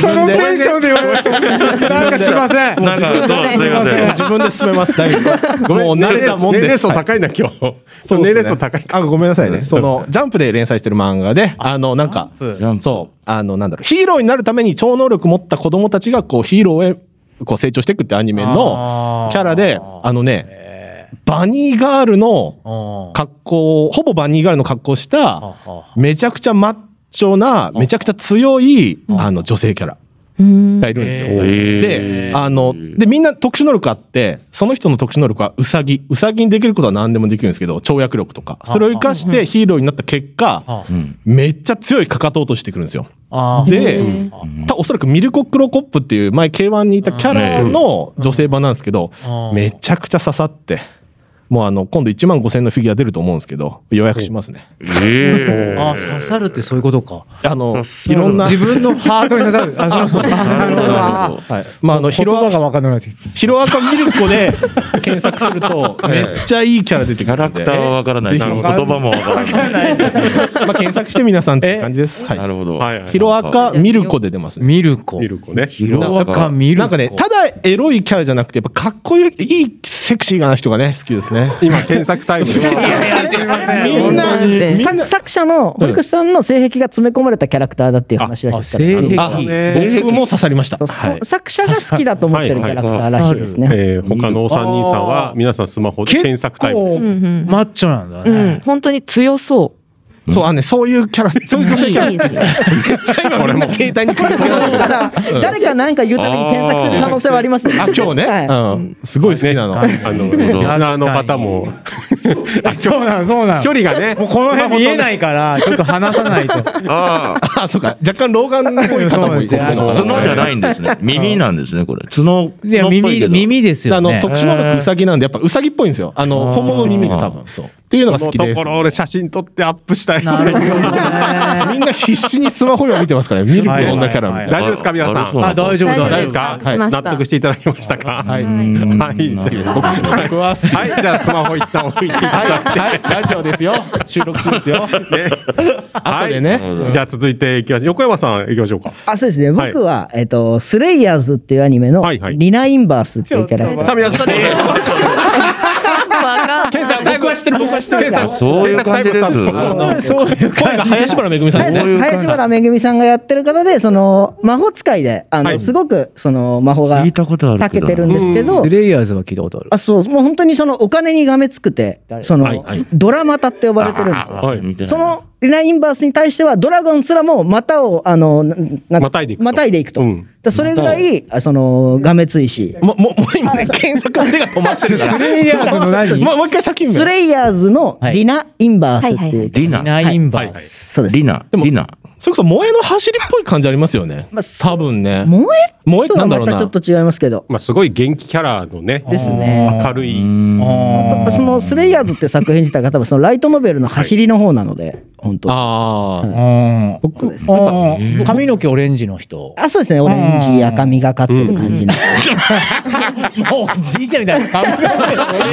Speaker 3: そのテンションで言われてなんかすいません
Speaker 5: なんかそうすいません自分で進めます大丈 夫もう慣れたもんで
Speaker 2: 年
Speaker 5: す
Speaker 2: 齢層高いな今日。
Speaker 5: そう
Speaker 2: 年齢層高い。
Speaker 5: あごめんなさいねそのジャンプで連載してる漫画であのなんかそうあのなんだろうヒーローになるために超能力持った子供たちがこうヒーローへこう成長していくってアニメのキャラであのねバニーガールの格好をほぼバニーガールの格好をしためちゃくちゃマッチョなめちゃくちゃ強いあの女性キャラがいるんですよ。で、あの、で、みんな特殊能力あって、その人の特殊能力はウサギ。ウサギにできることは何でもできるんですけど、跳躍力とか。それを生かしてヒーローになった結果、めっちゃ強いかかと落としてくるんですよ。で、たおそらくミルコ・クロコップっていう前 K1 にいたキャラの女性版なんですけど、めちゃくちゃ刺さって、もうあの、今度1万5000のフィギュア出ると思うんですけど、予約しますね。
Speaker 10: え
Speaker 9: あ刺さるってそういうことか
Speaker 5: あのいろんな
Speaker 9: 自分のハートに刺 さるあそうそう
Speaker 5: はい。まあ、あの、ヒロアカ、ヒロアカミルコで検索すると、めっちゃいいキャラ出てくるん
Speaker 10: キャラク
Speaker 5: で。
Speaker 10: ターはわからない
Speaker 5: ぜひ
Speaker 10: 言葉もわからない
Speaker 5: まあ、検索して皆さんっていう感じです。はい。
Speaker 10: なるほど。
Speaker 5: ヒロアカミルコで出ますね。
Speaker 9: ミルコ。
Speaker 5: ミルコね。ヒ
Speaker 10: ロアカ
Speaker 9: ミルコ
Speaker 5: なんかね、ただエロいキャラじゃなくて、やっぱかっこいい、いいセクシーな人がね、好きですね。
Speaker 2: 今、検索タイム
Speaker 5: みんな、みんな
Speaker 4: 作作者の堀口さんの性癖が詰め込まれたキャラクターだっていう話らしいですから
Speaker 5: あ僕も刺さりました。はい。
Speaker 4: 作者が好きだと思ってるキャラクターらしいですね。
Speaker 2: えー他のお三人さんは皆さんスマホで検索タイムです。
Speaker 9: マッチョなんだね、
Speaker 1: うん、本当に強そ
Speaker 5: そう、あのね、そういうキャラ、そういう女性キャラ好きですね。めっちゃ今、俺 も携帯に組み込まれましたら
Speaker 4: 誰か何か言うたびに検索する可能性はありますね。
Speaker 5: あ、今日ね、うん、すごい好きなの。あの、
Speaker 2: リスナーの方も。
Speaker 3: そうなのそうなの
Speaker 2: 距離がね
Speaker 3: もうこの辺見えないからちょっと離さないと
Speaker 10: あ
Speaker 5: あ、そうか、若干老眼っぽい方もい
Speaker 10: 角
Speaker 5: る
Speaker 10: じゃないんですね。耳なんですね、これ。角。
Speaker 5: いや
Speaker 10: 耳耳ですよね
Speaker 5: あの特殊能力ウサギなんでやっぱウサギっぽいんですよ。あの
Speaker 10: あー
Speaker 5: 本物の耳が多分そう。っていうのが好きです。
Speaker 2: このところ俺写真撮ってアップしたい。
Speaker 5: みんな必死にスマホ今見てますからね。ミルクの女キャラみたいな。
Speaker 2: 大丈夫ですか皆さん。大丈夫ですか。はい納得していただきましたか。はい。はい。そうです僕
Speaker 5: 僕は好きです
Speaker 2: はい。じゃあスマホ一旦置いていただいて。
Speaker 5: はい、ラジオですよ。収録中ですよ。
Speaker 2: 後
Speaker 5: でね
Speaker 2: じゃあ続いていきましょう。横山さん行きましょうか。
Speaker 4: あそうですね
Speaker 2: はい
Speaker 4: 僕は、えっとスレイヤーズっていうアニメのリナ・インバースっていうキャラクター
Speaker 2: さあ皆 さん。ケンさん僕は知ってる僕は知ってる。ケンさん
Speaker 10: そういう感じです。
Speaker 5: そういう声が林原めぐみさんですね。
Speaker 4: 林原めぐみさんがやってる方でその魔法使いであの、
Speaker 5: はい
Speaker 4: すごくその魔法が長けてるんですけど
Speaker 9: スレイヤーズは聞いたことある
Speaker 4: あそうもう本当にそのお金にがめつくてその、ドラマタって呼ばれてるんですよ。そのリナ・インバースに対してはドラゴンすらも股をあのななまたいでいくとだそれぐらいあそのがめついし
Speaker 5: ももう今ね検索の手が止まってるから。
Speaker 4: スレイヤーズの何
Speaker 5: もうもう一回先見
Speaker 4: スレイヤーズのリナ・インバースっていう、
Speaker 10: リナ。
Speaker 9: ナインバース。
Speaker 4: そうです。
Speaker 10: リナ。リナ。
Speaker 5: それこそ萌えの走りっぽい感じありますよね。多分ね。
Speaker 4: 萌
Speaker 5: え萌え
Speaker 4: と
Speaker 5: な
Speaker 4: は
Speaker 5: んだ
Speaker 4: ま
Speaker 5: ろう
Speaker 4: たちょ
Speaker 5: な
Speaker 4: っ。と違いますけど
Speaker 2: まあすごい元気キャラのね。ですね。明るい。
Speaker 4: そのスレイヤーズって作品自体が多分そのライトノベルの走りの方なので、本当
Speaker 5: あ
Speaker 9: あ僕髪の毛オレンジの人
Speaker 4: あそうですねオレンジ赤みがかってる感じの、
Speaker 9: もうじいちゃんみたいな髪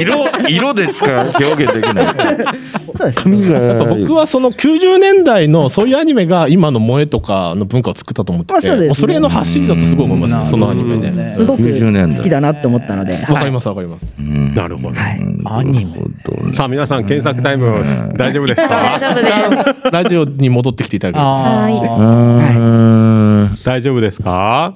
Speaker 9: の
Speaker 10: 色、色でしか表現でき ない。髪が。
Speaker 5: やっぱ僕はその90年代のそういうアニメが今の萌えとかの文化を作ったと思って
Speaker 4: まあそうです
Speaker 5: て、
Speaker 4: ね
Speaker 5: それの走りだとすごい思いますね、そのアニメね。
Speaker 4: すごく
Speaker 5: 90年代
Speaker 4: 好きだなって思ったので、
Speaker 5: わかりますわかります。
Speaker 2: なるほど。
Speaker 9: アニメ
Speaker 2: さあ皆さん検索タイム大丈夫ですか。
Speaker 5: ラジオに戻ってきていただければ
Speaker 2: 大丈夫ですか。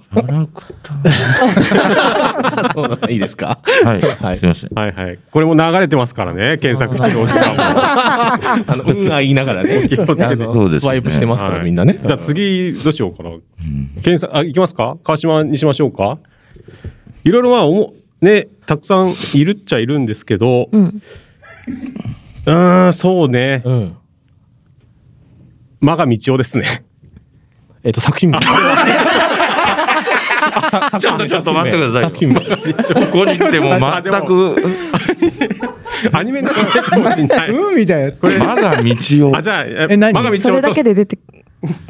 Speaker 5: そうなんですいいですか。
Speaker 10: はい。はい。すみません。
Speaker 2: はいはい。これも流れてますからね。検索してるお時間も。
Speaker 5: あの、うんあ言いながら ね、あ
Speaker 10: そうで
Speaker 5: の
Speaker 10: すね
Speaker 5: スワイプしてますからみんなね。
Speaker 2: じゃあ次どうしようかな。検索あ行きますか。川島にしましょうか。いろいろまあおもねたくさんいるっちゃいるんですけど、うーんそうね。
Speaker 5: ん。
Speaker 2: マガ道夫ですね。
Speaker 5: えっと作品名。
Speaker 10: ちょっとちょっと待ってください よ。個人でも全く
Speaker 2: アニメになってるかもしれない。
Speaker 3: うんみたいな。
Speaker 2: これ
Speaker 10: 我が道を
Speaker 2: あ、じゃあ、
Speaker 3: え何
Speaker 2: マガミ
Speaker 1: それだけで出て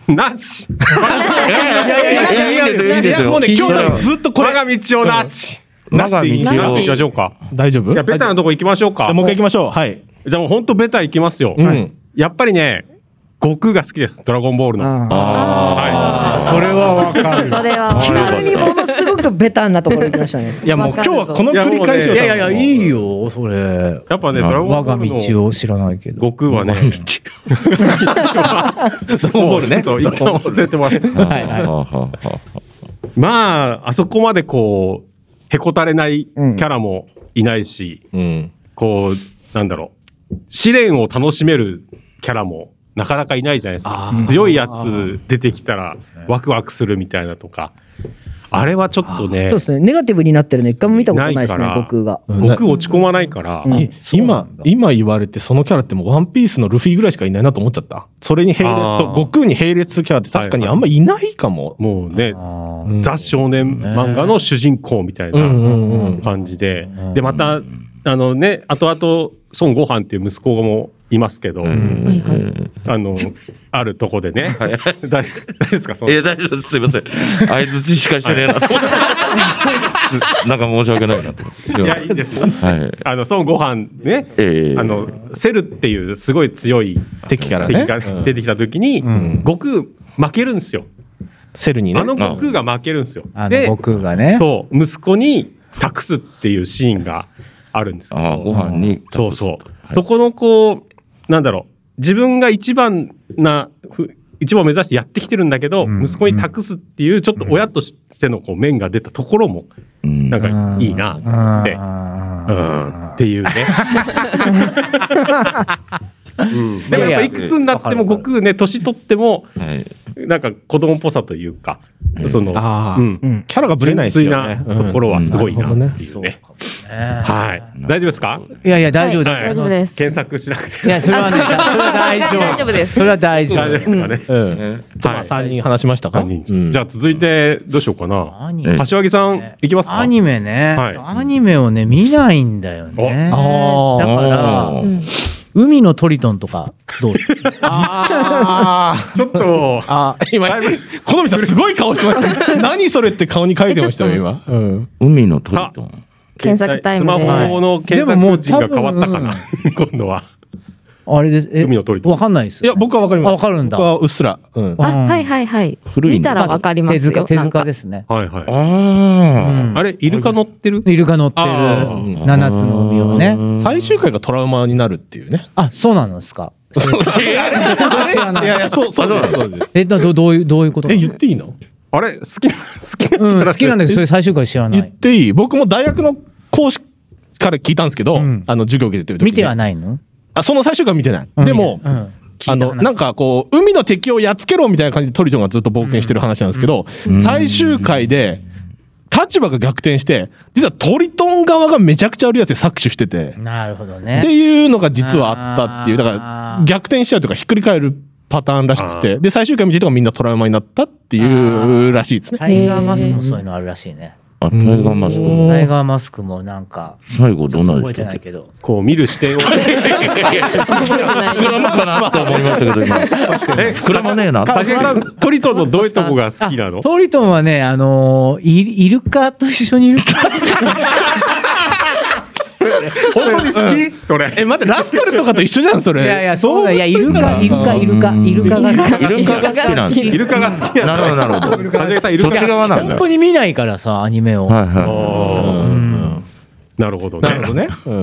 Speaker 2: なし。
Speaker 10: いいんですよいいんですよ
Speaker 5: もうね今
Speaker 10: 聞いた
Speaker 5: 日
Speaker 10: よ
Speaker 5: ずっとこ
Speaker 2: マ
Speaker 5: れ
Speaker 2: ガミをなし。
Speaker 10: 我が
Speaker 2: なし
Speaker 10: 道
Speaker 2: 行
Speaker 10: を
Speaker 2: きましょうか。
Speaker 5: 大丈夫
Speaker 2: いや、ベタなとこ行きましょうか。
Speaker 5: もう一回行きましょうはい
Speaker 2: じゃあもう本当ベタ行きますよ。
Speaker 5: うん
Speaker 2: はいやっぱりね、悟空が好きです。ドラゴンボールの。
Speaker 4: あ
Speaker 2: は
Speaker 3: それはわかる。
Speaker 1: それはわかる
Speaker 4: 急にものすごくベタなところ行きましたね
Speaker 5: いやもう今日はこの
Speaker 2: いや
Speaker 5: 繰り返し
Speaker 2: も
Speaker 5: を
Speaker 2: うねい
Speaker 5: やいやい
Speaker 9: いいよ、それ。
Speaker 2: い。やっぱね、
Speaker 10: なる
Speaker 2: ドラゴンボ
Speaker 9: 我
Speaker 2: ー
Speaker 9: が
Speaker 2: ルの
Speaker 9: 道を知らないけど。
Speaker 2: 悟空はね、
Speaker 5: ドラゴンボールね
Speaker 2: そう、一旦忘れてもらって。
Speaker 5: はいはい
Speaker 2: まあ、あそこまでこう、へこたれないキャラもいないし、
Speaker 5: うん
Speaker 2: こう、なんだろう、試練を楽しめるキャラもなかなかいないじゃないですか。強いやつ出てきたらワクワクするみたいなとか。あれはちょっとね
Speaker 4: そう、ですねネガティブになってるの一回も見たことないですね
Speaker 2: ないから
Speaker 4: 悟空が
Speaker 2: 悟空落ち込まないから、
Speaker 4: うん
Speaker 5: い今今言われてそのキャラってもうワンピースのルフィぐらいしかいないなと思っちゃったそれに並
Speaker 2: あー
Speaker 5: 列そう悟空に並列するキャラって確かにあんまいないかも、
Speaker 2: もうね、
Speaker 5: うん
Speaker 2: ザ少年漫画の主人公みたい
Speaker 5: うんうんう
Speaker 2: なん感じで、で、また、あのね、後々、孫悟飯っていう息子もいますけど、
Speaker 1: はいはい
Speaker 2: あの、あるとこでね、誰誰ですか、その
Speaker 10: えー、大丈夫です。すいません。相づちしかしてねえなと思って。すなんか申し訳ないなと思って。
Speaker 2: いや、いい です。
Speaker 10: はい。
Speaker 2: あの、孫悟飯ね、
Speaker 10: えー、
Speaker 2: あの、セルっていうすごい強い
Speaker 5: 敵キャラね
Speaker 2: 敵が
Speaker 5: うん
Speaker 2: 出てきた時に、
Speaker 5: ん
Speaker 2: 悟空負けるんですよ。
Speaker 5: セルにね
Speaker 2: あの悟空が負けるんですよ。
Speaker 9: あの、
Speaker 2: で、
Speaker 9: 悟空がね。
Speaker 2: そう、息子に託すっていうシーンがあるんですけ
Speaker 10: あーご
Speaker 2: ど、
Speaker 10: 飯に。
Speaker 2: そうそう。
Speaker 10: はい
Speaker 2: そこのこう、なんだろう、自分が一番な、ふ一番を目指してやってきてるんだけど、
Speaker 3: うん
Speaker 2: 息子に託すっていう、ちょっと親としてのこう面が出たところも、
Speaker 10: うん
Speaker 2: なんかいいなって。うんっていうね。でもやっぱいくつになっても
Speaker 9: いやいや
Speaker 2: 悟空ね、年取っても、
Speaker 10: はい。
Speaker 2: なんか子供っぽさというか、その、
Speaker 5: あー
Speaker 2: うん
Speaker 5: キャラがぶれない
Speaker 2: 純
Speaker 5: です
Speaker 2: 粋
Speaker 5: よ
Speaker 2: な
Speaker 5: ね
Speaker 2: ところはすごいなっていう
Speaker 9: そう
Speaker 2: ね。
Speaker 9: かもね
Speaker 2: はい。大丈夫ですか
Speaker 9: いやいや、大丈夫、
Speaker 2: はい
Speaker 9: 大
Speaker 1: 大
Speaker 9: 丈
Speaker 1: 丈
Speaker 9: 夫
Speaker 1: 夫。です
Speaker 2: 検索しなくて
Speaker 9: いや、それはね、 それは大丈夫。
Speaker 1: 大丈夫です
Speaker 9: それは大丈
Speaker 2: 大丈夫で
Speaker 9: 夫。
Speaker 2: すかね。
Speaker 5: うんうん
Speaker 10: ね
Speaker 5: じゃあまあ
Speaker 2: はい
Speaker 5: 3人話しましたか、
Speaker 2: 三
Speaker 5: う
Speaker 2: 人
Speaker 5: ん
Speaker 2: じゃあ続いてどうしようかな。
Speaker 9: アニ
Speaker 10: え
Speaker 9: メ
Speaker 10: え
Speaker 2: 柏木さん、いきますか
Speaker 9: アニメね、
Speaker 2: はい
Speaker 9: アニメをね、見ないんだよね。だ
Speaker 5: おあ
Speaker 9: から、
Speaker 1: うん
Speaker 9: 海のトリトンとか、どう
Speaker 5: あー
Speaker 2: ちょっと、
Speaker 5: あー今好みさんすごい顔してました ね何それって顔に書いてましたよ今、うん
Speaker 10: 海のトリトン。
Speaker 1: 検索タイムで
Speaker 2: スマホの検
Speaker 9: でもも
Speaker 2: 索人が
Speaker 9: う多分
Speaker 2: 変わったかな、今度は。
Speaker 9: あれです。え
Speaker 2: 海のトリトン
Speaker 9: わかんないです。
Speaker 5: いや、僕はわかります
Speaker 9: あわかるんだ
Speaker 5: 僕はうっすら、うん、
Speaker 1: あはいはいはい
Speaker 10: 古い
Speaker 1: 見たらわかりま
Speaker 9: 手
Speaker 1: すよ
Speaker 9: 塚、手
Speaker 1: なん
Speaker 9: 塚
Speaker 1: か
Speaker 9: ですね。
Speaker 2: はいはい。
Speaker 10: あ
Speaker 2: あれ、イルカ乗ってる
Speaker 9: イルカ乗ってる
Speaker 2: あ
Speaker 10: あ。
Speaker 9: 七つの海をね。
Speaker 5: 最終回がトラウマになるっていうね
Speaker 9: あ、そうなんですか。
Speaker 5: いやい やそうそうそうです
Speaker 9: え、だどどういうどういうことな
Speaker 5: え
Speaker 9: の
Speaker 5: 言っていいの
Speaker 2: あれ、好きな、好きな。
Speaker 9: うん、好きなんだけど、それ最終回知らな
Speaker 5: 言っ
Speaker 9: い。
Speaker 5: ていい僕も大学の講師から聞いたんですけど、
Speaker 9: うん
Speaker 5: あの授業受けてる時に
Speaker 9: 見てはないの
Speaker 5: あその最終回は見てない、
Speaker 9: うん
Speaker 5: でも、
Speaker 9: うん
Speaker 5: あのなんかこう海の敵をやっつけろみたいな感じでトリトンがずっと冒険してる話なんですけど、最終回で立場が逆転して実はトリトン側がめちゃくちゃ悪いやつで搾取してて、
Speaker 9: なるほど
Speaker 5: っ
Speaker 9: ね。
Speaker 5: ていうのが実はあったっていうだか
Speaker 9: あ
Speaker 5: ら
Speaker 9: ー
Speaker 5: 逆転しちゃうというかひっくり返るパターンらしく
Speaker 2: あ
Speaker 5: てで最終回見てるとかみんなトラウマになったっていうらしいですね。
Speaker 9: タイガーマスクもそういうのあるらしいね。
Speaker 10: あ、タイガーマスク。
Speaker 9: タイガーマスクもなんか、
Speaker 10: 最後どうなる
Speaker 9: 覚
Speaker 10: でし
Speaker 9: え
Speaker 10: てた
Speaker 9: な
Speaker 10: っ
Speaker 9: い
Speaker 10: け
Speaker 9: け ど。
Speaker 2: こう見る視点を。
Speaker 10: 膨らむかなと思いましたけど、今。
Speaker 2: え
Speaker 10: 膨らまねえな。
Speaker 2: 柏木さん、トリトンのどういうとこが好きなの
Speaker 9: トリトンはね、あのー、イイルカと一緒にいる。
Speaker 2: 本当に好きそれ。
Speaker 5: え待ってラスカルとかと一緒じゃんそ
Speaker 9: い
Speaker 5: れ。
Speaker 9: やいや、そうだ、いや、イル カ、イルカ、イルカ、イルカが好き。
Speaker 10: イルカが好きなんだ
Speaker 2: イルカが好き
Speaker 10: な
Speaker 2: な
Speaker 10: るほど、なるほど。
Speaker 2: の。柏木さん、イル
Speaker 10: そ
Speaker 2: カ
Speaker 10: っち
Speaker 2: が
Speaker 10: 側なんだ
Speaker 9: 本。当に見ないからさ、アニメを。
Speaker 10: はいは
Speaker 2: あ
Speaker 5: う
Speaker 2: ー
Speaker 5: ん
Speaker 2: なるほどね。
Speaker 5: なるほどね。うん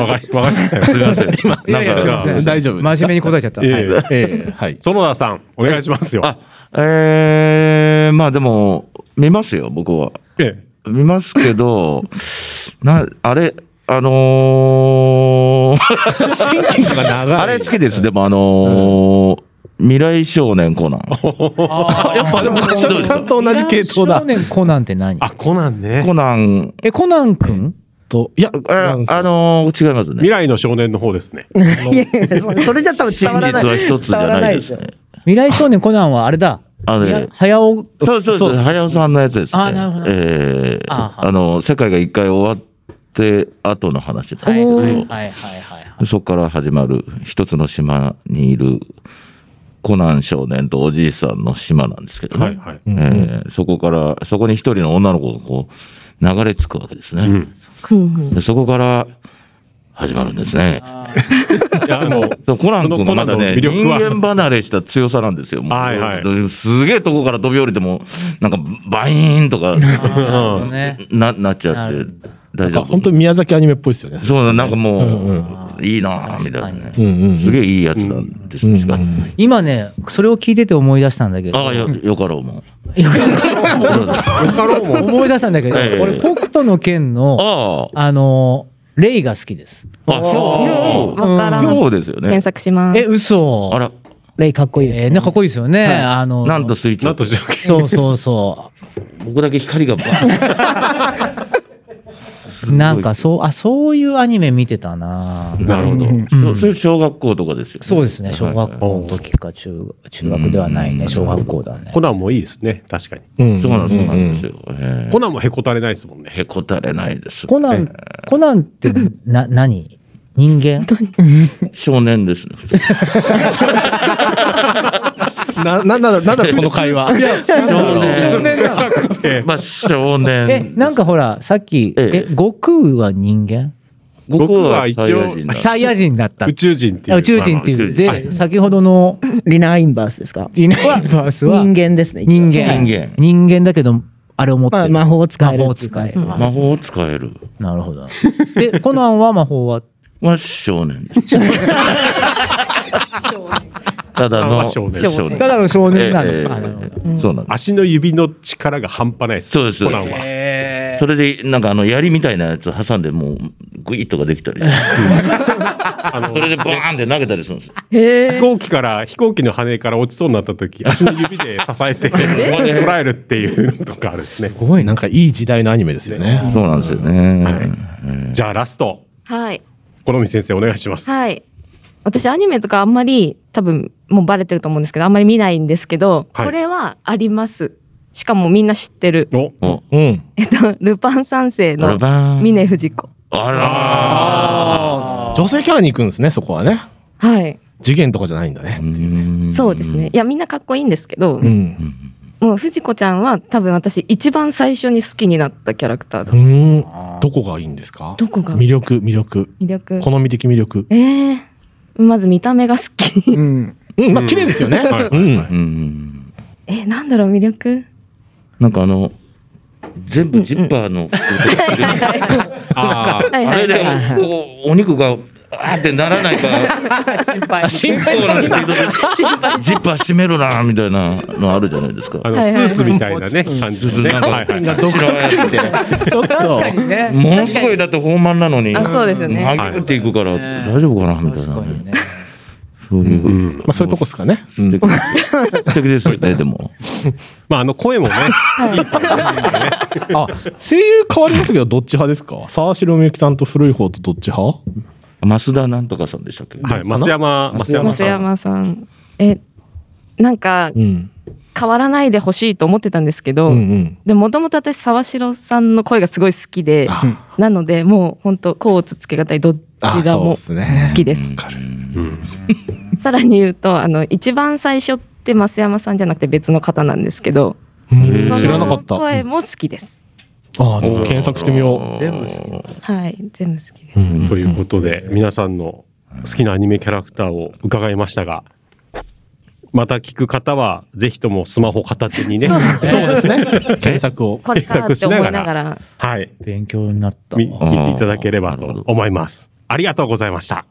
Speaker 2: わかりわかりましたよ。すみません。今、
Speaker 10: い。なんか
Speaker 2: いや
Speaker 5: 大丈夫。
Speaker 9: 真面目に答えちゃった。
Speaker 2: ええ
Speaker 9: はい
Speaker 5: ええはい。
Speaker 2: 園田さん、お願いしますよ。
Speaker 10: あ、えー、まあでも、見ますよ、僕は。
Speaker 2: え
Speaker 10: 見ますけ ど、な、あれ、あのー、
Speaker 5: シンキングが長い。
Speaker 10: あれ好きです、でもあのー、未来少年コナン。
Speaker 5: あやっぱでも柏木さんと同じ系統だ
Speaker 9: 少。年コナンって何
Speaker 2: あ、コナンね。
Speaker 10: コナン、
Speaker 9: え、コナンくん
Speaker 5: といや
Speaker 10: えあのー、違います
Speaker 2: 未
Speaker 10: ね。
Speaker 2: 来の少年の方ですね。
Speaker 4: いやいやそれじゃ多分伝
Speaker 10: 真
Speaker 4: わら
Speaker 10: 実
Speaker 4: ない
Speaker 10: は一つじゃないです
Speaker 4: 伝わら
Speaker 10: ね。
Speaker 9: 未来少年コナンはあれだ。
Speaker 10: あのね
Speaker 9: 早尾
Speaker 10: そうそうそう、早尾さんのやつですね。
Speaker 9: あーなるほど
Speaker 10: えーあの、世界が一回終わって後の話だけ
Speaker 9: はい
Speaker 10: ど、
Speaker 9: はいはいはいはい。
Speaker 10: そこから始まる一つの島にいるコナン少年とおじいさんの島なんですけどね。
Speaker 2: はいはい
Speaker 10: えーそこから、そこに一人の女の子がこう流れ着くわけですね。でそこから始まるんですね。
Speaker 2: いやあの
Speaker 10: そうコナン
Speaker 2: その
Speaker 10: 君がまだね、
Speaker 2: コナンの
Speaker 10: 人
Speaker 2: 魅力は
Speaker 10: 間離れした強さなんですよ。もうすげえとこから飛び降りても、なんかバイーンと か、ななっちゃって、大丈夫。
Speaker 5: 本当に宮崎アニメっぽいですよね。
Speaker 10: そうなんかもう、いいなぁみたいなね、すげえいいやつなんです、しか
Speaker 9: 今ね、それを聞いてて思い出したんだけど。
Speaker 10: ああよよかろうも
Speaker 9: 思い出したんだけど、
Speaker 10: ええ
Speaker 9: 俺、北斗の剣の、あの、レイが好きです。
Speaker 10: あ、そう
Speaker 9: わからん
Speaker 10: そうですよね
Speaker 1: 検索します
Speaker 9: え、嘘。
Speaker 10: あら。
Speaker 9: レイかっこいいですね。かっこいいですよね。あの、
Speaker 10: なんと水中
Speaker 9: そうそうそ
Speaker 10: 僕だけ光がバーン
Speaker 9: う。なんか、そう、あ、そういうアニメ見てたな
Speaker 10: なるほど。そうそういう小学校とかですよね。
Speaker 9: そうですね。小学校の時か中学、中学ではないね。小学校だね。
Speaker 2: コナンもいいですね、確かに。
Speaker 10: そうなんですそうなんですよ。え
Speaker 2: コナンもへこたれないですもんね。
Speaker 10: へこたれないです。
Speaker 9: コナン、コナンって、な、何人間
Speaker 10: 少年ですね。
Speaker 5: な、な、なんだ、なんだこの会話。
Speaker 10: 少
Speaker 5: 少
Speaker 10: 年。
Speaker 5: 年なの
Speaker 10: まあ少
Speaker 9: え、
Speaker 10: 年。
Speaker 9: なんかほら、さっき、え、悟空は人間
Speaker 10: 僕は一
Speaker 2: 僕は
Speaker 10: 応
Speaker 2: 一応
Speaker 9: サイヤ人だった。
Speaker 2: 宇宙人っていう。
Speaker 9: 宇宙人ってい
Speaker 10: まあ
Speaker 9: う。
Speaker 10: まあ宇宙
Speaker 9: で、先ほどの
Speaker 4: リナ・インバースですか
Speaker 9: リナインバースは
Speaker 4: 人間ですね。一応
Speaker 9: 人間。
Speaker 10: 人間
Speaker 9: 人間だけど、あれを持って
Speaker 4: まあ、
Speaker 9: る。
Speaker 4: 魔法を使える。
Speaker 9: 魔法を使える。
Speaker 10: 魔法を使える。
Speaker 9: なるほど。で、コナンは魔法は、
Speaker 10: まあ少年です。ただの
Speaker 2: まあ少年
Speaker 9: ただの少年なの
Speaker 10: ええ
Speaker 9: あなるほど
Speaker 10: そうなんです。
Speaker 2: 足の指の力が半端ないです。
Speaker 10: そうですそう
Speaker 2: コ
Speaker 10: で
Speaker 2: ナ
Speaker 10: す
Speaker 2: ンは。
Speaker 10: それでなんかあの槍みたいなやつ挟んでもうグイッとかでき たりしてそれでバーンって投げたりするんですよ
Speaker 2: 飛行機から、飛行機の羽から落ちそうになった時、足の指で支えて、捉えるっていうのとかあるんですね。
Speaker 5: すごい、なんかいい時代のアニメですよね。
Speaker 10: そうなんですよね、
Speaker 2: じゃあラスト、
Speaker 1: はい
Speaker 2: 好み先生お願いします。
Speaker 1: はい私アニメとかあんまり多分もうバレてると思うんですけどあんまり見ないんですけど、
Speaker 2: はい
Speaker 1: これはありますしかもみんな知ってる
Speaker 2: お、
Speaker 10: お
Speaker 5: うん。
Speaker 1: えっと ルパン三世の
Speaker 10: ルパン
Speaker 1: 峰不二子
Speaker 10: あら
Speaker 5: 女性キャラに行くんですね、そこはね。
Speaker 1: はい
Speaker 5: 次元とかじゃないんだね。
Speaker 10: ー
Speaker 1: そうですねいやみんなかっこいいんですけど、
Speaker 5: うん。
Speaker 1: もう藤子ちゃんは多分私一番最初に好きになったキャラクターだ、
Speaker 5: うん。どこがいいんですか
Speaker 1: どこが
Speaker 5: 魅力、魅力。
Speaker 1: 魅力
Speaker 5: 好み的魅力。
Speaker 1: えー、まず見た目が好き
Speaker 5: うん、まあ、綺麗ですよね。
Speaker 2: はい
Speaker 5: うん。
Speaker 10: うん
Speaker 1: えなんだろう魅力
Speaker 10: なんかあの全部ジッパーの、
Speaker 2: あ
Speaker 1: はい
Speaker 10: あ
Speaker 1: は
Speaker 10: れ
Speaker 1: い
Speaker 10: でこうお肉があーってならないか
Speaker 9: 心配。
Speaker 10: 結構
Speaker 9: 心
Speaker 10: なスピードでジッパー閉めるなーみたいなのあるじゃないですか
Speaker 2: あ、あの
Speaker 1: はい
Speaker 2: ス
Speaker 1: はい
Speaker 2: ーツみたいなね、感じのね。
Speaker 10: なんか
Speaker 2: はいはいはい
Speaker 10: 独特すぎて
Speaker 9: 確かにね。
Speaker 10: ものすごいだって豊満なのに
Speaker 1: あそうですよね
Speaker 10: はぎっていくから
Speaker 9: ね
Speaker 10: 大丈夫かなみたい
Speaker 9: 確
Speaker 10: な
Speaker 9: か
Speaker 10: ね
Speaker 9: にね。
Speaker 10: そういううん
Speaker 5: まあ、そういうとこですかね。
Speaker 10: 素 敵素敵ですよねでも
Speaker 2: まああの声もね、
Speaker 5: あ、声優変わりましたけど、どっち派ですか沢城みゆきさんと古い方とどっち派
Speaker 10: 増田なんとかさんでしたっけ
Speaker 2: はい、増山、増山
Speaker 1: 松
Speaker 2: さん。
Speaker 1: 山さんえなんか
Speaker 5: うん。
Speaker 1: 変わらないでほしいと思ってたんですけど、
Speaker 5: うんうん。
Speaker 1: でもともと私沢城さんの声がすごい好きで なのでもう本当甲乙つけがたいどっち
Speaker 5: あ、
Speaker 1: が
Speaker 5: そう
Speaker 1: も
Speaker 5: で
Speaker 1: う
Speaker 5: すね
Speaker 1: 好。きです。
Speaker 2: うん
Speaker 1: さらに言うとあの一番最初って増山さんじゃなくて別の方なんですけど
Speaker 5: うん
Speaker 1: そ
Speaker 5: 知らなかっ
Speaker 1: の
Speaker 5: た。あ
Speaker 1: 声も好きです。
Speaker 5: ちょっと検索してみよ
Speaker 10: 全部好
Speaker 1: はい全部好きです
Speaker 5: う。。うん
Speaker 2: ということで、皆さんの好きなアニメキャラクターを伺いましたが、また聞く方は、ぜひともスマホ片手にね、
Speaker 5: そうですね。検索を。
Speaker 1: これかって思いながら
Speaker 2: はい、
Speaker 9: 勉強になったわ。
Speaker 2: み聞いていただければと思います。ありがとうございました。